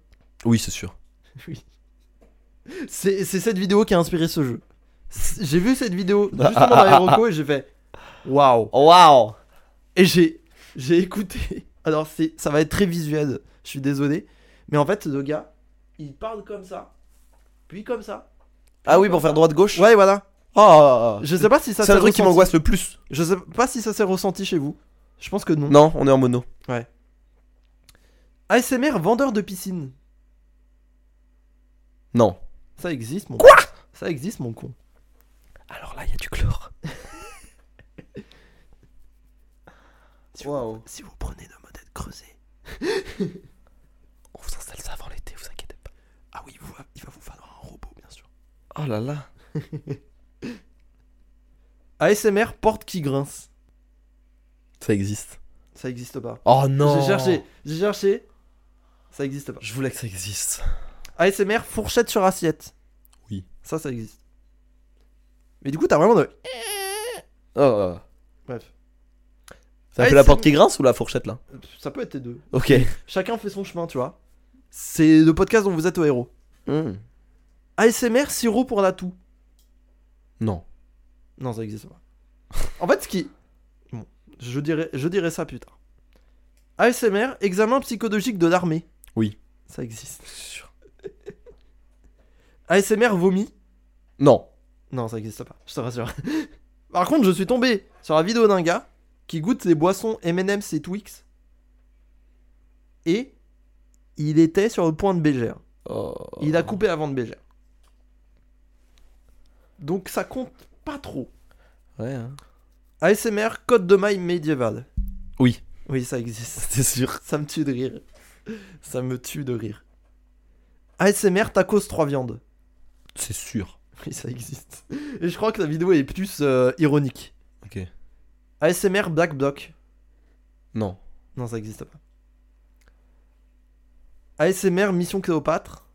Speaker 1: Oui, c'est sûr.
Speaker 2: C'est c'est cette vidéo qui a inspiré ce jeu. C'est- J'ai vu cette vidéo justement dans les recos et j'ai fait waouh.
Speaker 1: Waouh
Speaker 2: Et j'ai j'ai écouté. Alors c'est ça va être très visuel, je suis désolé, mais en fait le gars, il parle comme ça, puis comme ça.
Speaker 1: Ah oui, pour faire droite-gauche
Speaker 2: Ouais, voilà.
Speaker 1: Ah,
Speaker 2: Je sais pas si ça
Speaker 1: C'est
Speaker 2: s'est
Speaker 1: le truc qui
Speaker 2: ressenti-
Speaker 1: m'angoisse le plus.
Speaker 2: Je sais pas si ça s'est ressenti chez vous. Je pense que non.
Speaker 1: Non, on est en mono.
Speaker 2: ASMR vendeur de piscine.
Speaker 1: Non.
Speaker 2: Ça existe, mon Quoi Ça existe, mon con.
Speaker 1: Alors là, il y a du chlore. Waouh.
Speaker 2: Si vous prenez le modèle creusé.
Speaker 1: On vous installe ça avant l'été, vous inquiétez pas.
Speaker 2: Ah oui, vous- il va vous falloir un robot, bien sûr.
Speaker 1: Oh là là.
Speaker 2: ASMR porte qui grince.
Speaker 1: Ça existe.
Speaker 2: Ça existe pas.
Speaker 1: Oh
Speaker 2: J'ai cherché, j'ai cherché. Ça existe pas.
Speaker 1: Je voulais que ça existe.
Speaker 2: ASMR fourchette sur assiette.
Speaker 1: Oui.
Speaker 2: Ça, ça existe. Mais du coup, t'as vraiment de.
Speaker 1: Oh. Ça
Speaker 2: Ouais,
Speaker 1: fait la
Speaker 2: Ah, c'est
Speaker 1: porte
Speaker 2: bon.
Speaker 1: qui grince ou la fourchette là
Speaker 2: Ça peut être les deux.
Speaker 1: Ok.
Speaker 2: Chacun fait son chemin, tu vois. C'est le podcast dont vous êtes au héros.
Speaker 1: Hmm.
Speaker 2: ASMR, sirop pour la toux.
Speaker 5: Non.
Speaker 2: Non, ça existe pas. En fait, ce qui. Bon, je dirais, je dirais ça plus tard. ASMR, examen psychologique de l'armée.
Speaker 5: Oui.
Speaker 2: Ça existe. ASMR, vomi.
Speaker 5: Non.
Speaker 2: Non, ça existe pas, je te rassure. Par contre, je suis tombé sur la vidéo d'un gars qui goûte les boissons M&M's et Twix. Et il était sur le point de bégère.
Speaker 5: Oh.
Speaker 2: Il a coupé avant de bégère. Donc ça compte pas trop.
Speaker 1: Ouais, hein.
Speaker 2: ASMR, code de maille médiéval.
Speaker 5: Oui.
Speaker 2: Oui, ça existe.
Speaker 1: c'est sûr.
Speaker 2: Ça me tue de rire. Ça me tue de rire. ASMR, tacos 3 viandes.
Speaker 5: C'est sûr.
Speaker 2: Oui, ça existe. Et je crois que la vidéo est plus euh, ironique.
Speaker 5: Ok.
Speaker 2: ASMR Black Block.
Speaker 5: Non.
Speaker 2: Non, ça existe pas. ASMR Mission Cléopâtre.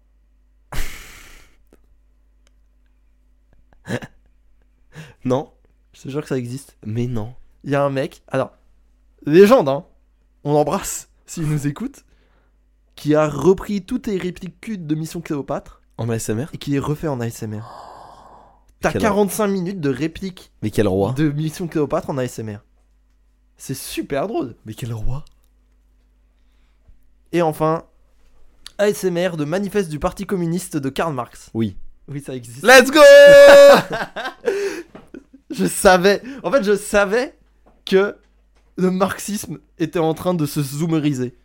Speaker 5: Non.
Speaker 2: Je te jure que ça existe.
Speaker 5: Mais non.
Speaker 2: Il y a un mec. Alors, légende, hein. On l'embrasse s'il nous écoute. Qui a repris toutes les répliques cultes de Mission Cléopâtre
Speaker 1: En ASMR
Speaker 2: et qui les refait en ASMR. T'as
Speaker 1: quel-
Speaker 2: 45 minutes de répliques
Speaker 1: Mais quel roi
Speaker 2: de Mission Cléopâtre en ASMR. C'est super drôle.
Speaker 1: Mais quel roi
Speaker 2: Et enfin, ASMR de Manifeste du Parti communiste de Karl Marx.
Speaker 1: Oui.
Speaker 2: Oui, ça existe.
Speaker 1: Let's go
Speaker 2: Je savais. En fait, je savais que le marxisme était en train de se zoomeriser.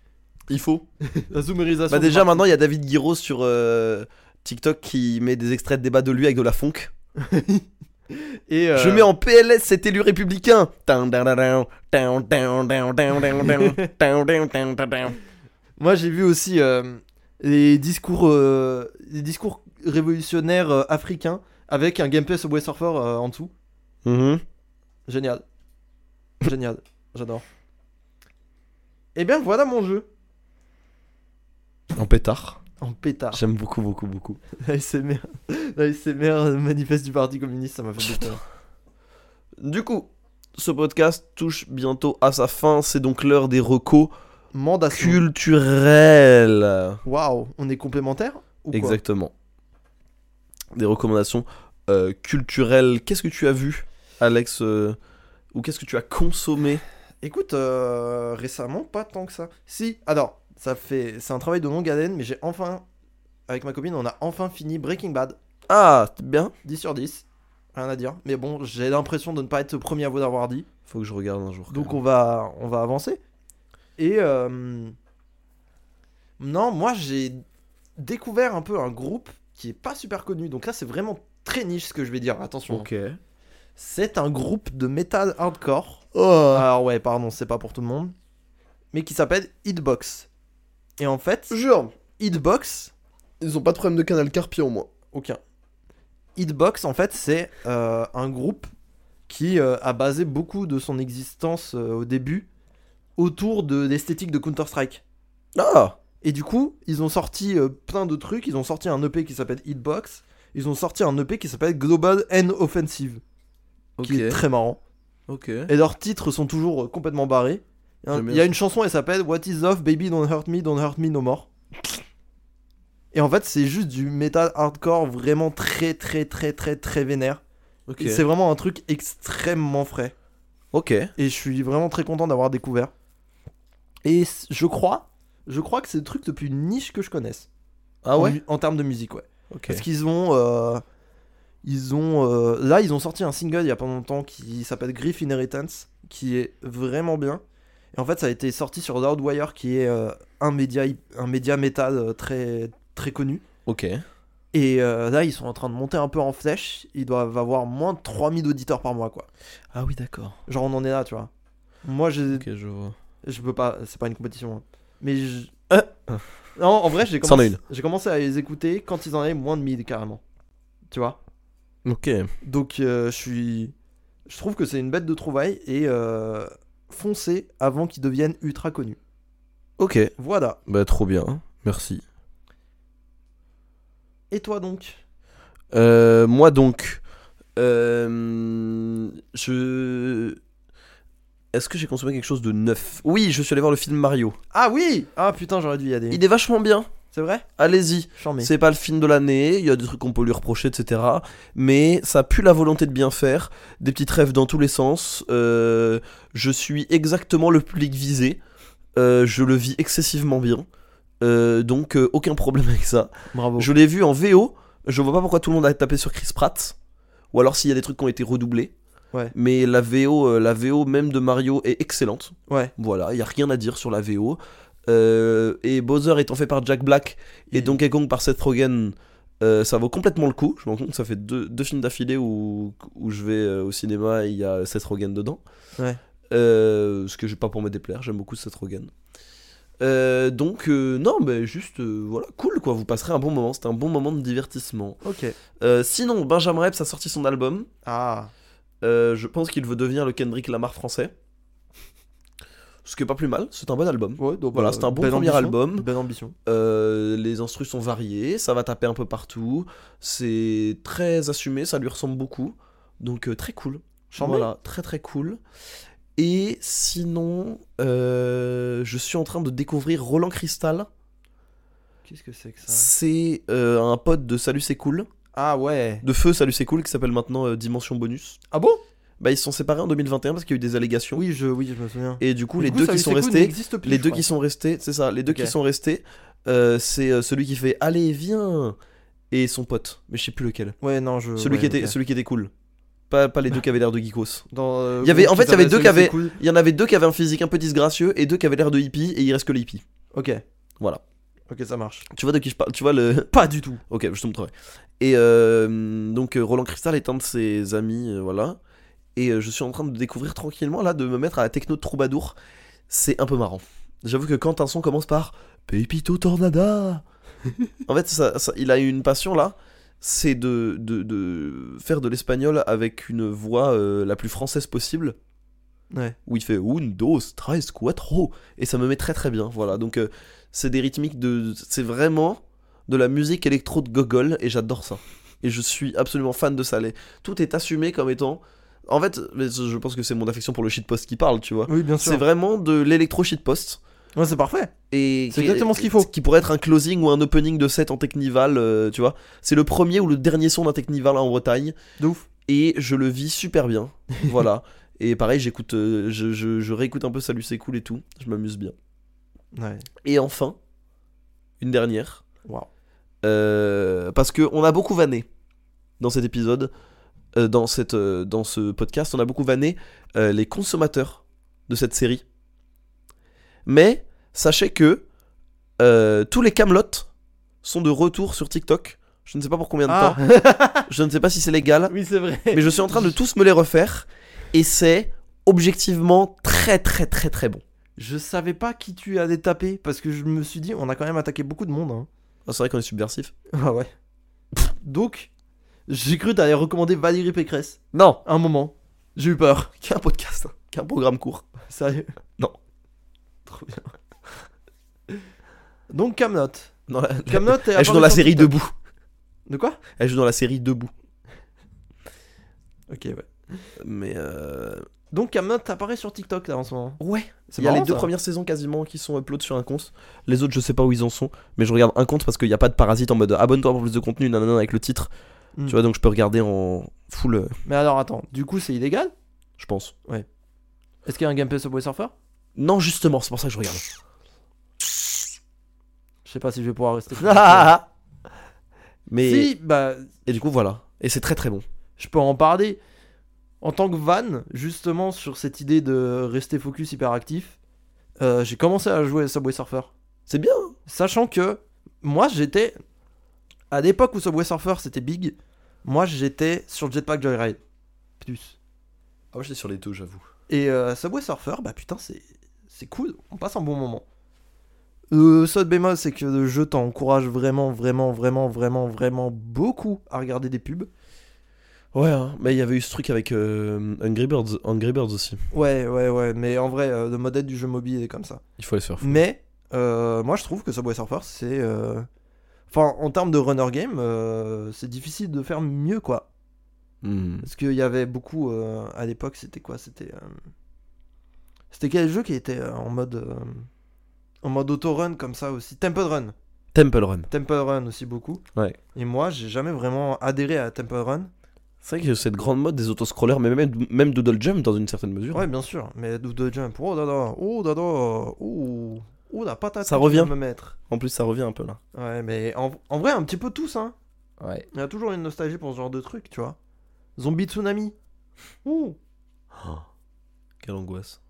Speaker 1: Il faut.
Speaker 2: La zoomerisation.
Speaker 1: Bah
Speaker 2: du
Speaker 1: déjà
Speaker 2: marxisme.
Speaker 1: maintenant il y a David Guiraud sur euh, TikTok qui met des extraits de débats de lui avec de la funk.
Speaker 2: Et euh,
Speaker 1: Je mets en PLS cet élu républicain. Tin, tin, tin, tin, tin, tin, tin, tin, tin, tin, tin, tin, tin, tin, tin.
Speaker 2: Moi, j'ai vu aussi euh, les discours, euh, les discours révolutionnaires euh, africains avec un gameplay Subway Surfer euh, en dessous.
Speaker 1: Mhm.
Speaker 2: Génial. Génial. J'adore. Et bien, voilà mon jeu.
Speaker 5: En pétard.
Speaker 2: En pétard.
Speaker 1: J'aime beaucoup beaucoup beaucoup.
Speaker 2: L'ASMR, l'ASMR euh, manifeste du Parti communiste, ça m'a fait beaucoup. rire.
Speaker 1: Du coup, ce podcast touche bientôt à sa fin, c'est donc l'heure des recos
Speaker 2: Mandation.
Speaker 1: culturels.
Speaker 2: Waouh, on est complémentaires ou quoi
Speaker 1: Exactement. Des recommandations euh, culturelles. Qu'est-ce que tu as vu, Alex euh, Ou qu'est-ce que tu as consommé
Speaker 2: Écoute, euh, récemment, pas tant que ça. Si, alors, ça fait, c'est un travail de longue haleine, mais j'ai enfin, avec ma copine, on a enfin fini Breaking Bad,
Speaker 1: Ah, t- bien.
Speaker 2: 10 sur 10. Rien à dire. Mais bon, j'ai l'impression de ne pas être le premier à vous l'avoir dit.
Speaker 1: Faut que je regarde un jour.
Speaker 2: Donc
Speaker 1: quand
Speaker 2: on va, on va avancer. Et euh, non, moi j'ai découvert un peu un groupe qui est pas super connu. Donc là c'est vraiment très niche ce que je vais dire. Attention. hein.
Speaker 1: même. Ok.
Speaker 2: C'est un groupe de metal hardcore.
Speaker 1: Oh.
Speaker 2: Ah ouais, pardon, c'est pas pour tout le monde. Mais qui s'appelle Hitbox. Et en fait,
Speaker 1: Jure,
Speaker 2: Hitbox,
Speaker 1: ils ont pas de problème de canal carpien au moins.
Speaker 2: aucun. Hitbox en fait c'est euh, un groupe qui euh, a basé beaucoup de son existence euh, au début autour de l'esthétique de Counter-Strike.
Speaker 1: Ah
Speaker 2: Et du coup, ils ont sorti euh, plein de trucs. Ils ont sorti un EP qui s'appelle Hitbox. Ils ont sorti un EP qui s'appelle Global N Offensive,
Speaker 1: Ok.
Speaker 2: qui est très marrant.
Speaker 1: Ok.
Speaker 2: Et leurs titres sont toujours euh, complètement barrés. Il y a un-
Speaker 1: J'aime bien
Speaker 2: il y a
Speaker 1: ça.
Speaker 2: une chanson, elle s'appelle What is Love, Baby Don't Hurt Me, Don't Hurt Me No More. Et en fait, c'est juste du metal hardcore vraiment très, très, très, très, très vénère.
Speaker 1: Ok.
Speaker 2: Et C'est vraiment un truc extrêmement frais.
Speaker 1: Ok.
Speaker 2: Et je suis vraiment très content d'avoir découvert. Et c- je crois, je crois que c'est le truc le plus niche que je connaisse.
Speaker 1: Ah
Speaker 2: En
Speaker 1: ouais
Speaker 2: mu- En, termes de musique, ouais.
Speaker 1: Ok.
Speaker 2: Parce qu'ils ont, euh, ils ont, euh, là, ils ont sorti un single il y a pas longtemps qui s'appelle Grief Inheritance, qui est vraiment bien. Et en fait, ça a été sorti sur Loudwire, qui est euh, un média, hy- un média métal euh, très, très connu.
Speaker 1: Ok.
Speaker 2: Et euh, là, ils sont en train de monter un peu en flèche. Ils doivent avoir moins de 3000 auditeurs par mois, quoi.
Speaker 1: Ah oui, d'accord.
Speaker 2: Genre, on en est là, tu vois. Moi, j'ai
Speaker 1: Ok, je vois.
Speaker 2: je peux pas, c'est pas une compétition. hein. Mais je. euh,
Speaker 1: Ah.
Speaker 2: Non, en vrai, j'ai
Speaker 1: C'en est
Speaker 2: commencé, j'ai commencé à les écouter quand ils en avaient moins de 1000 carrément. Tu vois
Speaker 1: Ok.
Speaker 2: Donc, euh, je suis. Je trouve que c'est une bête de trouvaille et euh, foncez avant qu'ils deviennent ultra connus.
Speaker 1: Ok.
Speaker 2: Voilà.
Speaker 1: Bah, trop bien. Merci.
Speaker 2: Et toi donc
Speaker 1: Euh, moi donc, euh, je Est-ce que j'ai consommé quelque chose de neuf Oui, je suis allé voir le film Mario.
Speaker 2: Ah oui Ah putain, j'aurais dû y aller.
Speaker 1: Il est vachement bien.
Speaker 2: C'est vrai
Speaker 1: Allez-y.
Speaker 2: J'en mets.
Speaker 1: C'est pas le film de l'année, il y a des trucs qu'on peut lui reprocher, etc. Mais ça pue la volonté de bien faire, des petites rêves dans tous les sens. euh, je suis exactement le public visé, euh, je le vis excessivement bien, euh, donc euh, aucun problème avec ça.
Speaker 2: Bravo.
Speaker 1: Je l'ai vu en VO, je vois pas pourquoi tout le monde a tapé sur Chris Pratt, ou alors s'il y a des trucs qui ont été redoublés.
Speaker 2: Ouais.
Speaker 1: Mais la VO, euh, la VO même de Mario est excellente.
Speaker 2: Ouais.
Speaker 1: Voilà, il a rien à dire sur la VO. Euh, et Bowser étant fait par Jack Black et
Speaker 2: Mm.
Speaker 1: Donkey Kong par Seth Rogen, euh, ça vaut complètement le coup. Je me rends compte que ça fait deux, deux films d'affilée où, où je vais euh, au cinéma et il y a Seth Rogen dedans.
Speaker 2: Ouais.
Speaker 1: Euh, ce que j'ai pas pour me déplaire, j'aime beaucoup Seth Rogen. Euh, donc euh, non mais juste euh, voilà cool quoi vous passerez un bon moment c'était un bon moment de divertissement
Speaker 2: Ok.
Speaker 1: Euh, sinon Benjamin Epps a sorti son album
Speaker 2: Ah.
Speaker 1: Euh, je pense qu'il veut devenir le Kendrick Lamar français ce qui est pas plus mal c'est un bon album
Speaker 2: Ouais, donc
Speaker 1: Voilà,
Speaker 2: euh,
Speaker 1: c'est un bon
Speaker 2: belle
Speaker 1: premier
Speaker 2: ambition,
Speaker 1: album.
Speaker 2: Belle ambition.
Speaker 1: Euh, les instrus sont variés, ça va taper un peu partout, c'est très assumé, ça lui ressemble beaucoup, donc euh, très cool.
Speaker 2: Chambé.
Speaker 1: Voilà, très très cool. Et sinon, euh, je suis en train de découvrir Roland Cristal.
Speaker 2: Qu'est-ce que c'est que ça
Speaker 1: C'est euh, un pote de Salut c'est cool,
Speaker 2: Ah ouais.
Speaker 1: de Feu Salut c'est cool, qui s'appelle maintenant euh, Dimension Bonus.
Speaker 2: Ah bon
Speaker 1: Bah ils se sont séparés en 2021 parce qu'il y a eu des allégations.
Speaker 2: Oui, je oui, je me souviens.
Speaker 1: Et du coup,
Speaker 2: Du
Speaker 1: les
Speaker 2: coup,
Speaker 1: deux
Speaker 2: ça,
Speaker 1: qui
Speaker 2: c'est
Speaker 1: sont
Speaker 2: cool,
Speaker 1: restés,
Speaker 2: n'existe plus,
Speaker 1: les
Speaker 2: je
Speaker 1: deux
Speaker 2: crois.
Speaker 1: qui sont restés, c'est ça, les deux
Speaker 2: Ok.
Speaker 1: qui sont restés, euh, c'est euh, celui qui fait Allez, viens et son pote, mais je sais plus lequel.
Speaker 2: Ouais, non, je
Speaker 1: Celui,
Speaker 2: Euh, ouais,
Speaker 1: qui était,
Speaker 2: ok.
Speaker 1: celui qui était cool. Pas, pas les deux qui avaient l'air de geekos.
Speaker 2: Dans, euh,
Speaker 1: Il y avait- en fait,
Speaker 2: Groupe,
Speaker 1: il y
Speaker 2: ils
Speaker 1: avait deux qui
Speaker 2: celui, c'est
Speaker 1: avaient-
Speaker 2: cool.
Speaker 1: Il y en avait deux qui avaient un physique un peu disgracieux et deux qui avaient l'air de hippie et il reste que les hippies.
Speaker 2: Ok.
Speaker 1: Voilà.
Speaker 2: Ok, ça marche.
Speaker 1: Tu vois de qui je parle Tu vois le.
Speaker 2: Pas du tout.
Speaker 1: Ok, je te montrerai. Et euh, donc euh, Roland Cristal est un de ses amis, euh, voilà. Et euh, je suis en train de découvrir tranquillement, là, de me mettre à la techno de troubadour. C'est un peu marrant. J'avoue que quand un son commence par Pépito Tornada, en fait, ça- ça- il a une passion là, c'est de, de, de faire de l'espagnol avec une voix euh, la plus française possible.
Speaker 2: Ouais.
Speaker 1: Où il fait un, dos, tres, cuatro. Et ça me met très très bien, voilà. Donc euh, c'est des rythmiques de. C'est vraiment de la musique électro de gogol et j'adore ça. Et je suis absolument fan de ça. Les- Tout est assumé comme étant. En fait, mais je pense que c'est mon affection pour le shitpost qui parle, tu vois.
Speaker 2: Oui, bien
Speaker 1: C'est
Speaker 2: sûr.
Speaker 1: vraiment de l'électro shitpost.
Speaker 2: Ouais, c'est parfait.
Speaker 1: Et
Speaker 2: C'est
Speaker 1: qui-
Speaker 2: exactement ce qu'il faut.
Speaker 1: Qui pourrait être un closing ou un opening de set en Technival, euh, tu vois. C'est le premier ou le dernier son d'un Technival en Bretagne.
Speaker 2: De ouf.
Speaker 1: Et je le vis super bien. voilà. Et pareil, j'écoute, euh, je, je- je réécoute un peu Salut c'est cool et tout. Je m'amuse bien.
Speaker 2: Ouais.
Speaker 1: Et enfin, une dernière.
Speaker 2: Waouh.
Speaker 1: Euh, parce que on a beaucoup vanné dans cet épisode, euh, dans, cette, euh, dans ce podcast, on a beaucoup vanné euh, les consommateurs de cette série. Mais sachez que euh, tous les Kaamelott sont de retour sur TikTok. Je ne sais pas pour combien de
Speaker 2: Ah.
Speaker 1: temps. Je ne sais pas si c'est légal.
Speaker 2: oui, c'est vrai.
Speaker 1: Mais je suis en train de tous me les refaire. Et c'est objectivement très très très très bon.
Speaker 2: Je savais pas qui tu allais taper parce que je me suis dit, on a quand même attaqué beaucoup de monde. hein.
Speaker 1: Ah, c'est vrai qu'on est subversif.
Speaker 2: Ah ouais. Donc, j'ai cru t'allais recommander Valérie Pécresse.
Speaker 1: Non,
Speaker 2: Un moment. J'ai eu peur.
Speaker 1: qu'un podcast, qu'un programme court.
Speaker 2: Sérieux
Speaker 1: Non.
Speaker 2: Trop bien. Donc Camelot.
Speaker 1: Dans la, la-
Speaker 2: Camelot est
Speaker 1: elle joue dans la
Speaker 2: apparu sur
Speaker 1: série
Speaker 2: TikTok.
Speaker 1: Debout.
Speaker 2: De quoi
Speaker 1: Elle joue dans la série Debout.
Speaker 2: Ok ouais.
Speaker 1: Mais euh...
Speaker 2: Donc Camelot apparaît sur TikTok là en ce moment.
Speaker 1: ouais,
Speaker 2: C'est
Speaker 1: il y a les
Speaker 2: marrant,
Speaker 1: deux
Speaker 2: ça.
Speaker 1: premières saisons quasiment qui sont upload sur un compte. Les autres, je sais pas où ils en sont, mais je regarde un compte parce qu'il n'y a pas de parasite en mode abonne-toi pour plus de contenu, nanana, avec le titre.
Speaker 2: Hmm.
Speaker 1: Tu vois, donc je peux regarder en full, euh,
Speaker 2: Mais alors attends, du coup c'est illégal
Speaker 1: je pense.
Speaker 2: Est-ce qu'il y a un gameplay Subway Surfer
Speaker 1: Non, justement, c'est pour ça que je regarde.
Speaker 2: Je sais pas si je vais pouvoir rester.
Speaker 1: mais
Speaker 2: si, bah
Speaker 1: et du coup voilà, et c'est très très bon.
Speaker 2: je peux en parler. En tant que van, justement sur cette idée de rester focus hyperactif, euh, j'ai commencé à jouer à Subway Surfer.
Speaker 1: C'est bien.
Speaker 2: hein. Sachant que moi j'étais à l'époque où Subway Surfer c'était big, moi j'étais sur Jetpack Joyride. Plus.
Speaker 1: Ah ouais, j'étais sur les deux, j'avoue.
Speaker 2: Et euh, Subway Surfer, bah putain, c'est c'est cool, on passe un bon moment. Le seul bémol, c'est que le jeu t'encourage vraiment, vraiment, vraiment, vraiment, vraiment beaucoup à regarder des pubs.
Speaker 1: Ouais, hein, mais il y avait eu ce truc avec euh, Angry Birds, Angry Birds aussi.
Speaker 2: Ouais, ouais, ouais, mais en vrai, euh, le modèle du jeu mobile est comme ça.
Speaker 1: Il faut aller sur.
Speaker 2: Mais euh, moi, je trouve que Subway Surfer, c'est. euh, Enfin, en termes de runner game, euh, c'est difficile de faire mieux, quoi.
Speaker 1: Hmm.
Speaker 2: Parce qu'il y avait beaucoup. euh, à l'époque, c'était quoi C'était. euh, C'était quel jeu qui était euh, en mode. euh, en mode auto-run comme ça aussi Temple Run.
Speaker 1: Temple Run.
Speaker 2: Temple Run aussi beaucoup.
Speaker 1: Ouais.
Speaker 2: Et moi, j'ai jamais vraiment adhéré à Temple Run.
Speaker 1: C'est vrai que cette grande mode des autoscrollers, mais même, même Doodle Jump dans une certaine mesure.
Speaker 2: Ouais, bien sûr. Mais Doodle Jump. Oh dada. Oh dada. Oh. Oh la patate.
Speaker 1: Ça
Speaker 2: que tu viens
Speaker 1: revient.
Speaker 2: de Me mettre.
Speaker 1: En plus, ça revient un peu là.
Speaker 2: Ouais, mais en, en vrai, un petit peu tous, hein.
Speaker 1: Ouais.
Speaker 2: Il y a toujours une nostalgie pour ce genre de truc, tu vois. Zombie Tsunami. Ouh.
Speaker 1: Oh. Quelle angoisse.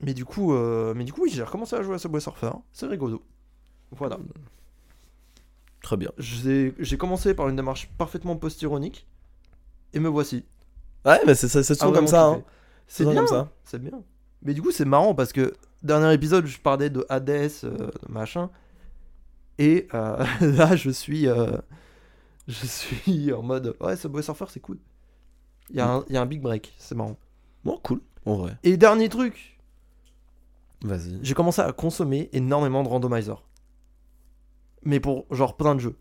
Speaker 2: Mais du coup, euh, mais du coup, oui, j'ai recommencé à jouer à Subway Surfer. C'est rigolo. Voilà.
Speaker 1: Très bien.
Speaker 2: J'ai j'ai commencé par une démarche parfaitement post-ironique. Et me voici.
Speaker 1: Ouais, mais c'est ça, c'est
Speaker 2: Ah,
Speaker 1: souvent comme
Speaker 2: vraiment
Speaker 1: ça. hein.
Speaker 2: kiffé. C'est
Speaker 1: souvent
Speaker 2: bien.
Speaker 1: comme ça.
Speaker 2: C'est bien. Mais du coup, c'est marrant parce que dernier épisode, je parlais de Hades, euh, machin. Et euh, là, je suis, euh, je suis en mode ouais, Subway Surfer, c'est cool. Il
Speaker 1: Mm.
Speaker 2: y, a un- il y a un big break, c'est marrant.
Speaker 1: Bon, cool. En vrai.
Speaker 2: Et dernier truc,
Speaker 1: Vas-y.
Speaker 2: j'ai commencé à consommer énormément de randomizers. Mais pour genre plein de jeux.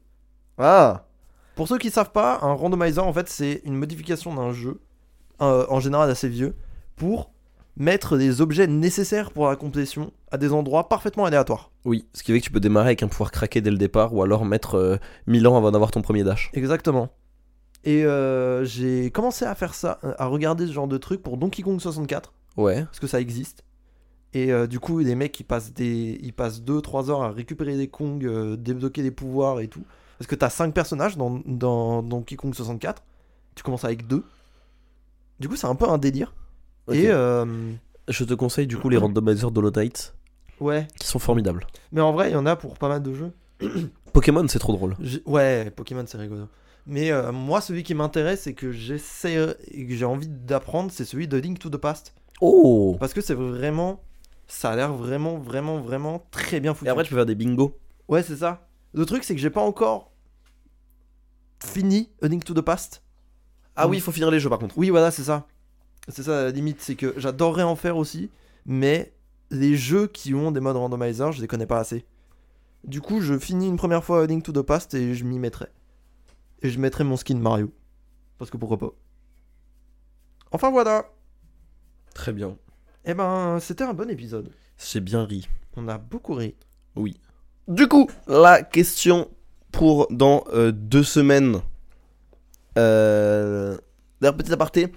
Speaker 1: Ah
Speaker 2: Pour ceux qui savent pas, un randomizer en fait c'est une modification d'un jeu, euh, en général assez vieux, pour mettre des objets nécessaires pour la complétion à des endroits parfaitement aléatoires.
Speaker 1: Oui, ce qui fait que tu peux démarrer avec un pouvoir craqué dès le départ ou alors mettre euh, 1000 ans avant d'avoir ton premier dash.
Speaker 2: Exactement. Et euh, j'ai commencé à faire ça, à regarder ce genre de truc pour Donkey Kong 64,
Speaker 1: Ouais.
Speaker 2: parce que ça existe. Et euh, du coup, les mecs ils passent des, ils passent 2-3 heures à récupérer des Kong, euh, débloquer des pouvoirs et tout. Parce que t'as 5 personnages dans, dans Donkey Kong 64, tu commences avec 2. Du coup, c'est un peu un délire. Et
Speaker 1: Et
Speaker 2: euh,
Speaker 1: je te conseille du coup les randomizers d'Holotite
Speaker 2: ouais,
Speaker 1: qui sont formidables.
Speaker 2: mais en vrai, il y en a pour pas mal de jeux.
Speaker 1: Pokémon, c'est trop drôle.
Speaker 2: J'ai- Ouais, Pokémon, c'est rigolo. Mais euh, moi, celui qui m'intéresse et que j'essaie et que j'ai envie d'apprendre, c'est celui de Link to the Past.
Speaker 1: Oh
Speaker 2: Parce que c'est vraiment. Ça a l'air vraiment, vraiment, vraiment très bien foutu.
Speaker 1: Et après, tu peux faire des bingos.
Speaker 2: Ouais, c'est ça. Le truc, c'est que j'ai pas encore fini A Link to the Past.
Speaker 1: Ah oui, il faut finir les jeux par contre.
Speaker 2: Oui, voilà, c'est ça. C'est ça la limite, c'est que j'adorerais en faire aussi, mais les jeux qui ont des modes randomizer, je les connais pas assez. Du coup, je finis une première fois Link to the Past et je m'y mettrai. Et je mettrai mon skin Mario. Parce que pourquoi pas. Enfin voilà
Speaker 1: Très bien.
Speaker 2: Eh ben, c'était un bon épisode.
Speaker 1: J'ai bien ri.
Speaker 2: On a beaucoup ri.
Speaker 1: Du coup, la question pour dans euh, deux semaines. Euh... D'ailleurs, petit aparté,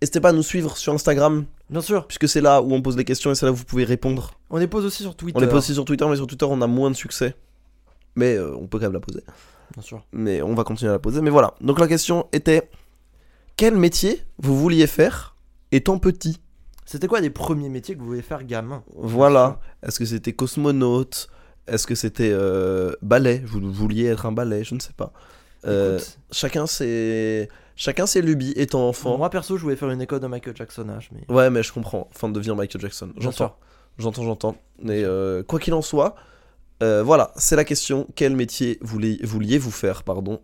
Speaker 1: n'hésitez pas à nous suivre sur Instagram,
Speaker 2: Bien sûr,
Speaker 1: puisque c'est là où on pose les questions et c'est là où vous pouvez répondre.
Speaker 2: on les pose aussi sur Twitter.
Speaker 1: On les pose aussi sur Twitter, mais sur Twitter, on a moins de succès. Mais euh, on peut quand même la poser.
Speaker 2: Bien sûr.
Speaker 1: Mais on va continuer à la poser. Mais voilà. Donc la question était quel métier vous vouliez faire étant petit
Speaker 2: C'était quoi les premiers métiers que vous voulez faire gamin
Speaker 1: Voilà. Est-ce que c'était cosmonaute Est-ce que c'était euh, ballet Vous vouliez être un ballet Je ne sais pas. Euh,
Speaker 2: Écoute,
Speaker 1: chacun ses chacun ses lubies étant enfant.
Speaker 2: Moi perso, je voulais faire une école de Michael Jackson âge, mais.
Speaker 1: Ouais, mais je comprends. Enfin, devenir Michael Jackson.
Speaker 2: Bien
Speaker 1: J'entends.
Speaker 2: sûr.
Speaker 1: J'entends, j'entends. Mais euh, quoi qu'il en soit, euh, voilà, c'est la question. Quel métier voulez- vouliez-vous faire, pardon,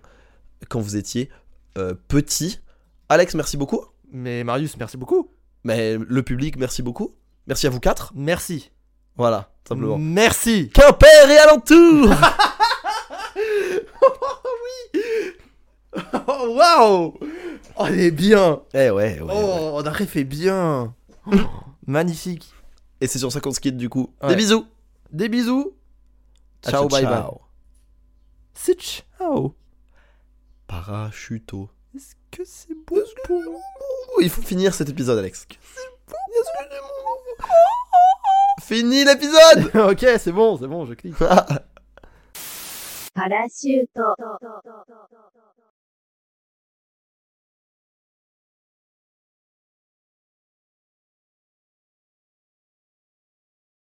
Speaker 1: quand vous étiez euh, petit Alex, merci beaucoup.
Speaker 2: Mais Marius, merci beaucoup.
Speaker 1: Mais le public, merci beaucoup. Merci à vous quatre.
Speaker 2: Merci.
Speaker 1: Voilà,
Speaker 2: Mm.
Speaker 1: simplement.
Speaker 2: Merci.
Speaker 1: Quimper et alentour
Speaker 2: Oh, waouh On est bien.
Speaker 1: Eh ouais, ouais, ouais.
Speaker 2: Oh, on a fait bien. Magnifique.
Speaker 1: Et c'est sur ça qu'on se quitte, du coup.
Speaker 2: Ouais.
Speaker 1: Des bisous
Speaker 2: Des bisous.
Speaker 1: À
Speaker 2: Ciao,
Speaker 1: tout,
Speaker 2: bye bye.
Speaker 1: ciao.
Speaker 2: C'est ciao.
Speaker 1: Parachuto.
Speaker 2: Est-ce que c'est beau pour moi
Speaker 1: Ouh, Il faut finir cet épisode, Alex. Fini l'épisode
Speaker 2: Ok, c'est bon, c'est bon, je clique.
Speaker 3: パラシュート。